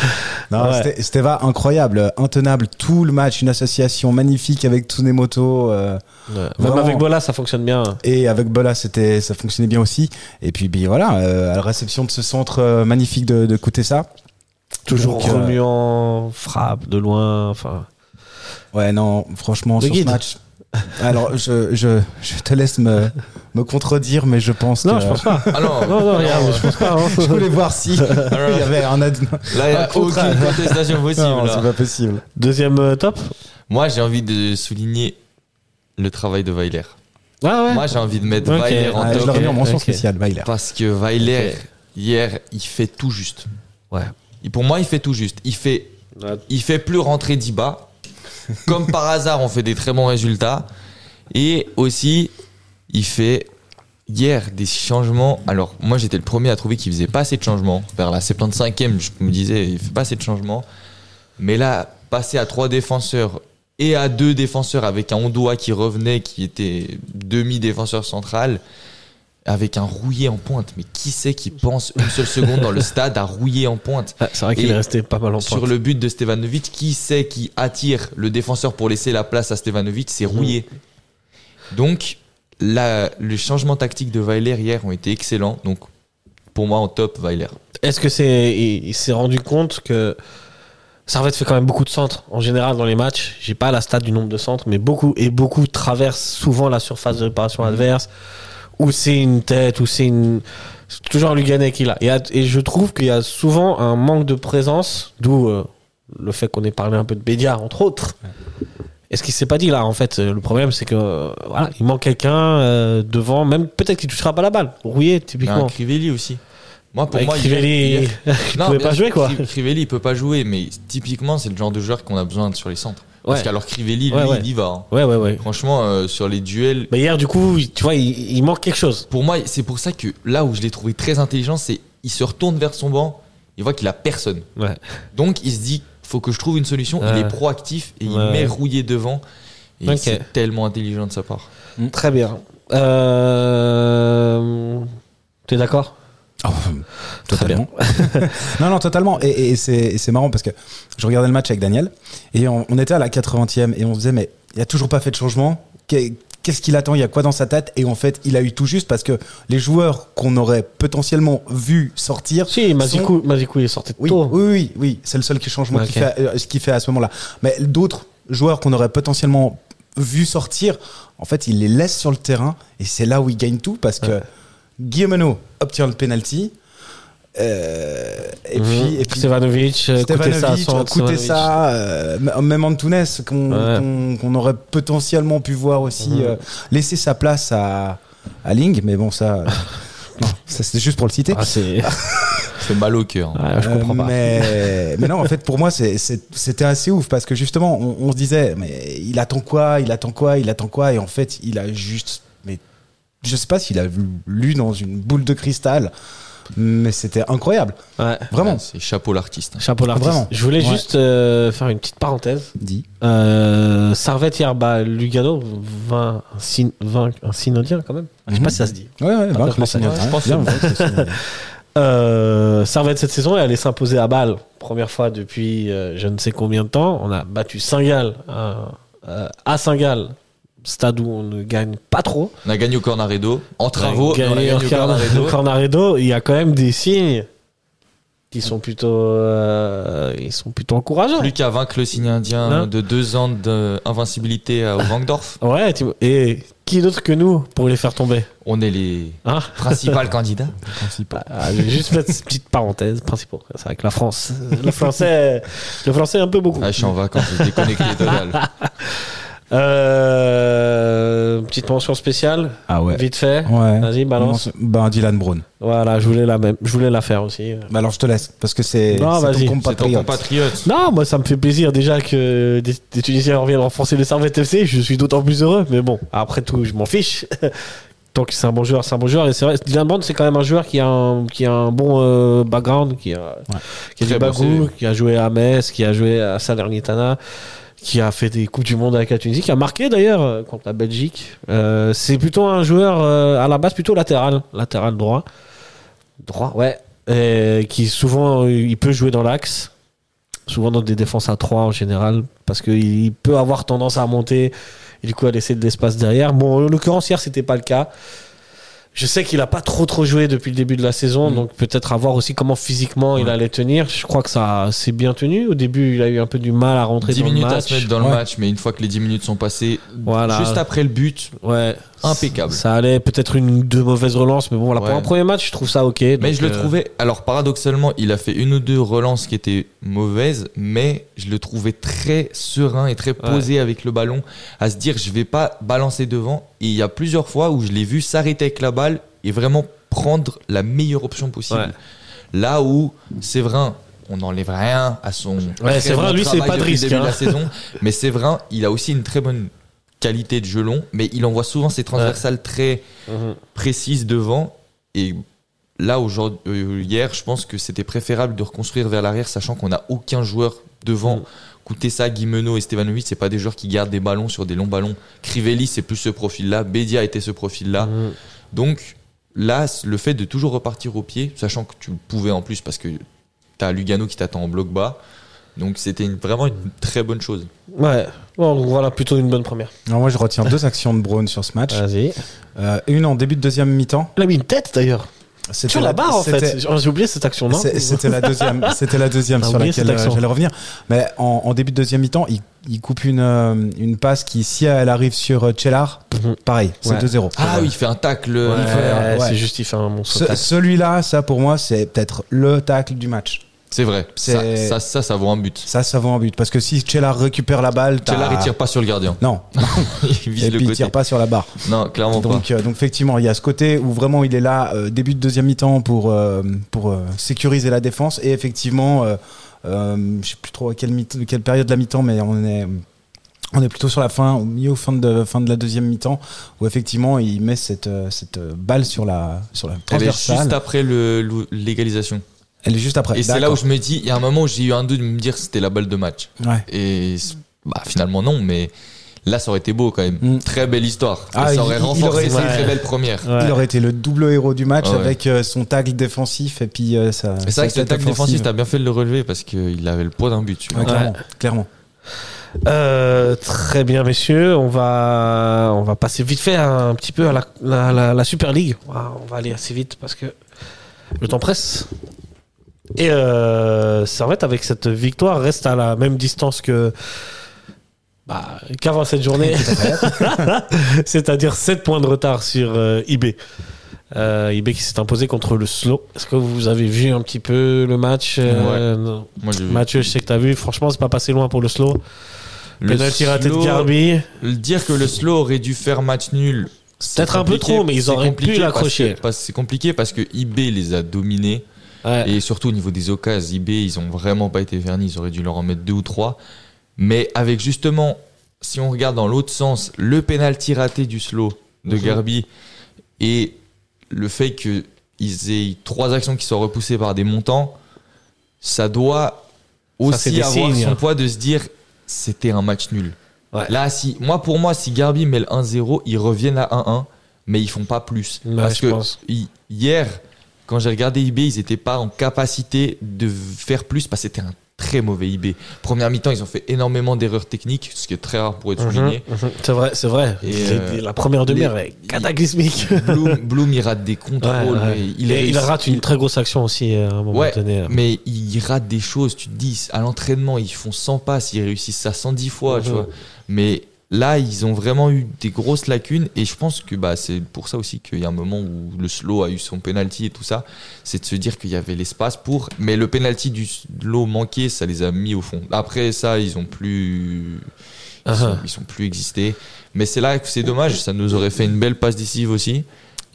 [SPEAKER 6] Non,
[SPEAKER 5] Ouais.
[SPEAKER 6] Ste- Steva, incroyable, euh, intenable, tout le match, une association magnifique avec Tsunemoto. euh,
[SPEAKER 5] Ouais. Même
[SPEAKER 6] Vraiment.
[SPEAKER 5] avec Bola, ça fonctionne bien.
[SPEAKER 6] Et avec Bola, c'était, ça fonctionnait bien aussi. Et puis, ben, voilà, euh, à la réception de ce centre euh, magnifique de, de Kutesa.
[SPEAKER 5] Toujours
[SPEAKER 6] Donc, euh,
[SPEAKER 5] remuant, frappe de loin. Enfin,
[SPEAKER 6] Ouais, non, franchement,
[SPEAKER 5] Le
[SPEAKER 6] sur
[SPEAKER 5] guide.
[SPEAKER 6] ce match. Alors, je, je, je te laisse me, me contredire, mais je pense
[SPEAKER 5] non,
[SPEAKER 6] que.
[SPEAKER 5] je pense pas.
[SPEAKER 7] Ah non,
[SPEAKER 5] Non, non, regarde, je pense pas. hein.
[SPEAKER 6] Je voulais voir si il y avait un. ad-
[SPEAKER 7] là, il n'y a aucune contestation possible.
[SPEAKER 6] Non,
[SPEAKER 7] là.
[SPEAKER 6] c'est pas possible.
[SPEAKER 5] Deuxième euh, top.
[SPEAKER 7] Moi, j'ai envie de souligner le travail de Weiler.
[SPEAKER 5] Ah ouais.
[SPEAKER 7] Moi, j'ai envie de mettre
[SPEAKER 5] Ok.
[SPEAKER 7] Weiler en
[SPEAKER 6] Ouais, Ah, je
[SPEAKER 7] top.
[SPEAKER 6] l'aurais mis en mention
[SPEAKER 5] ok.
[SPEAKER 6] spéciale, bah, Weiler.
[SPEAKER 7] Parce que Weiler, hier, il fait tout juste.
[SPEAKER 5] Ouais.
[SPEAKER 7] Il- pour moi, il fait tout juste. Il fait, il fait plus rentrer Diba. Comme par hasard, on fait des très bons résultats. Et aussi, il fait hier des changements. Alors, moi, j'étais le premier à trouver qu'il faisait pas assez de changements. Vers la 75e, je me disais, il fait pas assez de changements. Mais là, passer à trois défenseurs et à deux défenseurs avec un Ondoa qui revenait, qui était demi-défenseur central, avec un rouillé en pointe. Mais qui c'est qui pense une seule seconde dans le stade à rouiller en pointe
[SPEAKER 5] Ah, c'est vrai qu'il
[SPEAKER 7] Et
[SPEAKER 5] est resté pas mal en
[SPEAKER 7] Sur
[SPEAKER 5] pointe.
[SPEAKER 7] le but de Stevanovic, qui c'est qui attire le défenseur pour laisser la place à Stevanovic C'est
[SPEAKER 5] Mhm.
[SPEAKER 7] rouillé. Donc, la, les changements tactiques de Weiler hier ont été excellents. Donc, pour moi, en top, Weiler.
[SPEAKER 5] Est-ce que c'est il, il s'est rendu compte que Servette fait quand même beaucoup de centres en général dans les matchs. J'ai pas la stat du nombre de centres, mais beaucoup et beaucoup traversent souvent la surface de
[SPEAKER 7] Mm-hmm.
[SPEAKER 5] réparation adverse ou c'est une tête ou c'est une c'est toujours Luganet qui l'a. Et, à- et je trouve qu'il y a souvent un manque de présence, d'où euh, le fait qu'on ait parlé un peu de Bédia entre autres. Est-ce qu'il s'est pas dit là en fait euh, le problème c'est que euh, voilà il manque quelqu'un euh, devant même peut-être qu'il touchera pas la balle Rouillé
[SPEAKER 7] Un
[SPEAKER 5] typiquement
[SPEAKER 7] Hein, Crivelli aussi. Moi, pour
[SPEAKER 5] Avec
[SPEAKER 7] moi, hier-
[SPEAKER 5] Crivelli
[SPEAKER 7] hier-
[SPEAKER 5] qui
[SPEAKER 7] Non,
[SPEAKER 5] pouvait
[SPEAKER 7] mais
[SPEAKER 5] pas jouer quoi
[SPEAKER 7] Cri- Crivelli, il peut pas jouer, mais typiquement, c'est le genre de joueur qu'on a besoin de sur les centres. Parce
[SPEAKER 5] Ouais.
[SPEAKER 7] qu'alors Crivelli, lui,
[SPEAKER 5] Ouais, ouais.
[SPEAKER 7] il y va. hein.
[SPEAKER 5] Ouais, ouais, ouais.
[SPEAKER 7] Franchement, euh, sur les duels,
[SPEAKER 5] Mais hier, du coup, il- tu vois, il, il manque quelque chose.
[SPEAKER 7] pour moi, c'est pour ça que là où je l'ai trouvé très intelligent, c'est il se retourne vers son banc, il voit qu'il a personne.
[SPEAKER 5] Ouais.
[SPEAKER 7] Donc, il se dit, faut que je trouve une solution.
[SPEAKER 5] Ouais.
[SPEAKER 7] Il est proactif et
[SPEAKER 5] Ouais.
[SPEAKER 7] il met rouillé devant. Et
[SPEAKER 5] Ok.
[SPEAKER 7] c'est tellement intelligent de sa part.
[SPEAKER 6] Mm,
[SPEAKER 5] Très bien. Euh... T'es d'accord
[SPEAKER 6] Oh, totalement. non, non, totalement. Et, et- et c'est et c'est marrant parce que je regardais le match avec Daniel et on, on était à la 80e et on se disait, mais il a toujours pas fait de changement. Qu'est- Qu'est-ce qu'il attend Il y a quoi dans sa tête Et en fait, il a eu tout juste parce que les joueurs qu'on aurait potentiellement vu sortir.
[SPEAKER 5] Si, Mazikou, Mazikou, il est sorti de
[SPEAKER 6] Oui,
[SPEAKER 5] tôt.
[SPEAKER 6] oui, oui, oui, c'est le seul qui changement qui
[SPEAKER 5] Ok.
[SPEAKER 6] fait, euh, ce qu'il fait à ce moment-là. Mais d'autres joueurs qu'on aurait potentiellement vu sortir, en fait, il les laisse sur le terrain et c'est là où il gagne tout parce que Guillaume Hano obtient le penalty. euh, et,
[SPEAKER 5] Mhm.
[SPEAKER 6] puis, et puis,
[SPEAKER 5] Stevanovic, euh, coûtait ça.
[SPEAKER 6] Stevanovic,
[SPEAKER 5] sans-
[SPEAKER 6] coûter
[SPEAKER 5] Stevanovic.
[SPEAKER 6] ça, euh, m- même Antunes qu'on
[SPEAKER 5] Ouais.
[SPEAKER 6] qu'on- qu'on aurait potentiellement pu voir aussi
[SPEAKER 5] Mhm.
[SPEAKER 6] euh, laisser sa place à, à Ling, mais bon ça. euh, non, Ça, c'était juste pour le citer.
[SPEAKER 5] Ah, c'est.
[SPEAKER 7] fait mal au cœur. hein.
[SPEAKER 5] Ah, je comprends pas.
[SPEAKER 6] Euh, Mais, mais non, en fait, pour moi, c'est- c'est- c'était assez ouf parce que justement, on, on se disait, mais il attend quoi Il attend quoi Il attend quoi Et en fait, il a juste. Mais je sais pas s'il a lu dans une boule de cristal, mais c'était incroyable.
[SPEAKER 5] Ouais.
[SPEAKER 6] Vraiment.
[SPEAKER 7] Ouais, C'est chapeau l'artiste. hein.
[SPEAKER 5] Chapeau l'artiste.
[SPEAKER 6] Vraiment.
[SPEAKER 5] Je voulais
[SPEAKER 6] Ouais.
[SPEAKER 5] juste euh, faire une petite parenthèse.
[SPEAKER 6] Dit.
[SPEAKER 5] Euh, Servette hier, bah, Lugano, 20, un sin- 20, un synodien quand même. Je sais pas si ça se dit.
[SPEAKER 6] Mhm. Ouais, ouais,
[SPEAKER 5] vaincre le Seigneur.
[SPEAKER 6] Je pense bien.
[SPEAKER 5] Euh, Servette cette saison est allée s'imposer à Bâle. Première fois depuis euh, je ne sais combien de temps. On a battu Saint-Gall à, euh, à Saint-Gall, stade où on ne gagne pas trop.
[SPEAKER 7] On a gagné au Cornaredo. En travaux, mais on a
[SPEAKER 5] Gagné
[SPEAKER 7] gagné
[SPEAKER 5] au
[SPEAKER 7] au
[SPEAKER 5] Corna-
[SPEAKER 7] Cornaredo.
[SPEAKER 5] au Cornaredo, il y a quand même des signes qui sont plutôt, euh, ils sont plutôt encourageants.
[SPEAKER 7] Plus qu'à vaincre le signe indien
[SPEAKER 5] Non.
[SPEAKER 7] de deux ans d'invincibilité à Wangdorf.
[SPEAKER 5] Ouais, Timo- et qui d'autre que nous pour les faire tomber
[SPEAKER 7] On est les
[SPEAKER 5] hein
[SPEAKER 7] principaux candidats.
[SPEAKER 5] Ah, je vais juste mettre cette petite parenthèse principale. C'est vrai que la France, le français, le français un peu beaucoup.
[SPEAKER 7] Ah, je suis en vacances, je suis déconnecté total.
[SPEAKER 5] Euh, petite mention spéciale,
[SPEAKER 6] Ah ouais.
[SPEAKER 5] vite fait.
[SPEAKER 6] Ouais.
[SPEAKER 5] Vas-y, balance.
[SPEAKER 6] Ben, Dylan Brown.
[SPEAKER 5] Voilà, je voulais la même, je voulais la faire aussi. euh.
[SPEAKER 6] Bah alors, je te laisse parce que c'est
[SPEAKER 5] Non,
[SPEAKER 6] c'est
[SPEAKER 5] vas-y.
[SPEAKER 6] ton
[SPEAKER 7] C'est ton
[SPEAKER 6] compatriote.
[SPEAKER 7] compatriote.
[SPEAKER 5] Non, moi ça me fait plaisir déjà que des, des Tunisiens reviennent renforcer le Servette FC. Je suis d'autant plus heureux. Mais bon, après tout, je m'en fiche. Tant que c'est un bon joueur, c'est un bon joueur. Et c'est vrai, Dylan Brand, c'est quand même un joueur qui a un, qui a un bon euh, background, qui a, qui a du
[SPEAKER 7] Très bon
[SPEAKER 5] bagou,
[SPEAKER 7] CV.
[SPEAKER 5] qui a joué à Metz, qui a joué à Salernitana, qui a fait des Coupes du Monde avec la Tunisie, qui a marqué d'ailleurs euh, contre la Belgique. Euh, c'est plutôt un joueur euh, à la base plutôt latéral, latéral droit. Droit, ouais. Et qui souvent, euh, il peut jouer dans l'axe, souvent dans des défenses à 3 en général, parce qu'il il peut avoir tendance à monter et du coup à laisser de l'espace derrière. Bon, en l'occurrence, hier, c'était pas le cas. Je sais qu'il a pas trop trop joué depuis le début de la
[SPEAKER 7] Mm.
[SPEAKER 5] saison, donc peut-être à voir aussi comment physiquement il allait tenir. Je crois que ça s'est bien tenu. Au début, il a eu un peu du mal à rentrer
[SPEAKER 7] 10
[SPEAKER 5] dans le
[SPEAKER 7] minutes à
[SPEAKER 5] match.
[SPEAKER 7] se mettre dans le
[SPEAKER 6] Ouais.
[SPEAKER 7] match, mais une fois que les 10 minutes sont passées,
[SPEAKER 5] Voilà.
[SPEAKER 7] juste après le but,
[SPEAKER 5] Ouais.
[SPEAKER 7] Impeccable.
[SPEAKER 5] Ça allait peut-être une ou deux mauvaises relances, mais bon, voilà,
[SPEAKER 7] Ouais.
[SPEAKER 5] pour un premier match, je trouve ça ok.
[SPEAKER 7] Mais
[SPEAKER 5] donc,
[SPEAKER 7] je le
[SPEAKER 5] euh,
[SPEAKER 7] trouvais. Alors paradoxalement, il a fait une ou deux relances qui étaient mauvaises, mais je le trouvais très serein et très posé avec le ballon, à se dire je vais pas balancer devant. Et il y a plusieurs fois où je l'ai vu s'arrêter avec la balle et vraiment prendre la meilleure option possible.
[SPEAKER 5] Ouais.
[SPEAKER 7] Là où Séverin, on n'enlève rien à son.
[SPEAKER 5] Ouais,
[SPEAKER 7] très
[SPEAKER 5] Séverin,
[SPEAKER 7] bon
[SPEAKER 5] lui, c'est
[SPEAKER 7] travail
[SPEAKER 5] pas de
[SPEAKER 7] depuis le
[SPEAKER 5] risque,
[SPEAKER 7] début de la
[SPEAKER 5] hein.
[SPEAKER 7] saison, mais Séverin, il a aussi une très bonne qualité de jeu long, mais il envoie souvent ses transversales très
[SPEAKER 5] Mhm.
[SPEAKER 7] précises devant et là aujourd'hui euh, hier je pense que c'était préférable de reconstruire vers l'arrière sachant qu'on n'a aucun joueur
[SPEAKER 5] Mhm.
[SPEAKER 7] devant Koutessa, Guimeno et Stevanovic c'est pas des joueurs qui gardent des ballons sur des longs ballons Crivelli c'est plus ce profil là Bedia était ce profil là
[SPEAKER 5] Mhm.
[SPEAKER 7] donc là c- le fait de toujours repartir au pied sachant que tu le pouvais en plus parce que t'as Lugano qui t'attend en bloc bas donc c'était une- vraiment une très bonne chose
[SPEAKER 5] Ouais. Bon, donc voilà, plutôt une bonne première.
[SPEAKER 6] Alors, moi, je retiens deux actions de Brown sur ce match.
[SPEAKER 5] Vas-y.
[SPEAKER 6] Euh, une en début de deuxième mi-temps.
[SPEAKER 5] Il a mis une tête d'ailleurs.
[SPEAKER 6] C'était
[SPEAKER 5] Sur la barre en
[SPEAKER 6] c'était-
[SPEAKER 5] fait. J'ai j'ai oublié cette action, non
[SPEAKER 6] C'est- C'était la deuxième, c'était la deuxième
[SPEAKER 5] T'as
[SPEAKER 6] sur
[SPEAKER 5] oublié
[SPEAKER 6] laquelle
[SPEAKER 5] cette
[SPEAKER 6] euh,
[SPEAKER 5] action.
[SPEAKER 6] j'allais revenir. Mais en, en début de deuxième mi-temps, il, il coupe une, euh, une passe qui, si elle arrive sur euh, Chellar,
[SPEAKER 5] Mhm.
[SPEAKER 6] pareil, c'est
[SPEAKER 5] Ouais.
[SPEAKER 6] 2-0.
[SPEAKER 7] ah oui il fait un tacle
[SPEAKER 5] Ouais,
[SPEAKER 7] il fait un-
[SPEAKER 5] C'est
[SPEAKER 6] ouais.
[SPEAKER 5] juste, il fait un monstre.
[SPEAKER 6] Ce-
[SPEAKER 5] tac.
[SPEAKER 6] Celui-là, ça pour moi, c'est peut-être le tacle du match.
[SPEAKER 7] c'est vrai ça,
[SPEAKER 6] C'est-
[SPEAKER 7] ça ça ça vaut un but
[SPEAKER 6] Ça, ça vaut un but. Parce que si Chellar récupère la balle, t'as-
[SPEAKER 7] Tchellar il tire pas sur le gardien
[SPEAKER 6] Non,
[SPEAKER 7] il vise
[SPEAKER 6] et
[SPEAKER 7] le
[SPEAKER 6] puis il
[SPEAKER 7] côté
[SPEAKER 6] tire pas sur la barre.
[SPEAKER 7] non clairement pas
[SPEAKER 6] Donc, euh, donc effectivement, il y a ce côté où vraiment il est là euh, début de deuxième mi-temps pour euh, pour euh, sécuriser la défense et effectivement, euh, euh, je sais plus trop à quelle mi- quelle période de la mi-temps, mais on est on est plutôt sur la fin, au milieu, au fin de fin de la deuxième mi-temps, où effectivement il met cette euh, cette euh, balle sur la sur la
[SPEAKER 7] Elle est
[SPEAKER 6] transversale.
[SPEAKER 7] juste après le- le- l'égalisation.
[SPEAKER 6] Elle est juste après.
[SPEAKER 7] et c'est là
[SPEAKER 6] D'accord.
[SPEAKER 7] où je me dis, il y a un moment où j'ai eu un doute de me dire c'était la balle de match.
[SPEAKER 6] Ouais.
[SPEAKER 7] Et c- bah, finalement non, mais là ça aurait été beau quand même.
[SPEAKER 6] Mm.
[SPEAKER 7] Très belle histoire.
[SPEAKER 6] Ah, il-
[SPEAKER 7] Et ça aurait
[SPEAKER 6] il
[SPEAKER 7] renforcé
[SPEAKER 6] aurait-
[SPEAKER 7] cette
[SPEAKER 5] ouais.
[SPEAKER 7] très belle première.
[SPEAKER 5] Ouais.
[SPEAKER 6] Il aurait été le double héros du match
[SPEAKER 7] Ah Ouais.
[SPEAKER 6] avec euh, son tacle défensif et puis euh, sa.
[SPEAKER 7] Et C'est
[SPEAKER 6] sa
[SPEAKER 7] vrai que ce
[SPEAKER 6] tête
[SPEAKER 7] tacle
[SPEAKER 6] offensive.
[SPEAKER 7] défensif, t'as bien fait de le relever parce qu'il avait le poids d'un but. celui-là.
[SPEAKER 6] Ouais, clairement, clairement.
[SPEAKER 5] Euh, très bien, messieurs. On va, on va passer vite fait à- un petit peu à la, la- la- la Super League. Ouah, on va aller assez vite parce que le temps presse. Et euh, Servette, avec cette victoire, reste à la même distance que bah, qu'avant cette journée. C'est-à-dire 7 points de retard sur euh, IB. Euh, IB qui s'est imposé contre le Slow. Est-ce que vous avez vu un petit peu le match euh, non.
[SPEAKER 7] Moi, j'ai vu.
[SPEAKER 5] Mathieu, je sais que t'as vu. Franchement, c'est pas passé loin pour le Slow.
[SPEAKER 7] Le
[SPEAKER 5] Penalty raté de
[SPEAKER 7] slow-
[SPEAKER 5] Garbi.
[SPEAKER 7] le Dire que le slow aurait dû faire match nul C'est
[SPEAKER 5] Peut-être un peu
[SPEAKER 7] compliqué-
[SPEAKER 5] trop, mais ils
[SPEAKER 7] c'est
[SPEAKER 5] auraient
[SPEAKER 7] compliqué
[SPEAKER 5] pu l'accrocher.
[SPEAKER 7] parce que- parce- C'est compliqué parce que eBay les a dominés.
[SPEAKER 5] Ouais.
[SPEAKER 7] Et surtout au niveau des occasions, eBay, ils ont vraiment pas été vernis. Ils auraient dû leur en mettre deux ou trois. Mais avec justement, si on regarde dans l'autre sens, le penalty raté du slow de
[SPEAKER 5] Mhm.
[SPEAKER 7] Garbi et le fait qu'ils aient trois actions qui soient repoussées par des montants, ça doit
[SPEAKER 5] c'est
[SPEAKER 7] aussi
[SPEAKER 5] des
[SPEAKER 7] avoir
[SPEAKER 5] signes.
[SPEAKER 7] son poids de se dire c'était un match nul.
[SPEAKER 5] Ouais.
[SPEAKER 7] Là, si, moi, pour moi, si Garbi met le 1-0, ils reviennent à 1-1, mais ils font pas plus.
[SPEAKER 5] Ouais,
[SPEAKER 7] Parce
[SPEAKER 5] je
[SPEAKER 7] que
[SPEAKER 5] pense.
[SPEAKER 7] hi- hier, quand j'ai regardé IB, ils n'étaient pas en capacité de faire plus parce que c'était un très mauvais IB. Première mi-temps, ils ont fait énormément d'erreurs techniques, ce qui est très rare pour être souligné.
[SPEAKER 5] Mhm, mhm. C'est vrai, c'est vrai.
[SPEAKER 7] Et,
[SPEAKER 5] C'est-
[SPEAKER 7] euh,
[SPEAKER 5] la première demi-heure
[SPEAKER 7] les-
[SPEAKER 5] est cataclysmique.
[SPEAKER 7] Bloom, Bloom, il rate des contrôles.
[SPEAKER 5] Ouais, ouais.
[SPEAKER 7] mais
[SPEAKER 5] Il,
[SPEAKER 7] réussit-
[SPEAKER 5] il rate une très grosse action aussi euh, à un moment
[SPEAKER 7] Ouais,
[SPEAKER 5] donné.
[SPEAKER 7] mais ils ratent des choses, tu te dis, à l'entraînement, ils font 100 passes, ils réussissent ça 110 fois, tu
[SPEAKER 5] Mhm.
[SPEAKER 7] vois. Mais là, ils ont vraiment eu des grosses lacunes, et je pense que bah, c'est pour ça aussi qu'il y a un moment où le slow a eu son penalty et tout ça, c'est de se dire qu'il y avait l'espace pour. Mais le penalty du slow manqué, ça les a mis au fond. Après ça, ils ont plus. Ils,
[SPEAKER 5] Ah,
[SPEAKER 7] sont,
[SPEAKER 5] ah.
[SPEAKER 7] ils sont plus existés. Mais c'est là que c'est dommage, ça nous aurait fait une belle passe décisive aussi.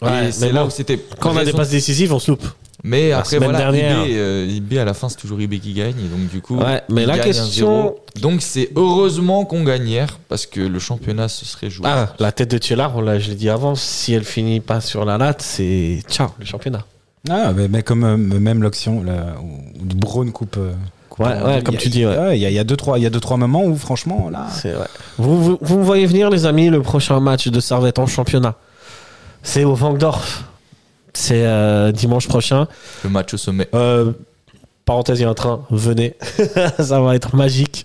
[SPEAKER 5] Ouais, mais
[SPEAKER 7] et c'est là
[SPEAKER 5] bon,
[SPEAKER 7] où c'était.
[SPEAKER 5] Quand on a des
[SPEAKER 7] raison-
[SPEAKER 5] passes décisives, on se loupe.
[SPEAKER 7] mais
[SPEAKER 5] La
[SPEAKER 7] après,
[SPEAKER 5] semaine
[SPEAKER 7] voilà,
[SPEAKER 5] dernière.
[SPEAKER 7] IB, euh, IB, à la fin, c'est toujours IB qui gagne. Et donc, du coup,
[SPEAKER 5] Ouais, mais
[SPEAKER 7] il
[SPEAKER 5] la
[SPEAKER 7] gagne
[SPEAKER 5] question-
[SPEAKER 7] 1-0. Donc, c'est heureusement qu'on gagne hier, parce que le championnat se serait joué.
[SPEAKER 5] Ah, la tête de Tuelard, on l'a, je l'ai dit avant, si elle finit pas sur la latte, c'est ciao le championnat.
[SPEAKER 6] Ah, mais, mais comme euh, même l'action là, où où Braun coupe. euh, coupe
[SPEAKER 5] Ouais,
[SPEAKER 6] en
[SPEAKER 5] ouais,
[SPEAKER 6] deux,
[SPEAKER 5] comme
[SPEAKER 6] il y a-
[SPEAKER 5] tu dis, ouais.
[SPEAKER 6] Ah, Il y a- il y a deux trois, il y a deux trois moments où franchement là.
[SPEAKER 5] C'est vrai. Vous, vous, vous me voyez venir, les amis, le prochain match de Servette en championnat. C'est au Vangdorf. C'est euh, dimanche prochain.
[SPEAKER 7] Le match au sommet.
[SPEAKER 5] Euh, parenthèse, il y a un train. Venez. ça va être magique.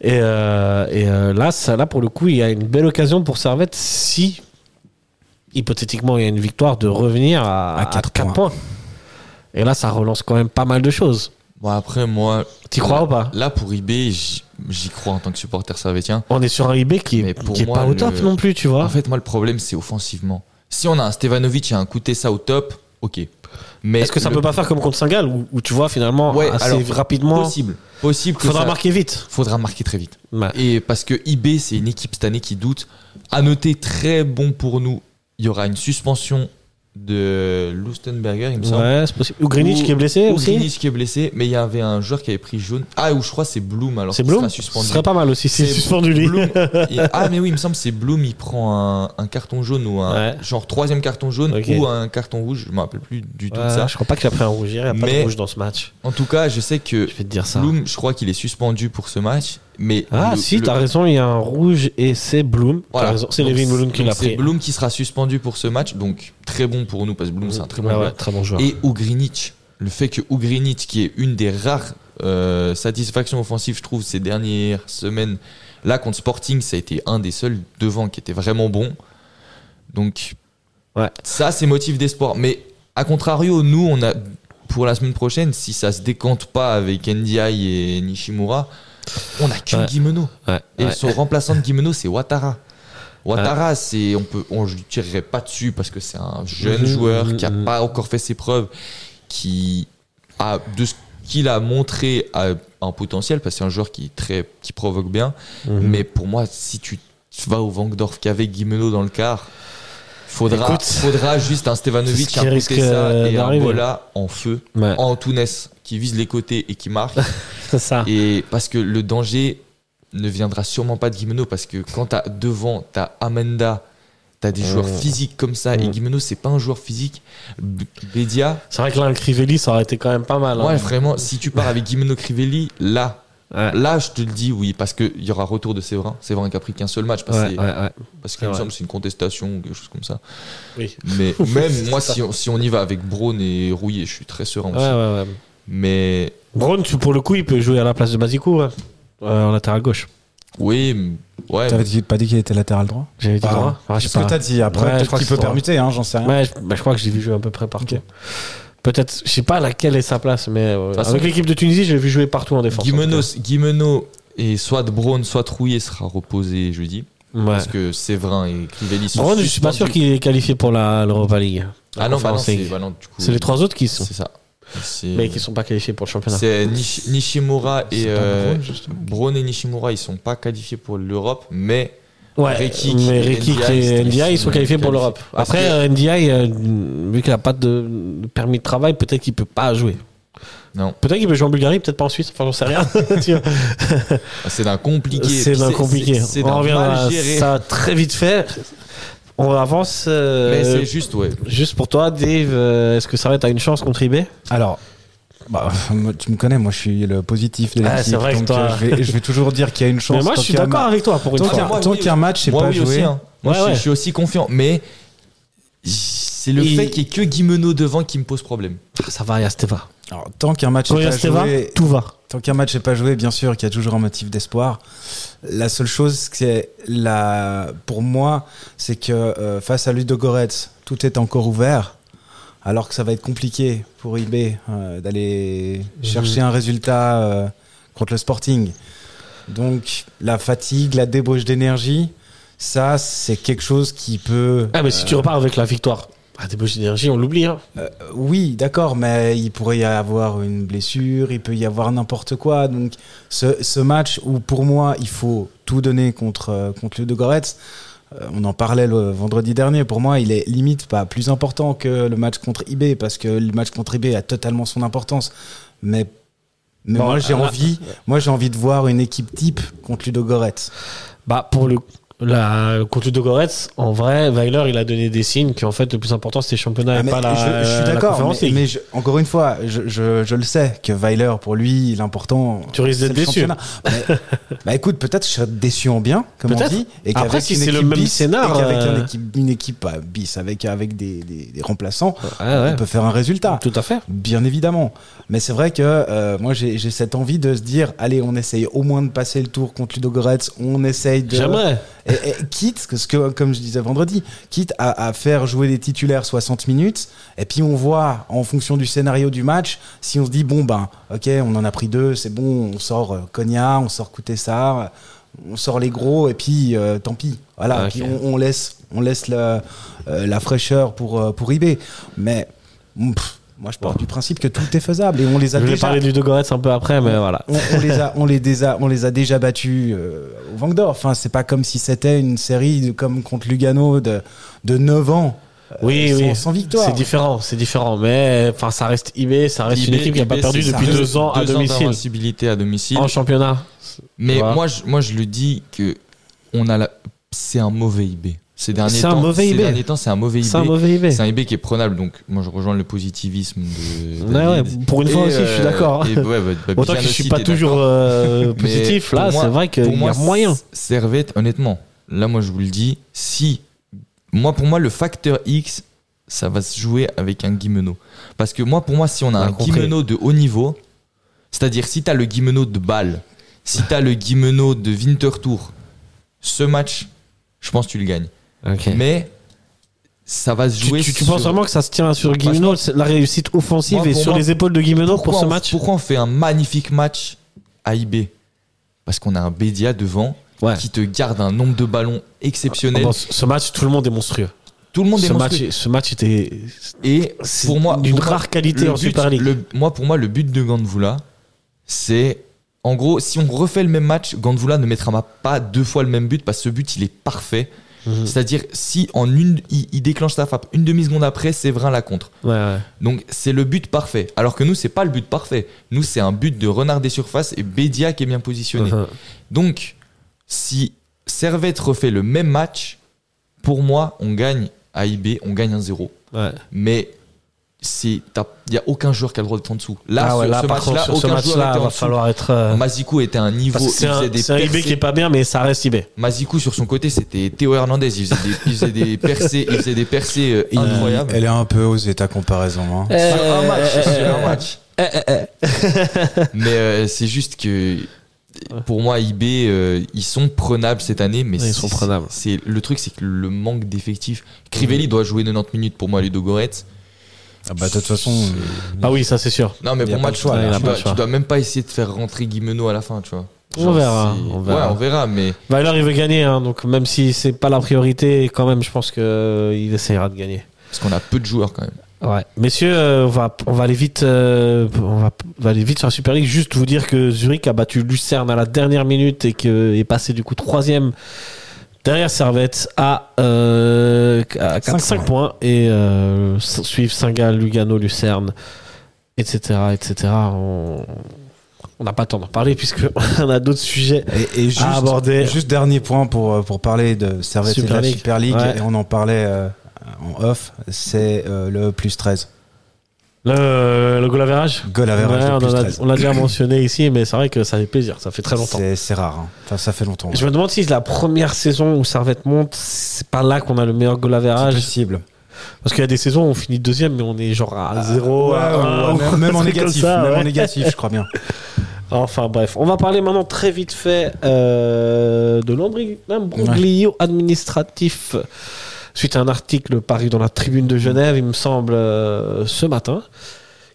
[SPEAKER 5] Et, euh, et, euh, là, ça, là, pour le coup, il y a une belle occasion pour Servette si, hypothétiquement, il y a une victoire, de revenir à,
[SPEAKER 6] À quatre
[SPEAKER 5] quatre points. Et là, ça relance quand même pas mal de choses.
[SPEAKER 7] Bon, après, moi.
[SPEAKER 5] T'y crois ou pas
[SPEAKER 7] Là, pour IB, j'y j'y crois en tant que supporter servétien.
[SPEAKER 5] On est sur un IB qui
[SPEAKER 7] Mais
[SPEAKER 5] est,
[SPEAKER 7] pour
[SPEAKER 5] qui est
[SPEAKER 7] moi,
[SPEAKER 5] pas au
[SPEAKER 7] le-
[SPEAKER 5] top non plus, tu vois.
[SPEAKER 7] En fait, moi, le problème, c'est offensivement. Si on a un Stevanovic et un Koutessa au top, ok. Mais
[SPEAKER 5] Est-ce que ça
[SPEAKER 7] le-
[SPEAKER 5] peut pas faire comme contre Saint-Gall où, où tu vois finalement
[SPEAKER 7] Ouais,
[SPEAKER 5] assez
[SPEAKER 7] alors,
[SPEAKER 5] rapidement
[SPEAKER 7] Possible. Possible que
[SPEAKER 5] Faudra
[SPEAKER 7] ça-
[SPEAKER 5] marquer vite.
[SPEAKER 7] Faudra marquer très vite.
[SPEAKER 5] Ouais.
[SPEAKER 7] Et parce que IB, c'est une équipe cette année qui doute. À noter, très bon pour nous, il y aura une suspension de Lustenberger, il me semble.
[SPEAKER 5] Ouais, c'est possible. Ou Greenwich
[SPEAKER 7] Ou-
[SPEAKER 5] qui est blessé
[SPEAKER 7] Ou
[SPEAKER 5] aussi.
[SPEAKER 7] Greenwich qui est blessé, mais il y avait un joueur qui avait pris jaune. Ah, ou je crois c'est Bloom alors.
[SPEAKER 5] c'est
[SPEAKER 7] qu'il
[SPEAKER 5] Bloom.
[SPEAKER 7] sera
[SPEAKER 5] Ce
[SPEAKER 7] suspendu.
[SPEAKER 5] serait pas mal aussi c'est
[SPEAKER 7] C'est
[SPEAKER 5] suspendu lui.
[SPEAKER 7] Bloom. Et- ah, mais oui, il me semble que c'est Bloom, il prend un, un carton jaune ou un
[SPEAKER 5] Ouais.
[SPEAKER 7] genre troisième carton jaune
[SPEAKER 5] Ok.
[SPEAKER 7] ou un carton rouge, je me rappelle plus du tout de
[SPEAKER 5] Ouais,
[SPEAKER 7] ça.
[SPEAKER 5] Je crois pas qu'il a pris un rouge. Il y a pas de
[SPEAKER 7] Mais-
[SPEAKER 5] rouge dans ce match.
[SPEAKER 7] En tout cas, je sais que
[SPEAKER 5] Je vais te dire ça.
[SPEAKER 7] Bloom, je crois qu'il est suspendu pour ce match, mais
[SPEAKER 5] Ah
[SPEAKER 7] le-
[SPEAKER 5] si,
[SPEAKER 7] le-
[SPEAKER 5] t'as raison, il y a un rouge et c'est Bloom. T'as
[SPEAKER 7] Voilà.
[SPEAKER 5] raison, C'est
[SPEAKER 7] Donc,
[SPEAKER 5] Levin Bloom qui
[SPEAKER 7] donc
[SPEAKER 5] l'a
[SPEAKER 7] c'est
[SPEAKER 5] pris.
[SPEAKER 7] Bloom qui sera suspendu pour ce match, donc très bon pour nous parce que Bloom c'est un très bon
[SPEAKER 5] Bah Ouais, ouais,
[SPEAKER 7] joueur.
[SPEAKER 5] très bon joueur.
[SPEAKER 7] Et Ugrinic, le fait que Ugrinic, qui est une des rares euh, satisfactions offensives, je trouve, ces dernières semaines, là contre Sporting, ça a été un des seuls devant qui était vraiment bon. Donc
[SPEAKER 5] Ouais.
[SPEAKER 7] ça c'est motif d'espoir. Mais à contrario, nous on a pour la semaine prochaine, si ça se décante pas avec Ndiaye et Nishimura, on a qu'une
[SPEAKER 5] Ouais.
[SPEAKER 7] Guimeno.
[SPEAKER 5] Ouais,
[SPEAKER 7] Et
[SPEAKER 5] ouais.
[SPEAKER 7] son remplaçant de Guimeno, c'est Ouattara. Ouattara, c'est on peut, on je lui tirerai pas dessus parce que c'est un jeune
[SPEAKER 5] Mhm,
[SPEAKER 7] joueur
[SPEAKER 5] mhm,
[SPEAKER 7] qui a
[SPEAKER 5] mhm.
[SPEAKER 7] pas encore fait ses preuves, qui a de ce qu'il a montré a un potentiel parce que c'est un joueur qui est très, qui provoque bien.
[SPEAKER 5] Mhm.
[SPEAKER 7] Mais pour moi, si tu vas au Vangdorf qu'avec Guimeno dans le quart, faudra,
[SPEAKER 5] Écoute,
[SPEAKER 7] faudra juste un
[SPEAKER 5] c'est
[SPEAKER 7] Stevanovic,
[SPEAKER 5] ce
[SPEAKER 7] un
[SPEAKER 5] qui risque, euh,
[SPEAKER 7] Coutessa et un
[SPEAKER 5] d'arriver.
[SPEAKER 7] Bola en feu,
[SPEAKER 5] Ouais,
[SPEAKER 7] en Tounes qui vise les côtés et qui marque.
[SPEAKER 5] c'est ça.
[SPEAKER 7] Et parce que le danger ne viendra sûrement pas de Guimeno parce que quand t'as devant, t'as Amanda, t'as des joueurs
[SPEAKER 5] Mm.
[SPEAKER 7] physiques comme ça et
[SPEAKER 5] Mm.
[SPEAKER 7] Guimeno c'est pas un joueur physique. B- Bedia,
[SPEAKER 5] C'est vrai que là, un Crivelli, ça aurait été quand même pas mal. hein.
[SPEAKER 7] ouais vraiment, si tu pars avec Guimeno Crivelli, là,
[SPEAKER 5] Ouais.
[SPEAKER 7] là je te le dis oui parce que il y aura retour de Séverin. Séverin qui a pris qu'un seul match parce,
[SPEAKER 5] Ouais,
[SPEAKER 7] que-
[SPEAKER 5] ouais, ouais.
[SPEAKER 7] parce qu'il
[SPEAKER 5] Ouais.
[SPEAKER 7] me semble que c'est une contestation ou quelque chose comme ça.
[SPEAKER 5] Oui.
[SPEAKER 7] Mais même moi si on, si on y va avec Braun et Rouillé, je suis très serein
[SPEAKER 5] Ouais,
[SPEAKER 7] aussi.
[SPEAKER 5] ouais, ouais.
[SPEAKER 7] Mais
[SPEAKER 5] Braun, tu- pour le coup, il peut jouer à la place de Mazikou, ouais. Euh, en latéral gauche.
[SPEAKER 7] oui, m- ouais.
[SPEAKER 6] T'avais dit- pas dit qu'il était latéral droit.
[SPEAKER 5] J'avais dit
[SPEAKER 6] Bah,
[SPEAKER 5] droit. Ah, je
[SPEAKER 6] ce
[SPEAKER 5] sais
[SPEAKER 6] que
[SPEAKER 5] pas.
[SPEAKER 6] t'as dit après,
[SPEAKER 5] Ouais, je
[SPEAKER 6] peut-être
[SPEAKER 5] crois
[SPEAKER 6] qu'il
[SPEAKER 5] que
[SPEAKER 6] peut
[SPEAKER 5] c'est droit.
[SPEAKER 6] permuter, hein, j'en sais rien.
[SPEAKER 5] Ouais, je, bah, je crois que j'ai vu jouer à peu près partout.
[SPEAKER 6] Ok.
[SPEAKER 5] Peut-être, je sais pas laquelle est sa place, mais euh,
[SPEAKER 7] toute façon-
[SPEAKER 5] avec l'équipe de Tunisie, j'ai vu jouer partout en défense. en tout
[SPEAKER 7] Guimeno- Guimeno et soit Braun, soit Trouillet sera reposé jeudi.
[SPEAKER 5] cas. Ouais.
[SPEAKER 7] Parce que Séverin et Crivelli sont.
[SPEAKER 5] Ron, je suis pas sûr
[SPEAKER 7] suspendus.
[SPEAKER 5] qu'il est qualifié pour la l'Europa League. La
[SPEAKER 7] Ah non, bah non,
[SPEAKER 5] Conference
[SPEAKER 7] c'est
[SPEAKER 5] League.
[SPEAKER 7] bah non, du coup,
[SPEAKER 5] C'est les trois autres qui y sont,
[SPEAKER 7] C'est ça. C'est-
[SPEAKER 5] mais qui sont pas qualifiés pour le championnat.
[SPEAKER 7] C'est Nish- Nishimura et.
[SPEAKER 6] pas
[SPEAKER 7] euh,
[SPEAKER 6] Braun, justement.
[SPEAKER 7] Braun et Nishimura, ils sont pas qualifiés pour l'Europe, mais
[SPEAKER 5] Ouais,
[SPEAKER 7] Rekik
[SPEAKER 5] mais
[SPEAKER 7] et
[SPEAKER 5] Rekik
[SPEAKER 7] NDI,
[SPEAKER 5] et
[SPEAKER 7] ils
[SPEAKER 5] NDI, ils sont
[SPEAKER 7] sont
[SPEAKER 5] qualifiés pour
[SPEAKER 7] qualifiés.
[SPEAKER 5] l'Europe.
[SPEAKER 7] Parce
[SPEAKER 5] Après,
[SPEAKER 7] que-
[SPEAKER 5] euh, NDI, euh, vu qu'il n'a pas de de permis de travail, peut-être qu'il peut pas jouer.
[SPEAKER 7] Non.
[SPEAKER 5] Peut-être qu'il peut jouer en Bulgarie, peut-être pas en Suisse, enfin j'en sais rien. Tu vois.
[SPEAKER 7] C'est d'un compliqué.
[SPEAKER 5] c'est
[SPEAKER 7] Puis
[SPEAKER 5] d'un compliqué.
[SPEAKER 7] c'est- C'est
[SPEAKER 5] On
[SPEAKER 7] d'un
[SPEAKER 5] reviendra
[SPEAKER 7] mal
[SPEAKER 5] à
[SPEAKER 7] géré.
[SPEAKER 5] ça très vite fait. On avance. euh,
[SPEAKER 7] Mais c'est juste, ouais.
[SPEAKER 5] Juste pour toi, Dave, euh, est-ce que ça va être à une chance contre eBay
[SPEAKER 6] Alors, bah, moi, tu me connais, moi je suis le positif de
[SPEAKER 5] Ah,
[SPEAKER 6] l'équipe.
[SPEAKER 5] c'est vrai que
[SPEAKER 6] donc,
[SPEAKER 5] toi-
[SPEAKER 6] euh, je, vais, je vais toujours dire qu'il y a une chance.
[SPEAKER 5] Mais moi, je
[SPEAKER 6] tant
[SPEAKER 5] suis
[SPEAKER 6] qu'il y a un
[SPEAKER 5] d'accord
[SPEAKER 6] ma-
[SPEAKER 5] avec toi pour une
[SPEAKER 6] Tant
[SPEAKER 5] fois.
[SPEAKER 6] qu'il y a-
[SPEAKER 7] Moi,
[SPEAKER 6] tant
[SPEAKER 7] oui,
[SPEAKER 6] qu'il y a un
[SPEAKER 7] oui.
[SPEAKER 6] match, c'est
[SPEAKER 7] Moi,
[SPEAKER 6] pas
[SPEAKER 7] oui,
[SPEAKER 6] joué.
[SPEAKER 7] aussi, hein. Moi,
[SPEAKER 5] Ouais,
[SPEAKER 7] je, suis-
[SPEAKER 5] ouais.
[SPEAKER 7] je suis aussi confiant. Mais c'est le
[SPEAKER 5] Il-
[SPEAKER 7] fait qu'il n'y ait que Guimeno devant qui me pose problème.
[SPEAKER 5] Ah, ça va, Yasteva.
[SPEAKER 6] Alors, tant qu'un match
[SPEAKER 5] Quand
[SPEAKER 6] n'est pas
[SPEAKER 5] Yasteva,
[SPEAKER 6] joué,
[SPEAKER 5] tout va.
[SPEAKER 6] tant qu'un match n'est pas joué, bien sûr qu'il y a toujours un motif d'espoir. La seule chose, c'est la, pour moi, c'est que euh, face à Ludo Goretz, tout est encore ouvert. Alors que ça va être compliqué pour eBay euh, d'aller chercher un résultat euh, contre le Sporting. Donc la fatigue, la débauche d'énergie, ça c'est quelque chose qui peut.
[SPEAKER 5] Ah, mais si tu repars avec la victoire, à débauche d'énergie, on l'oublie. hein.
[SPEAKER 6] Euh, Oui, d'accord, mais il pourrait y avoir une blessure, il peut y avoir n'importe quoi. Donc, ce, ce match où pour moi, il faut tout donner contre, euh, contre le Goretz, euh, on en parlait le vendredi dernier, pour moi, il est limite pas plus important que le match contre IB, parce que le match contre IB a totalement son importance. Mais. Mais
[SPEAKER 5] Bon,
[SPEAKER 6] moi j'ai
[SPEAKER 5] là-
[SPEAKER 6] envie, moi j'ai envie de voir une équipe type contre Ludo Goretz.
[SPEAKER 5] Bah, pour le. La, contre le Goretz, en vrai, Weiler, il a donné des signes qu'en fait, le plus important, c'était le championnat
[SPEAKER 6] Ah,
[SPEAKER 5] et
[SPEAKER 6] mais
[SPEAKER 5] pas la, euh,
[SPEAKER 6] je, je suis
[SPEAKER 5] la
[SPEAKER 6] d'accord,
[SPEAKER 5] conférence
[SPEAKER 6] mais,
[SPEAKER 5] League.
[SPEAKER 6] mais je- encore une fois, je, je- je le sais que Weiler pour lui l'important.
[SPEAKER 5] Tu risques
[SPEAKER 6] c'est
[SPEAKER 5] d'être
[SPEAKER 6] le
[SPEAKER 5] déçu.
[SPEAKER 6] championnat. Mais- bah écoute, peut-être je serais déçu en bien, comme on
[SPEAKER 5] Peut-être.
[SPEAKER 6] dit, et
[SPEAKER 5] Après,
[SPEAKER 6] qu'avec
[SPEAKER 5] si
[SPEAKER 6] une
[SPEAKER 5] c'est le
[SPEAKER 6] équipe
[SPEAKER 5] même
[SPEAKER 6] bis,
[SPEAKER 5] scénar,
[SPEAKER 6] et qu'avec une
[SPEAKER 5] euh,
[SPEAKER 6] équipe, une équipe pas bis, avec avec des, des- des remplaçants,
[SPEAKER 5] Ouais, ouais.
[SPEAKER 6] on peut faire un résultat.
[SPEAKER 5] Tout à fait.
[SPEAKER 6] Bien évidemment. Mais c'est vrai que euh, moi, j'ai j'ai cette envie de se dire allez, on essaye au moins de passer le tour contre Ludo Goretz, on essaye de.
[SPEAKER 5] J'aimerais.
[SPEAKER 6] Et, et quitte, que ce que, comme je disais vendredi, quitte à, à faire jouer des titulaires 60 minutes, et puis on voit en fonction du scénario du match, si on se dit, bon ben, ok, on en a pris deux, c'est bon, on sort euh, Cogna, on sort Koutessar, on sort les gros, et puis euh, tant pis. Voilà,
[SPEAKER 5] Ah,
[SPEAKER 6] puis
[SPEAKER 5] ok.
[SPEAKER 6] on, on laisse, on laisse la, euh, la fraîcheur pour, euh, pour IB. Mais mm, pff, moi, je pars du principe que tout est faisable, et on les
[SPEAKER 5] Je
[SPEAKER 6] a
[SPEAKER 5] voulais
[SPEAKER 6] déjà
[SPEAKER 5] parler du Goretz un peu après, mais voilà.
[SPEAKER 6] on, on les a, on les désa- on les a déjà battus euh, au Vangdor. Enfin, c'est pas comme si c'était une série de- comme contre Lugano de, de 9 ans. euh,
[SPEAKER 5] Oui,
[SPEAKER 6] sans,
[SPEAKER 5] oui.
[SPEAKER 6] sans victoire.
[SPEAKER 5] C'est différent, c'est différent. Mais enfin, ça reste IB, ça reste Ah, une
[SPEAKER 7] IB,
[SPEAKER 5] équipe qui n'a pas
[SPEAKER 7] IB,
[SPEAKER 5] perdu
[SPEAKER 7] c'est
[SPEAKER 5] depuis
[SPEAKER 7] ça.
[SPEAKER 5] deux ans à domicile.
[SPEAKER 7] d'invincibilité à domicile.
[SPEAKER 5] En championnat.
[SPEAKER 7] Mais
[SPEAKER 5] Voilà.
[SPEAKER 7] moi, je, moi, je lui dis que on a la... c'est un mauvais IB. Ces derniers
[SPEAKER 5] C'est un
[SPEAKER 7] temps,
[SPEAKER 5] mauvais
[SPEAKER 7] ces
[SPEAKER 5] IB.
[SPEAKER 7] derniers temps, c'est un mauvais
[SPEAKER 5] C'est un
[SPEAKER 7] IB.
[SPEAKER 5] mauvais IB.
[SPEAKER 7] C'est un IB qui est prenable. Donc, moi, je rejoins le positivisme de.
[SPEAKER 5] Ouais, ouais,
[SPEAKER 7] David.
[SPEAKER 5] pour une fois
[SPEAKER 7] Et,
[SPEAKER 5] aussi, je suis
[SPEAKER 7] euh,
[SPEAKER 5] d'accord.
[SPEAKER 7] et ouais, bah, bah,
[SPEAKER 5] Autant
[SPEAKER 7] bien
[SPEAKER 5] que je
[SPEAKER 7] aussi,
[SPEAKER 5] suis pas
[SPEAKER 7] t'es
[SPEAKER 5] toujours euh,
[SPEAKER 7] Mais
[SPEAKER 5] positif, là,
[SPEAKER 7] pour moi-
[SPEAKER 5] c'est vrai qu'il
[SPEAKER 7] pour
[SPEAKER 5] y
[SPEAKER 7] moi,
[SPEAKER 5] a moyen.
[SPEAKER 7] S- Servette, honnêtement, là, moi, je vous le dis, si. Moi, pour moi, le facteur X, ça va se jouer avec un Guimeno. Parce que moi, pour moi, si on a
[SPEAKER 5] On a
[SPEAKER 7] un
[SPEAKER 5] compris.
[SPEAKER 7] Guimeno de haut niveau, c'est-à-dire si t'as le Guimeno de Bâle, si t'as le Guimeno de Winterthur, ce match, je pense que tu le gagnes. Mais ça va se
[SPEAKER 5] Tu,
[SPEAKER 7] jouer
[SPEAKER 5] tu- tu
[SPEAKER 7] sur-
[SPEAKER 5] penses vraiment que ça se tient sur
[SPEAKER 7] Moi, je
[SPEAKER 5] Guimeno, c'est la réussite offensive
[SPEAKER 7] Moi,
[SPEAKER 5] est
[SPEAKER 7] pour
[SPEAKER 5] sur
[SPEAKER 7] moi,
[SPEAKER 5] les épaules de Guimeno pour ce
[SPEAKER 7] on-
[SPEAKER 5] match
[SPEAKER 7] Pourquoi on fait un magnifique match à IB Parce qu'on a un Bédia devant
[SPEAKER 5] Ouais.
[SPEAKER 7] qui te garde un nombre de ballons exceptionnel.
[SPEAKER 5] Ah bon, ce ce match, tout le monde est monstrueux.
[SPEAKER 7] Tout le monde est
[SPEAKER 5] Ce match,
[SPEAKER 7] monstrueux.
[SPEAKER 5] ce match était
[SPEAKER 7] Et
[SPEAKER 5] c'est
[SPEAKER 7] pour moi,
[SPEAKER 5] d'une
[SPEAKER 7] pour moi,
[SPEAKER 5] rare qualité
[SPEAKER 7] le
[SPEAKER 5] en
[SPEAKER 7] but-
[SPEAKER 5] Super League.
[SPEAKER 7] le- moi, pour moi, le but de Gandvula, c'est en gros, si on refait le même match, Gandvula ne mettra ma- pas deux fois le même but parce que ce but, il est parfait.
[SPEAKER 5] Mhm.
[SPEAKER 7] C'est-à-dire, si en une, il, il déclenche sa frappe une demi-seconde après, Séverin la contre.
[SPEAKER 5] Ouais, ouais.
[SPEAKER 7] Donc c'est le but parfait. Alors que nous, c'est pas le but parfait. Nous, c'est un but de renard des surfaces et Bédia qui est bien positionné.
[SPEAKER 5] Mhm.
[SPEAKER 7] Donc, si Servette refait le même match, pour moi, on gagne à IB, on gagne 1-0.
[SPEAKER 5] Ouais.
[SPEAKER 7] Mais il n'y a aucun joueur qui a le droit d'être en dessous. Là,
[SPEAKER 5] Ah ouais,
[SPEAKER 7] sur
[SPEAKER 5] là,
[SPEAKER 7] ce
[SPEAKER 5] par contre,
[SPEAKER 7] match-là,
[SPEAKER 5] sur ce
[SPEAKER 7] aucun joueur
[SPEAKER 5] match-là,
[SPEAKER 7] était en
[SPEAKER 5] va
[SPEAKER 7] dessous.
[SPEAKER 5] falloir être. euh,
[SPEAKER 7] Mazikou était à un niveau,
[SPEAKER 5] parce que
[SPEAKER 7] il
[SPEAKER 5] c'est un,
[SPEAKER 7] faisait des
[SPEAKER 5] c'est un IB
[SPEAKER 7] percées.
[SPEAKER 5] qui est pas bien, mais ça reste IB.
[SPEAKER 7] Mazikou, sur son côté, c'était Théo Hernandez. Il faisait des, il faisait des percées, il faisait des percées euh,
[SPEAKER 6] Il-
[SPEAKER 7] incroyables.
[SPEAKER 6] Elle est un peu osée ta comparaison. hein.
[SPEAKER 7] Sur un match,
[SPEAKER 6] euh,
[SPEAKER 7] sur un match. mais euh, c'est juste que pour moi, IB, euh, ils sont prenables cette année, mais
[SPEAKER 5] Ouais, ils
[SPEAKER 7] c'est-
[SPEAKER 5] sont prenables. Mm.
[SPEAKER 7] C'est le truc, c'est que le manque d'effectifs. Crivelli doit jouer 90 minutes pour moi, à Ludo Goretz.
[SPEAKER 6] Ah bah, de toute façon,
[SPEAKER 5] Ah oui, ça c'est sûr.
[SPEAKER 7] Non, mais
[SPEAKER 6] Il y a
[SPEAKER 7] pour
[SPEAKER 6] pas
[SPEAKER 7] moi,
[SPEAKER 6] le
[SPEAKER 7] tu,
[SPEAKER 6] choix,
[SPEAKER 5] il y a pas
[SPEAKER 7] dois, tu dois-
[SPEAKER 5] le choix.
[SPEAKER 7] tu dois même pas essayer de faire rentrer Guimeno à la fin, tu vois.
[SPEAKER 5] On verra,
[SPEAKER 7] c'est-
[SPEAKER 5] on verra.
[SPEAKER 7] Ouais, on verra, mais
[SPEAKER 5] Valor, il veut gagner, hein, donc même si c'est pas la priorité, quand même, je pense que euh, il essayera de gagner.
[SPEAKER 7] parce qu'on a peu de joueurs quand même.
[SPEAKER 5] Ouais. Messieurs, euh, on va on va aller vite, euh, on va, on va aller vite sur la Super League. Juste vous dire que Zurich a battu Lucerne à la dernière minute et que est passé du coup troisième. Derrière Servette à, euh, à 4, 5, points. et euh, s- suivent Singal, Lugano, Lucerne, etc. etc. On on n'a pas le temps d'en parler puisque on a d'autres sujets.
[SPEAKER 6] Et, et juste,
[SPEAKER 5] à aborder.
[SPEAKER 6] juste dernier point pour, euh, pour parler de Servette et de
[SPEAKER 5] Super
[SPEAKER 6] la
[SPEAKER 5] League.
[SPEAKER 6] Super League,
[SPEAKER 5] Ouais.
[SPEAKER 6] et on en parlait euh, en off, c'est euh, le plus 13.
[SPEAKER 5] Le, le goal average
[SPEAKER 6] Goal average
[SPEAKER 5] Ouais,
[SPEAKER 6] le
[SPEAKER 5] on,
[SPEAKER 6] plus
[SPEAKER 5] en a-
[SPEAKER 6] 13.
[SPEAKER 5] on l'a déjà mentionné ici, mais c'est vrai que ça fait plaisir, ça fait très longtemps.
[SPEAKER 6] C'est- C'est rare, hein. enfin, ça fait longtemps.
[SPEAKER 5] Je me demande si la première saison où Servette monte, c'est pas là qu'on a le meilleur goal
[SPEAKER 6] C'est
[SPEAKER 5] average.
[SPEAKER 6] possible.
[SPEAKER 5] Parce qu'il y a des saisons où on finit deuxième, mais on est genre à 0,
[SPEAKER 6] Ah, Ouais,
[SPEAKER 5] à un,
[SPEAKER 6] ou même, même en
[SPEAKER 5] un truc comme
[SPEAKER 6] négatif,
[SPEAKER 5] ça,
[SPEAKER 6] même en
[SPEAKER 5] ouais.
[SPEAKER 6] négatif, je crois bien.
[SPEAKER 5] Enfin bref, on va parler maintenant très vite fait euh, de l'embri- l'imbroglio administratif suite à un article paru dans la Tribune de Genève, il me semble, euh, ce matin,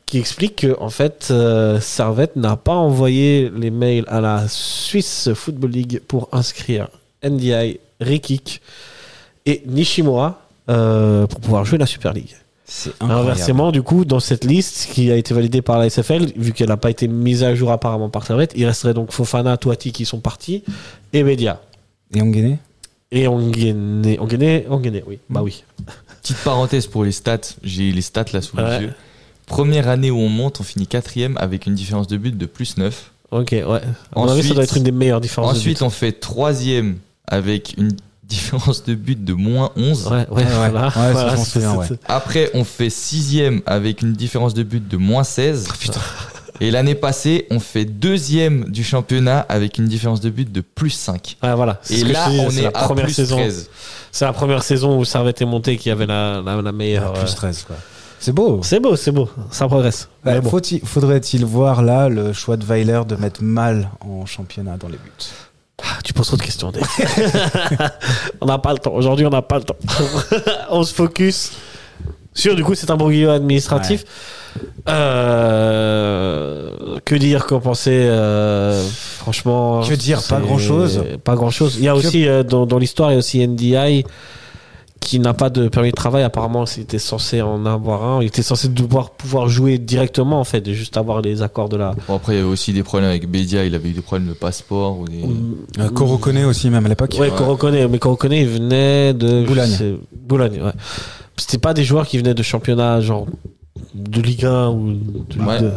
[SPEAKER 5] qui explique que en fait euh, Servette n'a pas envoyé les mails à la Swiss Football League pour inscrire NDI, Rekik et Nishimura euh, pour pouvoir jouer la Super League.
[SPEAKER 6] C'est
[SPEAKER 5] Inversement, du coup, dans cette liste qui a été validée par la SFL, vu qu'elle n'a pas été mise à jour apparemment par Servette, il resterait donc Fofana, Toati qui sont partis, et Bedia.
[SPEAKER 6] Et on gagnait
[SPEAKER 5] Et Onguené, Onguené, Onguené, oui, bah oui.
[SPEAKER 7] Petite parenthèse pour les stats, j'ai les stats là sous
[SPEAKER 5] Ouais.
[SPEAKER 7] les yeux. Première année où on monte, on finit quatrième avec une différence de but de plus 9.
[SPEAKER 5] Ok, ouais. À mon avis, ça
[SPEAKER 7] Ensuite-
[SPEAKER 5] doit être une des meilleures différences. de
[SPEAKER 7] Ensuite, on fait troisième avec une différence de but de moins 11.
[SPEAKER 5] but. ouais, ouais,
[SPEAKER 6] Ouais, ouais.
[SPEAKER 5] voilà.
[SPEAKER 6] Ouais, ça,
[SPEAKER 5] Voilà,
[SPEAKER 6] je m'en
[SPEAKER 5] c'est-
[SPEAKER 6] souviens,
[SPEAKER 5] c'est-
[SPEAKER 6] ouais.
[SPEAKER 5] c'est-
[SPEAKER 7] Après, on fait sixième avec une différence de but de moins 16.
[SPEAKER 5] Oh,
[SPEAKER 7] Et l'année passée, on fait deuxième du championnat avec une différence de but de plus 5.
[SPEAKER 5] ouais, voilà. C'est
[SPEAKER 7] Et
[SPEAKER 5] ce que
[SPEAKER 7] là,
[SPEAKER 5] je te disais,
[SPEAKER 7] on
[SPEAKER 5] c'est
[SPEAKER 7] est,
[SPEAKER 5] la
[SPEAKER 7] à
[SPEAKER 5] première
[SPEAKER 7] plus
[SPEAKER 5] saison.
[SPEAKER 7] 13.
[SPEAKER 5] C'est la première saison où Servette est montée qui avait la, la, la meilleure.
[SPEAKER 6] Plus
[SPEAKER 5] euh,
[SPEAKER 6] 13, quoi. C'est beau.
[SPEAKER 5] C'est beau, c'est beau. Ça progresse.
[SPEAKER 6] Ouais,
[SPEAKER 5] Mais bon.
[SPEAKER 6] faut-il- Faudrait-il voir là le choix de Weiler de mettre mal en championnat dans les buts
[SPEAKER 5] Ah, Tu poses trop de questions, Dave. on n'a pas le temps. Aujourd'hui, on n'a pas le temps. on se focus sur, du coup, c'est un bourguignon administratif. Euh, que dire, qu'en penser euh, Franchement.
[SPEAKER 6] Que dire, pas
[SPEAKER 5] c'est-
[SPEAKER 6] grand-chose.
[SPEAKER 5] Pas grand-chose. Il y a
[SPEAKER 6] Que-
[SPEAKER 5] aussi, euh, dans, dans l'histoire, il y a aussi NDI qui n'a pas de permis de travail. Apparemment, il était censé en avoir un. Il était censé devoir pouvoir jouer directement, en fait, et juste avoir les accords de la.
[SPEAKER 7] Bon, après, il y avait aussi des problèmes avec Bédia, il avait eu des problèmes de passeport. Ou des...
[SPEAKER 6] Euh, qu'on reconnaît aussi, même à l'époque.
[SPEAKER 5] Ouais, qu'on reconnaît, mais qu'on reconnaît, il venait de je
[SPEAKER 6] Boulogne.
[SPEAKER 5] sais- Boulogne, ouais. C'était pas des joueurs qui venaient de championnats genre de Ligue 1 ou de Ligue
[SPEAKER 7] Ouais.
[SPEAKER 5] 2.
[SPEAKER 6] Euh,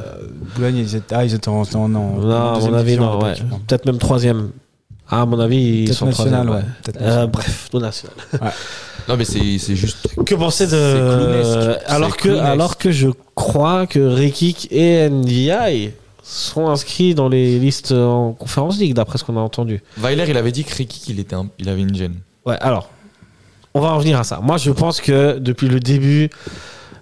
[SPEAKER 6] Boulogne, ils étaient, ah, ils étaient en, en, en-
[SPEAKER 5] Non, à
[SPEAKER 6] en deuxième
[SPEAKER 5] mon avis,
[SPEAKER 6] division,
[SPEAKER 5] non, ouais.
[SPEAKER 6] je crois.
[SPEAKER 5] Peut-être même troisième. Ah, à mon avis, ils
[SPEAKER 6] Peut-être
[SPEAKER 5] sont
[SPEAKER 6] national,
[SPEAKER 5] troisième.
[SPEAKER 6] ouais.
[SPEAKER 5] ouais.
[SPEAKER 6] Peut-être
[SPEAKER 5] Euh,
[SPEAKER 6] national.
[SPEAKER 5] bref, non national.
[SPEAKER 7] Non, mais c'est c'est juste
[SPEAKER 5] Que penser de Euh,
[SPEAKER 7] C'est clownesque.
[SPEAKER 5] alors
[SPEAKER 7] C'est
[SPEAKER 5] que
[SPEAKER 7] clownesque.
[SPEAKER 5] alors que je crois que Rekik et NDI sont inscrits dans les listes en conférence ligue d'après ce qu'on a entendu.
[SPEAKER 7] Weiler, il avait dit que Ricky, qu'il était un- il avait une gêne.
[SPEAKER 5] Ouais, alors, on va en venir à ça. Moi, je pense que depuis le début,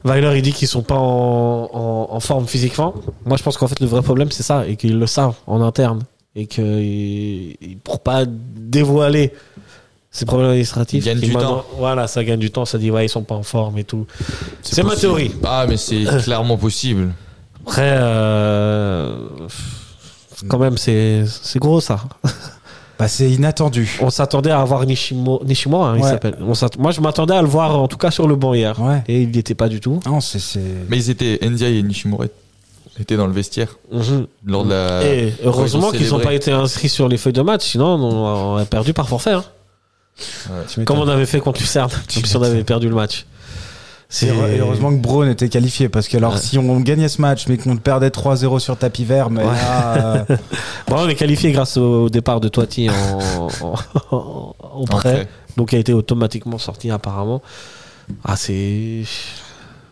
[SPEAKER 5] Weiler, il dit qu'ils sont pas en, en- en forme physiquement. Moi, je pense qu'en fait, le vrai problème, c'est ça, et qu'ils le savent en interne. Et que ils- ils- pour pas dévoiler ces problèmes administratifs,
[SPEAKER 7] Ils gagnent
[SPEAKER 5] qui
[SPEAKER 7] du
[SPEAKER 5] maintenant-
[SPEAKER 7] temps.
[SPEAKER 5] Voilà, ça gagne du temps. Ça dit, ouais, ils sont pas en forme et tout. C'est ma
[SPEAKER 7] possible.
[SPEAKER 5] théorie.
[SPEAKER 7] Ah, mais c'est clairement possible.
[SPEAKER 5] Après, euh, quand même, c'est c'est gros ça.
[SPEAKER 6] Bah, c'est inattendu.
[SPEAKER 5] On s'attendait à avoir Nishimo, Nishimura, hein, il
[SPEAKER 6] Ouais.
[SPEAKER 5] s'appelle. On s'att- Moi, je m'attendais à le voir en tout cas sur le banc hier.
[SPEAKER 6] Ouais.
[SPEAKER 5] Et il n'y était pas du tout.
[SPEAKER 6] Non, c'est. c'est-
[SPEAKER 7] Mais ils étaient, Ndiaye et Nishimura étaient dans le vestiaire lors de la.
[SPEAKER 5] Mhm. Et Eh, heureusement
[SPEAKER 7] quand Euh, ils ont
[SPEAKER 5] qu'ils n'ont
[SPEAKER 7] célébré.
[SPEAKER 5] pas été inscrits sur les feuilles de match, sinon on aurait perdu par forfait. hein.
[SPEAKER 6] tu m'étonnes.
[SPEAKER 5] Comme on avait fait contre Lucerne, comme si on avait perdu le match.
[SPEAKER 6] Et heure- et heureusement que Braun était qualifié parce que alors
[SPEAKER 5] Ouais.
[SPEAKER 6] si on gagnait ce match mais qu'on perdait 3-0 sur tapis vert mais là, euh,
[SPEAKER 5] Bon, on est qualifié grâce au départ de Toiti en, en- au
[SPEAKER 7] En
[SPEAKER 5] prêt,
[SPEAKER 7] prêt.
[SPEAKER 5] donc il a été automatiquement sorti apparemment. Ah, c'est.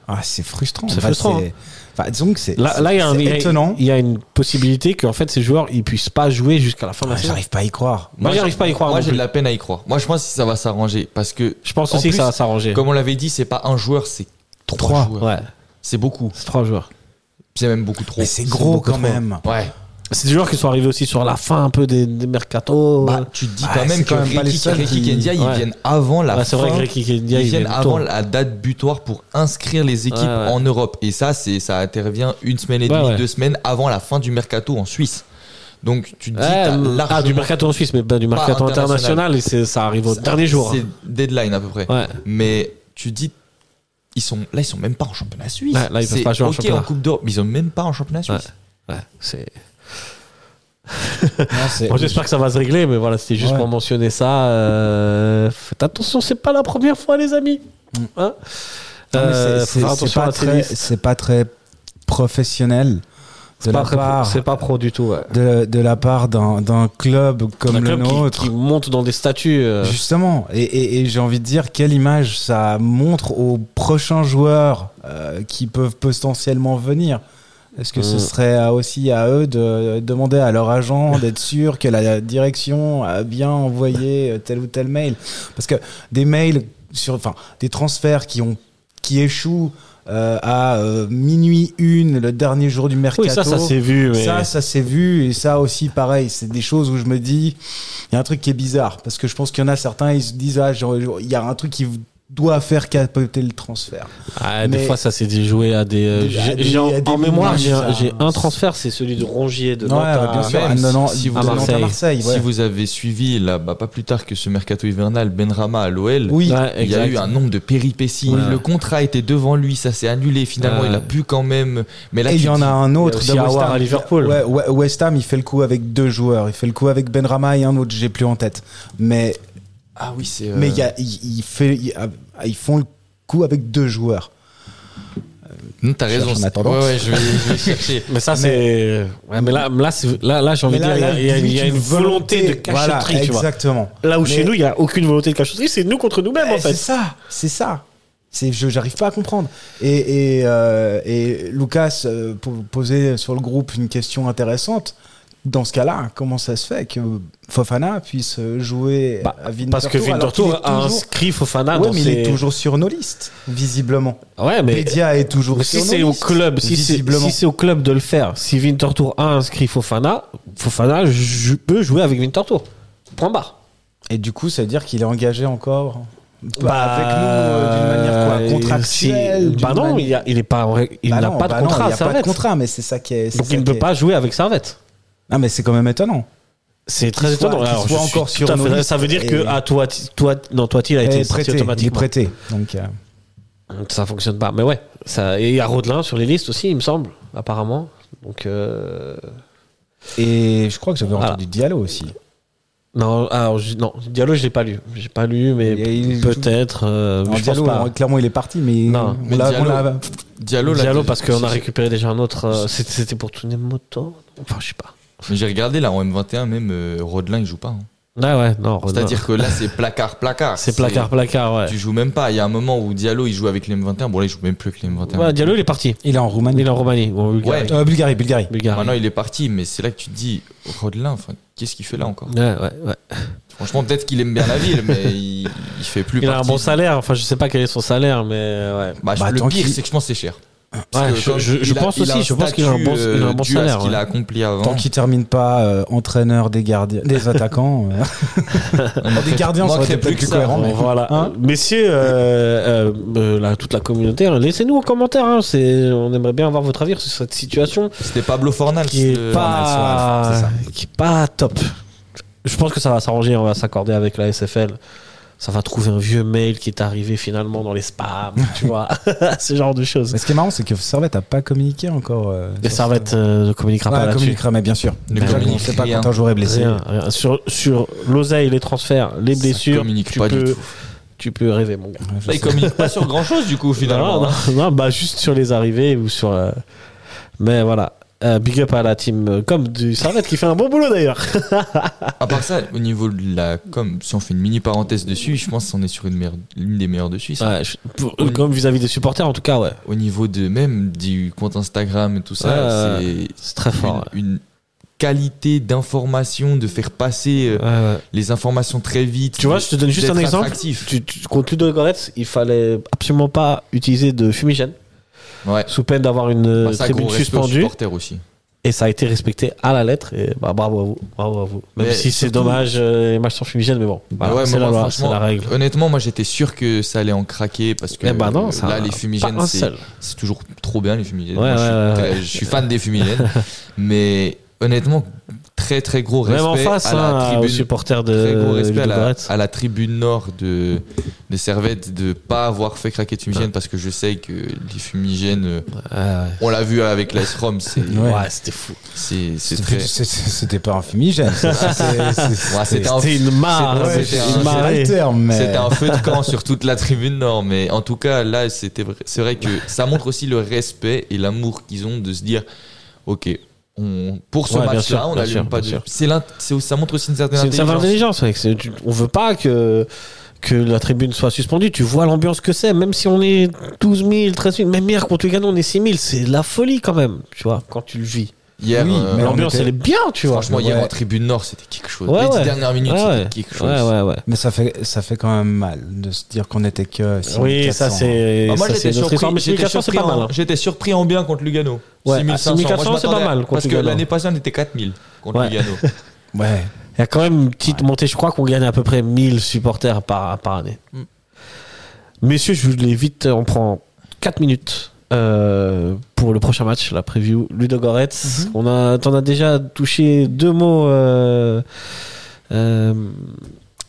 [SPEAKER 6] ah, c'est frustrant.
[SPEAKER 5] C'est frustrant,
[SPEAKER 6] c'est- enfin, disons que c'est
[SPEAKER 5] Là,
[SPEAKER 6] c'est-
[SPEAKER 5] là, il y a un-
[SPEAKER 6] c'est
[SPEAKER 5] il y a-
[SPEAKER 6] étonnant.
[SPEAKER 5] il y a une possibilité qu'en fait ces joueurs ils puissent pas jouer jusqu'à la fin de la
[SPEAKER 6] Ouais,
[SPEAKER 5] saison.
[SPEAKER 6] Ah, J'arrive pas à y croire.
[SPEAKER 5] Moi, j'arrive
[SPEAKER 7] j'ai-
[SPEAKER 5] pas à y croire
[SPEAKER 7] Moi,
[SPEAKER 5] non
[SPEAKER 7] j'ai de
[SPEAKER 5] plus.
[SPEAKER 7] la peine à y croire. Moi, je pense que ça va s'arranger parce que.
[SPEAKER 5] Je pense
[SPEAKER 7] En
[SPEAKER 5] aussi que
[SPEAKER 7] plus,
[SPEAKER 5] ça va s'arranger.
[SPEAKER 7] Comme on l'avait dit, c'est pas un joueur, c'est trois,
[SPEAKER 6] Trois.
[SPEAKER 7] joueurs.
[SPEAKER 5] Ouais,
[SPEAKER 7] C'est beaucoup.
[SPEAKER 5] c'est trois joueurs.
[SPEAKER 7] C'est même beaucoup trop.
[SPEAKER 6] Mais c'est gros
[SPEAKER 5] beaucoup
[SPEAKER 6] quand
[SPEAKER 5] trop.
[SPEAKER 6] même.
[SPEAKER 7] Ouais.
[SPEAKER 5] C'est des joueurs qui sont arrivés aussi sur la fin un peu des, des mercato.
[SPEAKER 7] Bah, tu te dis
[SPEAKER 6] Ah,
[SPEAKER 7] quand
[SPEAKER 6] c'est
[SPEAKER 7] même que
[SPEAKER 6] quand même pas les
[SPEAKER 7] Ricky
[SPEAKER 6] seuls
[SPEAKER 7] Ricky
[SPEAKER 6] qui-
[SPEAKER 7] et Ndiaye,
[SPEAKER 5] Ouais.
[SPEAKER 7] ils viennent avant la
[SPEAKER 5] Ouais, c'est vrai
[SPEAKER 7] fin.
[SPEAKER 5] que Ricky Kendia,
[SPEAKER 7] Ils
[SPEAKER 5] il
[SPEAKER 7] viennent
[SPEAKER 5] vient
[SPEAKER 7] avant
[SPEAKER 5] tôt.
[SPEAKER 7] la date butoir pour inscrire les équipes
[SPEAKER 5] Ouais, ouais.
[SPEAKER 7] en Europe. Et ça, c'est ça intervient une semaine et
[SPEAKER 5] Ouais,
[SPEAKER 7] demie,
[SPEAKER 5] ouais.
[SPEAKER 7] deux semaines avant la fin du mercato en Suisse. Donc tu te dis, t'as
[SPEAKER 5] Ouais,
[SPEAKER 7] largement-
[SPEAKER 5] ah, du mercato en Suisse, mais pas du mercato international,
[SPEAKER 7] international.
[SPEAKER 5] et c'est- ça arrive au
[SPEAKER 7] ça-
[SPEAKER 5] dernier jour. hein.
[SPEAKER 7] C'est deadline à peu près.
[SPEAKER 5] Ouais.
[SPEAKER 7] Mais tu te dis, ils sont là, ils sont même pas en championnat suisse.
[SPEAKER 5] Ouais, là, ils peuvent
[SPEAKER 7] C'est
[SPEAKER 5] pas jouer en
[SPEAKER 7] ok
[SPEAKER 5] championnat.
[SPEAKER 7] Coupe d'Europe, mais ils sont même pas en championnat suisse.
[SPEAKER 5] Ouais, c'est.
[SPEAKER 6] Non, c'est-
[SPEAKER 5] Bon, J'espère que ça va se régler, mais voilà, c'était juste
[SPEAKER 6] Ouais.
[SPEAKER 5] pour mentionner ça. Euh, faites attention, c'est pas la première fois, les amis. Hein
[SPEAKER 6] Non, Ah, mais c'est-
[SPEAKER 5] Euh,
[SPEAKER 6] c'est-
[SPEAKER 5] faut faire
[SPEAKER 6] c'est
[SPEAKER 5] attention à
[SPEAKER 6] pas
[SPEAKER 5] la
[SPEAKER 6] très-
[SPEAKER 5] tennis.
[SPEAKER 6] C'est pas très professionnel. De
[SPEAKER 5] C'est pas,
[SPEAKER 6] la,
[SPEAKER 5] très pro-
[SPEAKER 6] part,
[SPEAKER 5] c'est pas pro du tout. ouais.
[SPEAKER 6] de, de la part d'un d'un club comme
[SPEAKER 5] Un
[SPEAKER 6] le
[SPEAKER 5] club qui-
[SPEAKER 6] nôtre.
[SPEAKER 5] qui, monte dans des statuts. euh,
[SPEAKER 6] Justement, et, et- et j'ai envie de dire quelle image ça montre aux prochains joueurs euh, qui peuvent potentiellement venir. Est-ce que ce
[SPEAKER 5] Mm.
[SPEAKER 6] serait à- aussi à eux de demander à leur agent d'être sûr que la direction a bien envoyé euh, tel ou tel mail Parce que des mails sur, enfin, des transferts qui ont qui échouent euh, à euh, minuit une le dernier jour du mercato.
[SPEAKER 5] oui, ça, ça s'est vu. Mais...
[SPEAKER 6] Ça, ça s'est vu et ça aussi, pareil. C'est des choses où je me dis, il y a un truc qui est bizarre parce que je pense qu'il y en a certains, ils se disent, ah, genre, il y a un truc qui doit faire capoter le transfert.
[SPEAKER 5] Ah, Des
[SPEAKER 6] mais-
[SPEAKER 5] fois, ça s'est déjoué à des. euh,
[SPEAKER 6] Des- à
[SPEAKER 5] j'ai-
[SPEAKER 6] des-
[SPEAKER 5] j'ai en,
[SPEAKER 6] à des
[SPEAKER 5] en mémoire, j'ai un,
[SPEAKER 6] bizarres.
[SPEAKER 5] j'ai un transfert, c'est celui de Rongier de
[SPEAKER 6] Ouais, bah,
[SPEAKER 5] Nantes à-
[SPEAKER 6] bien sûr.
[SPEAKER 7] même
[SPEAKER 6] à Nantes-
[SPEAKER 7] si vous-
[SPEAKER 6] de
[SPEAKER 5] à
[SPEAKER 6] Nantes à Marseille. ouais.
[SPEAKER 7] Si vous avez suivi, là, bah, pas plus tard que ce mercato hivernal, Benrama à l'OL,
[SPEAKER 5] Ouais,
[SPEAKER 6] Oui.
[SPEAKER 7] il y a
[SPEAKER 5] exact.
[SPEAKER 7] eu un nombre de péripéties.
[SPEAKER 5] Ouais.
[SPEAKER 7] Le contrat était devant lui, ça s'est annulé finalement.
[SPEAKER 5] Ouais.
[SPEAKER 7] Il a pu quand même. Mais là,
[SPEAKER 6] et
[SPEAKER 7] tu
[SPEAKER 6] il y en
[SPEAKER 7] dis-
[SPEAKER 6] a un autre
[SPEAKER 5] aussi
[SPEAKER 6] de West
[SPEAKER 5] Aouar
[SPEAKER 6] Ham.
[SPEAKER 5] à Liverpool.
[SPEAKER 6] Ouais, ouais, West Ham, il fait le coup avec deux joueurs. Il fait le coup avec Benrama et un autre, j'ai plus en tête. Mais
[SPEAKER 7] Ah oui, c'est. euh,
[SPEAKER 6] mais il y a- il- il fait, il- ah, ils font le coup avec deux joueurs.
[SPEAKER 7] non, T'as
[SPEAKER 6] cherche
[SPEAKER 7] raison.
[SPEAKER 6] en
[SPEAKER 7] c'est-
[SPEAKER 6] attendant.
[SPEAKER 7] Ouais, ouais, je vais, je vais chercher.
[SPEAKER 5] Mais ça, c'est. Ouais, mais là, là, c'est- là, là j'ai envie
[SPEAKER 6] Mais
[SPEAKER 5] de
[SPEAKER 6] là,
[SPEAKER 5] dire, il y a- il y a,
[SPEAKER 6] là,
[SPEAKER 5] il
[SPEAKER 6] limite
[SPEAKER 5] y a une volonté de cachotterie,
[SPEAKER 6] Voilà,
[SPEAKER 5] tu vois.
[SPEAKER 6] Exactement.
[SPEAKER 5] Là où chez
[SPEAKER 6] Mais-
[SPEAKER 5] nous, il n'y a aucune volonté de cachotterie, c'est nous contre nous-mêmes, en
[SPEAKER 6] Eh, C'est
[SPEAKER 5] fait.
[SPEAKER 6] ça, c'est ça. C'est, je j'arrive pas à comprendre. Et, et, euh, et Lucas euh, po- posait sur le groupe une question intéressante. Dans ce cas-là, comment ça se fait que Fofana puisse jouer
[SPEAKER 5] Bah,
[SPEAKER 6] à Winterthur
[SPEAKER 5] Parce que
[SPEAKER 6] alors qu'il
[SPEAKER 5] Winterthur
[SPEAKER 6] est
[SPEAKER 5] a
[SPEAKER 6] toujours-
[SPEAKER 5] inscrit Fofana
[SPEAKER 6] Ouais,
[SPEAKER 5] dans
[SPEAKER 6] mais il
[SPEAKER 5] ses...
[SPEAKER 6] est toujours sur nos listes, visiblement.
[SPEAKER 5] Ouais, mais.
[SPEAKER 6] Pedia est toujours
[SPEAKER 5] mais
[SPEAKER 6] sur
[SPEAKER 5] si
[SPEAKER 6] nos
[SPEAKER 5] c'est au
[SPEAKER 6] listes,
[SPEAKER 5] club, si c'est
[SPEAKER 6] visiblement.
[SPEAKER 5] si c'est au club de le faire, si Winterthur a inscrit Fofana, Fofana je peut jouer avec Winterthur. Point barre.
[SPEAKER 6] Et du coup, ça veut dire qu'il est engagé encore pas
[SPEAKER 5] Bah,
[SPEAKER 6] avec nous euh, d'une manière quoi,
[SPEAKER 5] si-
[SPEAKER 6] contractuelle.
[SPEAKER 5] Bah
[SPEAKER 6] d'une
[SPEAKER 5] non,
[SPEAKER 6] mani-
[SPEAKER 5] il y a- il est pas en ré- il
[SPEAKER 6] Bah
[SPEAKER 5] n'a
[SPEAKER 6] non,
[SPEAKER 5] pas de
[SPEAKER 6] bah non,
[SPEAKER 5] contrat
[SPEAKER 6] il
[SPEAKER 5] à
[SPEAKER 6] y a pas de
[SPEAKER 5] Servette.
[SPEAKER 6] contrat, mais c'est ça qui est. c'est
[SPEAKER 5] Donc
[SPEAKER 6] ça
[SPEAKER 5] il ne
[SPEAKER 6] qui
[SPEAKER 5] peut
[SPEAKER 6] est-
[SPEAKER 5] pas jouer avec Servette.
[SPEAKER 6] Ah, mais c'est quand même étonnant.
[SPEAKER 5] C'est très
[SPEAKER 6] soit-
[SPEAKER 5] étonnant.
[SPEAKER 6] qu'il
[SPEAKER 5] Alors,
[SPEAKER 6] soit
[SPEAKER 5] je suis
[SPEAKER 6] encore
[SPEAKER 5] tout
[SPEAKER 6] sur
[SPEAKER 5] à
[SPEAKER 6] nos
[SPEAKER 5] fait-
[SPEAKER 6] listes
[SPEAKER 5] Ça veut dire
[SPEAKER 6] et-
[SPEAKER 5] que à toi, toi, non, toi, il a
[SPEAKER 6] Il
[SPEAKER 5] été
[SPEAKER 6] est
[SPEAKER 5] sorti
[SPEAKER 6] prêté, il est
[SPEAKER 5] automatiquement. Hmm,
[SPEAKER 6] prêté. Donc, euh,
[SPEAKER 5] Ça fonctionne pas. Mais ouais. Ça... Et il y a Rodelin sur les listes aussi, il me semble, apparemment. Donc euh,
[SPEAKER 6] Et je crois que j'avais
[SPEAKER 5] Voilà.
[SPEAKER 6] entendu Diallo aussi.
[SPEAKER 5] non, alors, je- non, Diallo, je l'ai pas lu. J'ai pas lu, mais
[SPEAKER 6] Et il-
[SPEAKER 5] peut-être. euh, mais
[SPEAKER 6] Alors,
[SPEAKER 5] je pense
[SPEAKER 6] Diallo,
[SPEAKER 5] pas.
[SPEAKER 6] alors, clairement, il est parti, mais
[SPEAKER 5] Non,
[SPEAKER 6] on
[SPEAKER 7] mais
[SPEAKER 6] l'a-
[SPEAKER 7] Diallo-
[SPEAKER 6] on l'a-
[SPEAKER 7] Diallo, là,
[SPEAKER 5] Diallo
[SPEAKER 7] t'es-
[SPEAKER 5] parce qu'on a
[SPEAKER 7] j'ai-
[SPEAKER 5] récupéré déjà un autre. euh, C'était c'était pour tourner moto. Enfin, je sais pas.
[SPEAKER 7] Mais j'ai regardé là en M21, même euh, Rodelin il joue pas. hein.
[SPEAKER 5] Ah ouais, non. Rodelin.
[SPEAKER 7] C'est-à-dire que là c'est placard placard.
[SPEAKER 5] c'est placard, placard, ouais.
[SPEAKER 7] Tu joues même pas. Il y a un moment où Diallo il joue avec les M21. Bon là il joue même plus avec les M21.
[SPEAKER 5] Ouais, Diallo, il est parti.
[SPEAKER 6] Il est en Roumanie.
[SPEAKER 5] Il est en Roumanie ou en Bulgarie.
[SPEAKER 6] Euh, Bulgarie, Bulgarie.
[SPEAKER 5] Bulgarie.
[SPEAKER 7] Maintenant il est parti, mais c'est là que tu te dis Rodelin, enfin, qu'est-ce qu'il fait là encore
[SPEAKER 5] Ouais, ouais, ouais.
[SPEAKER 7] Franchement peut-être qu'il aime bien la ville, mais il, il fait plus.
[SPEAKER 5] Il a un
[SPEAKER 7] partie
[SPEAKER 5] bon
[SPEAKER 7] du-
[SPEAKER 5] salaire. Enfin, je sais pas quel est son salaire, mais euh, ouais.
[SPEAKER 7] Bah, je-
[SPEAKER 6] Bah, tant
[SPEAKER 7] le pire
[SPEAKER 6] qu'il-
[SPEAKER 7] c'est que je pense que c'est cher.
[SPEAKER 5] Ouais,
[SPEAKER 7] Parce que
[SPEAKER 5] je,
[SPEAKER 7] comme
[SPEAKER 5] je- je
[SPEAKER 7] il a-
[SPEAKER 5] pense
[SPEAKER 7] il a
[SPEAKER 5] aussi,
[SPEAKER 7] un
[SPEAKER 5] je pense qu'il a un bon,
[SPEAKER 7] statut,
[SPEAKER 5] il a un
[SPEAKER 7] euh,
[SPEAKER 5] bon
[SPEAKER 7] dû à
[SPEAKER 5] salaire.
[SPEAKER 7] Ce qu'il
[SPEAKER 5] ouais.
[SPEAKER 7] a accompli avant.
[SPEAKER 6] Tant qu'il termine pas euh, entraîneur des gardiens, des attaquants, euh, des gardiens, ça aurait
[SPEAKER 7] Manquerait
[SPEAKER 6] été
[SPEAKER 7] plus
[SPEAKER 6] plus
[SPEAKER 7] que ça.
[SPEAKER 6] cohérent.
[SPEAKER 5] Bon,
[SPEAKER 6] mais-
[SPEAKER 5] voilà.
[SPEAKER 6] Hein
[SPEAKER 5] Messieurs, euh, euh, euh, là, toute la communauté, hein, laissez-nous en commentaire. hein, c'est- on aimerait bien avoir votre avis sur cette situation
[SPEAKER 7] C'était Pablo euh, Fornal.
[SPEAKER 5] qui est,
[SPEAKER 7] le-
[SPEAKER 5] pas, qui est pas top. Je pense que ça va s'arranger, on va s'accorder avec la SFL. Ça va trouver un vieux mail qui est arrivé finalement dans les spams, tu vois, ce genre de choses.
[SPEAKER 6] Mais ce qui est marrant, c'est que Servette a pas communiqué encore. euh,
[SPEAKER 5] Mais
[SPEAKER 6] sur ce-
[SPEAKER 5] Servette euh, ne communiquera
[SPEAKER 6] Ouais,
[SPEAKER 5] pas là-dessus.
[SPEAKER 6] communiquera, mais bien sûr.
[SPEAKER 7] Ne
[SPEAKER 6] Déjà qu'on
[SPEAKER 7] communique
[SPEAKER 6] sait pas
[SPEAKER 7] rien.
[SPEAKER 6] quand un joueur est blessé.
[SPEAKER 5] Rien, rien. Sur, sur l'oseille, les transferts, les
[SPEAKER 7] Ça
[SPEAKER 5] blessures,
[SPEAKER 7] communique
[SPEAKER 5] tu
[SPEAKER 7] pas du
[SPEAKER 5] peux,
[SPEAKER 7] tout.
[SPEAKER 5] tu peux rêver, mon gars.
[SPEAKER 6] Ouais, je
[SPEAKER 7] Bah, il
[SPEAKER 6] sais.
[SPEAKER 7] communique pas sur grand chose du coup finalement.
[SPEAKER 5] Non,
[SPEAKER 7] hein.
[SPEAKER 5] non, non, bah juste sur les arrivées ou sur. euh, Mais voilà. Euh, big up à la team euh, comme du Servette qui fait un bon boulot d'ailleurs.
[SPEAKER 7] À part ça, au niveau de la com, si on fait une mini parenthèse dessus, je pense qu'on est sur une, meilleure- l'une des meilleures de Suisse. hein.
[SPEAKER 5] Ouais, je- pour- comme vis-à-vis des supporters en tout cas, ouais.
[SPEAKER 7] Au niveau de même du compte Instagram et tout ça,
[SPEAKER 5] Ouais,
[SPEAKER 7] c'est
[SPEAKER 5] C'est très
[SPEAKER 7] une,
[SPEAKER 5] fort. ouais.
[SPEAKER 7] une qualité d'information, de faire passer euh,
[SPEAKER 5] Ouais, ouais.
[SPEAKER 7] les informations très vite.
[SPEAKER 5] Tu vois, je te donne juste
[SPEAKER 7] d'être
[SPEAKER 5] un exemple.
[SPEAKER 7] attractif.
[SPEAKER 5] Tu, tu, contre Ludo Goretz, il fallait absolument pas utiliser de fumigène
[SPEAKER 7] Ouais.
[SPEAKER 5] sous peine d'avoir une euh,
[SPEAKER 7] Bah, ça, gros
[SPEAKER 5] tribune
[SPEAKER 7] respect aux
[SPEAKER 5] suspendue
[SPEAKER 7] supporters aussi.
[SPEAKER 5] et ça a été respecté à la lettre. Et bah, bravo à vous, bravo à vous. Même
[SPEAKER 7] Mais
[SPEAKER 5] si c'est
[SPEAKER 7] surtout-
[SPEAKER 5] dommage euh, les matchs sans fumigène, mais bon, voilà,
[SPEAKER 7] Ouais, mais
[SPEAKER 5] Bah, c'est la
[SPEAKER 7] moi,
[SPEAKER 5] loi, c'est
[SPEAKER 7] franchement,
[SPEAKER 5] la règle.
[SPEAKER 7] Honnêtement, moi j'étais sûr que ça allait en craquer parce que
[SPEAKER 5] Eh ben non,
[SPEAKER 7] euh,
[SPEAKER 5] ça-
[SPEAKER 7] là les
[SPEAKER 5] pas
[SPEAKER 7] fumigènes
[SPEAKER 5] un
[SPEAKER 7] c'est
[SPEAKER 5] seul.
[SPEAKER 7] c'est toujours trop bien les fumigènes.
[SPEAKER 5] Ouais,
[SPEAKER 7] Moi, je, suis
[SPEAKER 5] ouais, ouais,
[SPEAKER 7] très-
[SPEAKER 5] ouais.
[SPEAKER 7] je suis fan des fumigènes, mais honnêtement très très gros respect
[SPEAKER 5] Même en face,
[SPEAKER 7] à la
[SPEAKER 5] hein,
[SPEAKER 7] tribune.
[SPEAKER 5] aux supporters de
[SPEAKER 7] Très gros respect à la,
[SPEAKER 5] Ludogorets.
[SPEAKER 7] à la tribune nord de, de Servette de pas avoir fait craquer de fumigène parce que je sais que les fumigènes, euh,
[SPEAKER 5] Ah,
[SPEAKER 7] on l'a vu avec l'AS Rome, c'est
[SPEAKER 5] ouais,
[SPEAKER 6] Ouais.
[SPEAKER 5] Ouais, c'était fou.
[SPEAKER 7] c'est- c'est
[SPEAKER 6] C'était
[SPEAKER 7] très.
[SPEAKER 6] plus- c'est- C'était pas un fumigène. C'était- c'est-
[SPEAKER 7] Ouais, C'était un,
[SPEAKER 5] C'était une marée. c'était
[SPEAKER 7] ouais, c'était
[SPEAKER 5] une
[SPEAKER 7] un-
[SPEAKER 5] marée.
[SPEAKER 6] C'était un
[SPEAKER 7] c'était
[SPEAKER 6] mais
[SPEAKER 7] un feu de camp sur toute la tribune nord, mais en tout cas là, c'était vrai- c'est vrai que ça montre aussi le respect et l'amour qu'ils ont de se dire, ok. On, pour ce
[SPEAKER 5] Ouais, bien sûr,
[SPEAKER 7] match-là, on
[SPEAKER 5] bien sûr,
[SPEAKER 7] n'allume pas
[SPEAKER 5] bien
[SPEAKER 7] de.
[SPEAKER 5] sûr.
[SPEAKER 7] c'est l'int- c'est- Ça montre aussi une certaine
[SPEAKER 5] C'est une certaine
[SPEAKER 7] intelligence.
[SPEAKER 5] intelligence, ouais, que c'est- tu- on veut pas que, que la tribune soit suspendue. Tu vois l'ambiance que c'est, même si on est 12 000, 13 000, même hier contre Lugano, on est 6 000. C'est de la folie quand même, tu vois, quand tu le vis.
[SPEAKER 7] Hier,
[SPEAKER 6] Oui,
[SPEAKER 7] euh,
[SPEAKER 6] mais on
[SPEAKER 5] L'ambiance,
[SPEAKER 6] était-
[SPEAKER 5] elle est bien, tu vois.
[SPEAKER 7] franchement, hier
[SPEAKER 6] Ouais.
[SPEAKER 7] en tribune nord, c'était quelque chose.
[SPEAKER 5] Ouais,
[SPEAKER 7] Les dix
[SPEAKER 5] ouais.
[SPEAKER 7] dernières minutes,
[SPEAKER 5] Ouais,
[SPEAKER 7] c'était
[SPEAKER 5] ouais.
[SPEAKER 7] quelque chose.
[SPEAKER 5] Ouais, ouais, ouais.
[SPEAKER 6] mais ça fait ça fait quand même mal de se dire qu'on était que.
[SPEAKER 5] Oui, ça
[SPEAKER 6] 6400.
[SPEAKER 5] c'est.
[SPEAKER 7] Ah, moi
[SPEAKER 5] ça, c'est
[SPEAKER 7] j'étais
[SPEAKER 5] notre
[SPEAKER 7] surpris,
[SPEAKER 5] histoire. Mais
[SPEAKER 7] j'étais
[SPEAKER 5] 6400, c'est
[SPEAKER 7] surpris
[SPEAKER 5] pas mal.
[SPEAKER 7] en,
[SPEAKER 5] hein.
[SPEAKER 7] j'étais surpris en bien contre Lugano.
[SPEAKER 5] Ouais, ah, à
[SPEAKER 7] 6500,
[SPEAKER 5] 6400,
[SPEAKER 7] moi, je
[SPEAKER 5] c'est pas
[SPEAKER 7] m'attendais à-
[SPEAKER 5] mal contre
[SPEAKER 7] Parce que
[SPEAKER 5] Lugano.
[SPEAKER 7] l'année passée on était 4000 contre
[SPEAKER 5] Ouais.
[SPEAKER 7] Lugano.
[SPEAKER 6] Ouais.
[SPEAKER 5] Il y a quand même une petite montée. Je crois qu'on gagne à peu près 1000 supporters par, par année.
[SPEAKER 7] Mm.
[SPEAKER 5] Messieurs, je vous l'ai vite. euh, On prend 4 minutes euh, pour le prochain match, la preview Ludogorets. On a, t'en as déjà touché deux mots, euh, euh,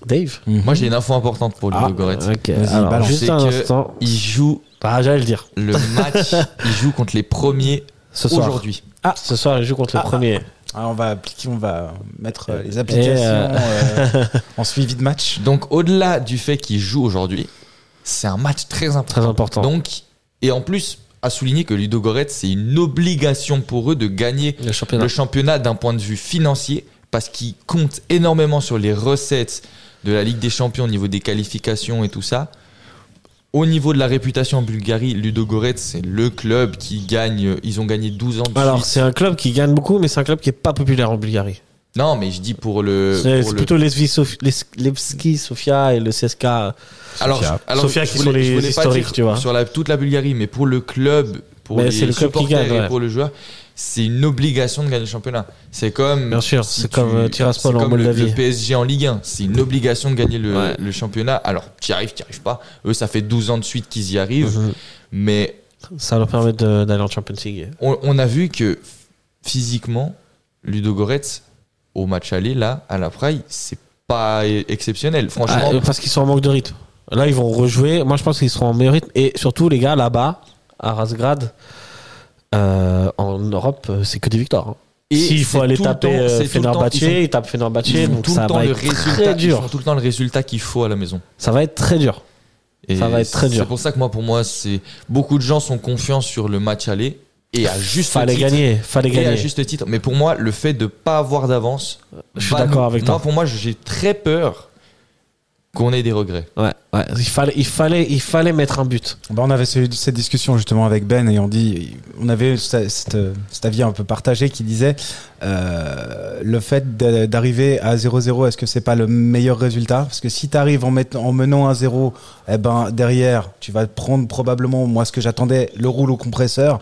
[SPEAKER 5] Dave.
[SPEAKER 7] moi j'ai une info importante pour
[SPEAKER 5] Ah,
[SPEAKER 7] Ludogorets.
[SPEAKER 5] ok.
[SPEAKER 6] Vas-y,
[SPEAKER 5] Alors,
[SPEAKER 6] balance.
[SPEAKER 5] juste
[SPEAKER 7] C'est
[SPEAKER 5] un
[SPEAKER 7] que
[SPEAKER 5] instant.
[SPEAKER 7] Ils jouent
[SPEAKER 5] Ah, j'allais le dire.
[SPEAKER 7] le match, ils jouent contre les premiers
[SPEAKER 5] Ce soir.
[SPEAKER 7] aujourd'hui.
[SPEAKER 5] Ah, ce soir, il joue contre
[SPEAKER 6] Ah.
[SPEAKER 5] le premier.
[SPEAKER 6] Alors, on va appliquer, on va mettre euh, les applications euh, en suivi de match.
[SPEAKER 7] Donc au-delà du fait qu'ils jouent aujourd'hui, c'est un match très important.
[SPEAKER 5] Très important.
[SPEAKER 7] Donc et en plus à souligner que Ludogorets c'est une obligation pour eux de gagner
[SPEAKER 5] le championnat.
[SPEAKER 7] le championnat d'un point de vue financier parce qu'il compte énormément sur les recettes de la Ligue des Champions au niveau des qualifications et tout ça. Au niveau de la réputation en Bulgarie, Ludogorets, c'est le club qui gagne. Ils ont gagné 12 ans de
[SPEAKER 5] Alors,
[SPEAKER 7] suite.
[SPEAKER 5] c'est un club qui gagne beaucoup, mais c'est un club qui est pas populaire en Bulgarie.
[SPEAKER 7] Non, mais je dis pour le.
[SPEAKER 5] C'est
[SPEAKER 7] pour
[SPEAKER 5] c'est
[SPEAKER 7] le-
[SPEAKER 5] plutôt Levski, Sof- Les- Levski, Sofia et le CSK.
[SPEAKER 7] Alors, je- alors,
[SPEAKER 5] Sofia
[SPEAKER 7] je
[SPEAKER 5] qui
[SPEAKER 7] voulais-
[SPEAKER 5] sont les
[SPEAKER 7] je voulais pas
[SPEAKER 5] historiques,
[SPEAKER 7] dire
[SPEAKER 5] tu vois.
[SPEAKER 7] Sur la, toute la Bulgarie, mais pour le club, pour
[SPEAKER 5] Mais
[SPEAKER 7] les
[SPEAKER 5] c'est le club qui
[SPEAKER 7] supporters
[SPEAKER 5] gagne,
[SPEAKER 7] et
[SPEAKER 5] ouais.
[SPEAKER 7] pour le joueur, c'est une obligation de gagner le championnat. C'est comme.
[SPEAKER 5] Bien sûr, c'est comme, euh, Tiraspol
[SPEAKER 7] c'est
[SPEAKER 5] en
[SPEAKER 7] comme le-
[SPEAKER 5] Moldavie.
[SPEAKER 7] Le, PSG en Ligue 1, c'est une obligation de gagner le,
[SPEAKER 5] Ouais.
[SPEAKER 7] le championnat. Alors, tu y arrives, tu y arrives pas. Eux, ça fait 12 ans de suite qu'ils y
[SPEAKER 5] Mhm.
[SPEAKER 7] arrivent. Mais
[SPEAKER 5] Ça leur permet de- d'aller en Champions League.
[SPEAKER 7] on, on a vu que physiquement, Ludogorets, au match aller, là, à la Praille, c'est pas exceptionnel. Franchement,
[SPEAKER 5] Ah, parce qu'ils sont en manque de rythme. Là, ils vont rejouer. Moi, je pense qu'ils seront en meilleur rythme. Et surtout, les gars, là-bas, à Razgrad, euh, en Europe, euh, c'est que des victoires. hein.
[SPEAKER 7] Et
[SPEAKER 5] S'il faut
[SPEAKER 7] c'est
[SPEAKER 5] aller
[SPEAKER 7] tout le
[SPEAKER 5] taper
[SPEAKER 7] temps-
[SPEAKER 5] euh,
[SPEAKER 7] c'est tout le temps-
[SPEAKER 5] Fenerbahce,
[SPEAKER 7] ils ont-
[SPEAKER 5] ils tapent Fenerbahce,
[SPEAKER 7] ils font
[SPEAKER 5] donc
[SPEAKER 7] tout
[SPEAKER 5] ça
[SPEAKER 7] le temps
[SPEAKER 5] va
[SPEAKER 7] le
[SPEAKER 5] être très
[SPEAKER 7] résultat. Ils font
[SPEAKER 5] dur.
[SPEAKER 7] tout le temps le résultat qu'il faut à la maison.
[SPEAKER 5] Ça va être très dur.
[SPEAKER 7] Et
[SPEAKER 5] Ça va être très dur.
[SPEAKER 7] C'est pour ça que moi, pour moi, c'est beaucoup de gens sont confiants sur le match aller et à juste
[SPEAKER 5] Fallait
[SPEAKER 7] titre.
[SPEAKER 5] gagner, fallait
[SPEAKER 7] Et à
[SPEAKER 5] gagner.
[SPEAKER 7] juste titre. Mais pour moi, le fait de pas avoir d'avance,
[SPEAKER 5] Je suis
[SPEAKER 7] va
[SPEAKER 5] d'accord
[SPEAKER 7] nous-
[SPEAKER 5] avec
[SPEAKER 7] moi,
[SPEAKER 5] toi.
[SPEAKER 7] Pour moi, j'ai très peur qu'on ait des regrets.
[SPEAKER 5] Ouais, ouais. Il fallait, il fallait, il fallait mettre un but.
[SPEAKER 6] Bah, on avait ce- cette discussion justement avec Ben et on dit, on avait ce- cette- cet avis un peu partagé qui disait euh, le fait d'a- d'arriver à 0-0, est-ce que c'est pas le meilleur résultat Parce que si tu arrives en, mettant- en menant à 0, eh ben derrière, tu vas prendre probablement, moi ce que j'attendais, le rouleau compresseur.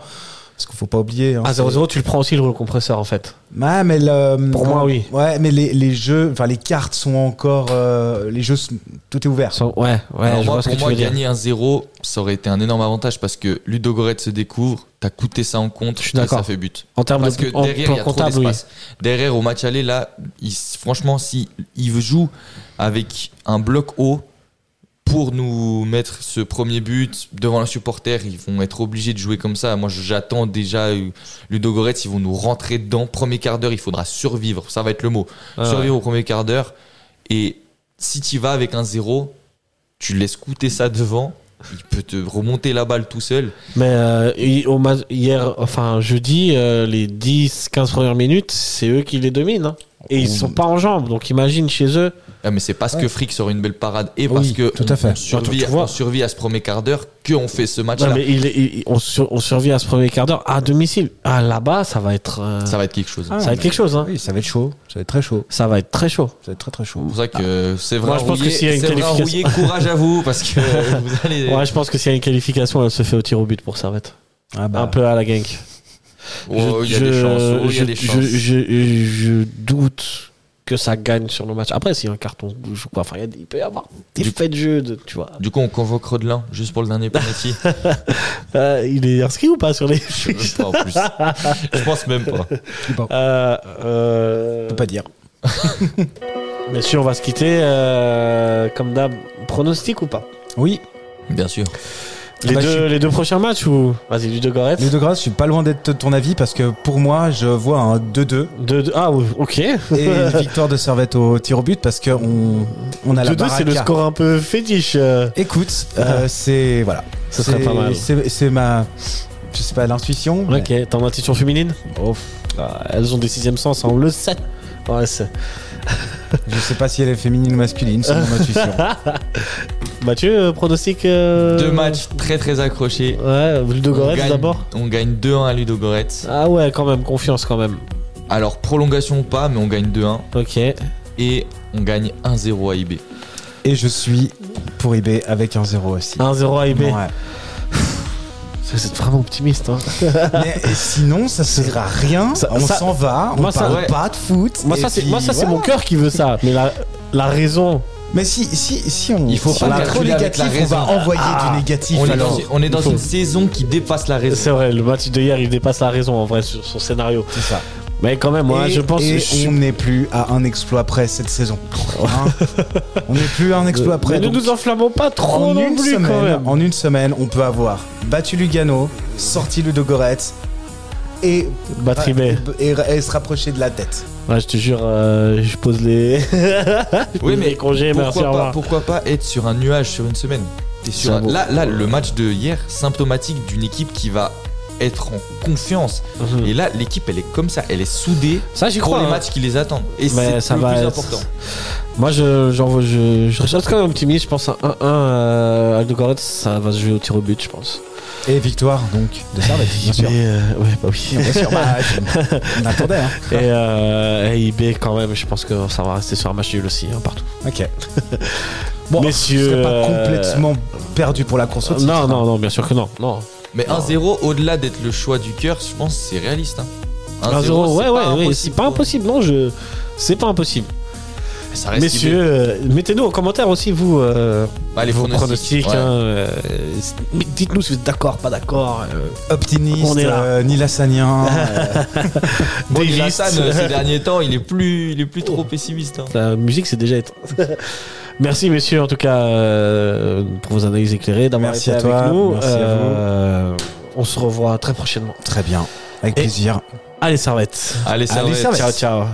[SPEAKER 6] Parce qu'il faut pas oublier. hein,
[SPEAKER 5] À
[SPEAKER 6] c'est-
[SPEAKER 5] 0-0, tu le prends aussi le rouleau compresseur en fait.
[SPEAKER 6] Ouais, mais le-
[SPEAKER 5] Pour moi, oui.
[SPEAKER 6] Ouais, mais les, les jeux, enfin les cartes sont encore, euh, les jeux, sont- tout est ouvert.
[SPEAKER 5] Sans- Ouais, ouais,
[SPEAKER 7] Alors
[SPEAKER 5] je
[SPEAKER 7] moi,
[SPEAKER 5] vois ce que
[SPEAKER 7] pour
[SPEAKER 5] tu
[SPEAKER 7] moi,
[SPEAKER 5] veux dire.
[SPEAKER 7] gagner un 0 ça aurait été un énorme avantage parce que Ludogorets se découvre, t'as coûté ça en compte,
[SPEAKER 5] Je suis
[SPEAKER 7] et
[SPEAKER 5] d'accord.
[SPEAKER 7] ça fait but.
[SPEAKER 5] En termes
[SPEAKER 7] Parce
[SPEAKER 5] de
[SPEAKER 7] que
[SPEAKER 5] en
[SPEAKER 7] derrière,
[SPEAKER 5] plan
[SPEAKER 7] il y a trop
[SPEAKER 5] comptable, oui.
[SPEAKER 7] d'espace. Derrière, au match aller, là, il- franchement, si il joue avec un bloc haut pour nous mettre ce premier but devant les supporters, ils vont être obligés de jouer comme ça. Moi, j'attends déjà euh, Ludogorets, ils vont nous rentrer dedans. Premier quart d'heure, il faudra survivre. Ça va être le mot.
[SPEAKER 5] Ah
[SPEAKER 7] survivre au premier quart d'heure. Et si tu vas avec un zéro, tu laisses coûter ça devant. Il peut te remonter la balle tout seul.
[SPEAKER 5] Mais euh, hi- au ma- hier, enfin jeudi, euh, les 10-15 premières minutes, c'est eux qui les dominent. hein. Et ils sont pas en jambes, donc imagine chez eux.
[SPEAKER 7] Ah, mais c'est parce que
[SPEAKER 6] Ouais.
[SPEAKER 7] Frick sort une belle parade et parce que
[SPEAKER 6] tout
[SPEAKER 7] on,
[SPEAKER 6] à fait.
[SPEAKER 7] on survit,
[SPEAKER 5] Attends, tu vois.
[SPEAKER 7] on survit à ce premier quart d'heure qu'on fait ce
[SPEAKER 5] Non,
[SPEAKER 7] match-là.
[SPEAKER 5] mais il, il- il- on, sur- on survit à ce premier quart d'heure à domicile. Ah, là-bas, ça va être, euh,
[SPEAKER 7] Ça va être quelque chose.
[SPEAKER 5] ça va être quelque chose. hein.
[SPEAKER 6] Oui, ça va être chaud, ça va être très chaud,
[SPEAKER 5] Ça va être très chaud.
[SPEAKER 6] ça va être très très chaud.
[SPEAKER 7] C'est pour ça que c'est vrai,
[SPEAKER 5] Moi, je pense que s'il y a une
[SPEAKER 7] c'est vrai,
[SPEAKER 5] qualification-
[SPEAKER 7] rouillé, courage à vous parce que vous allez.
[SPEAKER 5] Ouais, je pense que s'il y a une qualification, elle se fait au tir au but pour Servette.
[SPEAKER 6] Ah bah.
[SPEAKER 5] Un peu à la gank.
[SPEAKER 7] euh, Oh, il y a des chances. oh, il y a des chances.
[SPEAKER 5] je- je- je doute que ça gagne sur le match. Après, s'il y a un carton rouge ou quoi, enfin, il y a des- il peut y avoir des
[SPEAKER 7] Du-
[SPEAKER 5] faits de jeu, de- tu vois.
[SPEAKER 7] Du coup, on convoque Rodelin juste pour le dernier penalty.
[SPEAKER 5] Euh, il est inscrit ou pas sur les
[SPEAKER 7] Je sais même pas en plus. Je pense même pas.
[SPEAKER 5] Euh, euh,
[SPEAKER 6] peut pas dire.
[SPEAKER 5] Bien sûr, on va se quitter. euh, comme d'hab, pronostic ou pas
[SPEAKER 6] Oui,
[SPEAKER 7] Bien sûr.
[SPEAKER 5] les,
[SPEAKER 6] bah,
[SPEAKER 5] deux,
[SPEAKER 6] je suis-
[SPEAKER 5] les deux prochains matchs ou Vas-y, du De Goretz.
[SPEAKER 6] Ludo Grasse, je suis pas loin d'être de ton avis parce que pour moi, je vois un 2-2
[SPEAKER 5] Deux- deux- ah, oui, ok.
[SPEAKER 6] et une victoire de Servette au tir au but parce que on, on a la
[SPEAKER 5] 2-2, c'est le
[SPEAKER 6] baraka.
[SPEAKER 5] score un peu fétiche. euh.
[SPEAKER 6] Écoute, euh, c'est voilà.
[SPEAKER 5] Ce serait
[SPEAKER 6] C'est-
[SPEAKER 5] pas mal.
[SPEAKER 6] C'est c'est ma je sais pas l'intuition. mais-
[SPEAKER 5] Ok, t'as une intuition féminine Ah, Elles ont des sixièmes sens, hein, on le sait. Ouais, c'est-
[SPEAKER 6] Je sais pas si elle est féminine ou masculine, c'est mon intuition.
[SPEAKER 5] Mathieu, euh, pronostic euh,
[SPEAKER 7] Deux matchs très très accrochés.
[SPEAKER 5] Ouais, le De
[SPEAKER 7] On
[SPEAKER 5] Goretz
[SPEAKER 7] gagne-
[SPEAKER 5] d'abord
[SPEAKER 7] On gagne 2-1 à Ludo Goretz.
[SPEAKER 5] Ah ouais, quand même, confiance quand même.
[SPEAKER 7] Alors, prolongation ou pas, mais on gagne 2-1.
[SPEAKER 5] Ok.
[SPEAKER 7] Et on gagne 1-0 à IB.
[SPEAKER 6] Et je suis pour IB avec un 0 aussi.
[SPEAKER 5] 1-0 à IB.
[SPEAKER 6] Ouais.
[SPEAKER 5] Ça, C'est vraiment optimiste. hein.
[SPEAKER 6] Mais et sinon, ça sert à rien.
[SPEAKER 5] Ça-
[SPEAKER 6] on
[SPEAKER 5] ça-
[SPEAKER 6] s'en va. On
[SPEAKER 5] moi, ça-
[SPEAKER 6] parle
[SPEAKER 7] ouais.
[SPEAKER 6] pas de foot.
[SPEAKER 5] Moi
[SPEAKER 6] et
[SPEAKER 5] ça, c'est,
[SPEAKER 6] puis,
[SPEAKER 5] moi, ça, c'est
[SPEAKER 6] voilà.
[SPEAKER 5] mon cœur qui veut ça. Mais la, la raison.
[SPEAKER 6] Mais si, si, si on.
[SPEAKER 7] Il faut
[SPEAKER 6] si
[SPEAKER 7] pas
[SPEAKER 6] on est
[SPEAKER 7] calculer
[SPEAKER 6] trop
[SPEAKER 7] avec
[SPEAKER 6] négatif,
[SPEAKER 7] la
[SPEAKER 6] on va
[SPEAKER 7] raison.
[SPEAKER 6] envoyer
[SPEAKER 5] Ah,
[SPEAKER 6] du négatif.
[SPEAKER 7] On est,
[SPEAKER 6] alors.
[SPEAKER 7] dans, on est dans
[SPEAKER 5] faut-
[SPEAKER 7] une saison qui dépasse la
[SPEAKER 5] C'est
[SPEAKER 7] raison.
[SPEAKER 5] vrai, le match de hier, il dépasse la raison en vrai sur son scénario.
[SPEAKER 6] C'est ça.
[SPEAKER 5] Mais quand même, moi,
[SPEAKER 6] Et-
[SPEAKER 5] je pense.
[SPEAKER 6] et
[SPEAKER 5] je suis-
[SPEAKER 6] on n'est plus à un exploit près cette saison. Hein on n'est plus à un exploit près.
[SPEAKER 5] Mais ne
[SPEAKER 6] donc-
[SPEAKER 5] nous enflammons pas trop
[SPEAKER 6] en
[SPEAKER 5] non
[SPEAKER 6] une
[SPEAKER 5] plus
[SPEAKER 6] semaine,
[SPEAKER 5] quand même.
[SPEAKER 6] en une semaine, on peut avoir battu Lugano, sorti Ludogorets et
[SPEAKER 5] Batterie B.
[SPEAKER 6] et, et se rapprocher de la tête.
[SPEAKER 5] Ouais, je te jure, euh, je pose les. je pose
[SPEAKER 7] Oui, mais
[SPEAKER 5] les congés, merci, au
[SPEAKER 7] pourquoi, pas,
[SPEAKER 5] revoir.
[SPEAKER 7] pourquoi pas être sur un nuage sur une semaine T'es sur
[SPEAKER 5] Ça
[SPEAKER 7] un-
[SPEAKER 5] vaut-
[SPEAKER 7] là, là, le match de hier, symptomatique d'une équipe qui va être en confiance.
[SPEAKER 5] Mhm.
[SPEAKER 7] Et là, l'équipe, elle est comme ça, elle est soudée
[SPEAKER 5] Ça, j'y
[SPEAKER 7] pour
[SPEAKER 5] crois.
[SPEAKER 7] les
[SPEAKER 5] hein.
[SPEAKER 7] matchs qui les attendent. Et
[SPEAKER 5] Mais
[SPEAKER 7] c'est
[SPEAKER 5] ça
[SPEAKER 7] le
[SPEAKER 5] va
[SPEAKER 7] plus
[SPEAKER 5] être-
[SPEAKER 7] important.
[SPEAKER 5] Moi, je, j'en- je, je reste quand même optimiste. Je pense à 1-1 euh, à Ludogorets, ça va se jouer au tir au but, je pense.
[SPEAKER 6] Et victoire donc de Servette, bien sûr.
[SPEAKER 5] Mais, euh, ouais, bah oui.
[SPEAKER 6] Bien sûr, bah, on attendait. Hein.
[SPEAKER 5] Et, euh, et IB quand même, je pense que ça va rester sur un match nul aussi, hein, partout.
[SPEAKER 6] Ok. Bon,
[SPEAKER 5] Messieurs,
[SPEAKER 6] je serais pas
[SPEAKER 5] euh,
[SPEAKER 6] complètement perdu pour la course au titre.
[SPEAKER 5] non, non, non, bien sûr que non. non.
[SPEAKER 7] Mais 1-0, au-delà d'être le choix du cœur, je pense que c'est réaliste. Hein.
[SPEAKER 5] 1-0, ouais,
[SPEAKER 7] c'est
[SPEAKER 5] ouais,
[SPEAKER 7] pas
[SPEAKER 5] ouais,
[SPEAKER 7] impossible,
[SPEAKER 5] c'est pas
[SPEAKER 7] quoi.
[SPEAKER 5] impossible, non, je. C'est pas impossible.
[SPEAKER 7] Ça Ah, reste
[SPEAKER 5] Messieurs, euh, mettez-nous en commentaire aussi, vous, euh,
[SPEAKER 7] Bah, les
[SPEAKER 5] vos
[SPEAKER 7] pronostics,
[SPEAKER 5] pronostics.
[SPEAKER 7] ouais.
[SPEAKER 5] hein, euh, c'est- mais dites-nous si vous êtes d'accord, pas d'accord. euh,
[SPEAKER 6] Optimiste,
[SPEAKER 5] On est là.
[SPEAKER 6] euh, Nilassanien, euh,
[SPEAKER 7] Bon,
[SPEAKER 5] Davis.
[SPEAKER 7] Nilassan, euh, ces derniers temps, il est plus, il est plus trop pessimiste. hein.
[SPEAKER 5] La musique, c'est déjà éteint. Merci, messieurs, en tout cas, euh, pour vos analyses éclairées, d'avoir
[SPEAKER 6] Merci
[SPEAKER 5] été
[SPEAKER 6] à toi,
[SPEAKER 5] avec nous.
[SPEAKER 6] merci à
[SPEAKER 5] Euh, On se revoit très prochainement.
[SPEAKER 6] très bien, avec
[SPEAKER 5] Et-
[SPEAKER 6] plaisir.
[SPEAKER 5] Allez, servette.
[SPEAKER 7] Allez, ça
[SPEAKER 6] Allez,
[SPEAKER 7] va être-
[SPEAKER 6] ça va.
[SPEAKER 5] Ciao, ciao.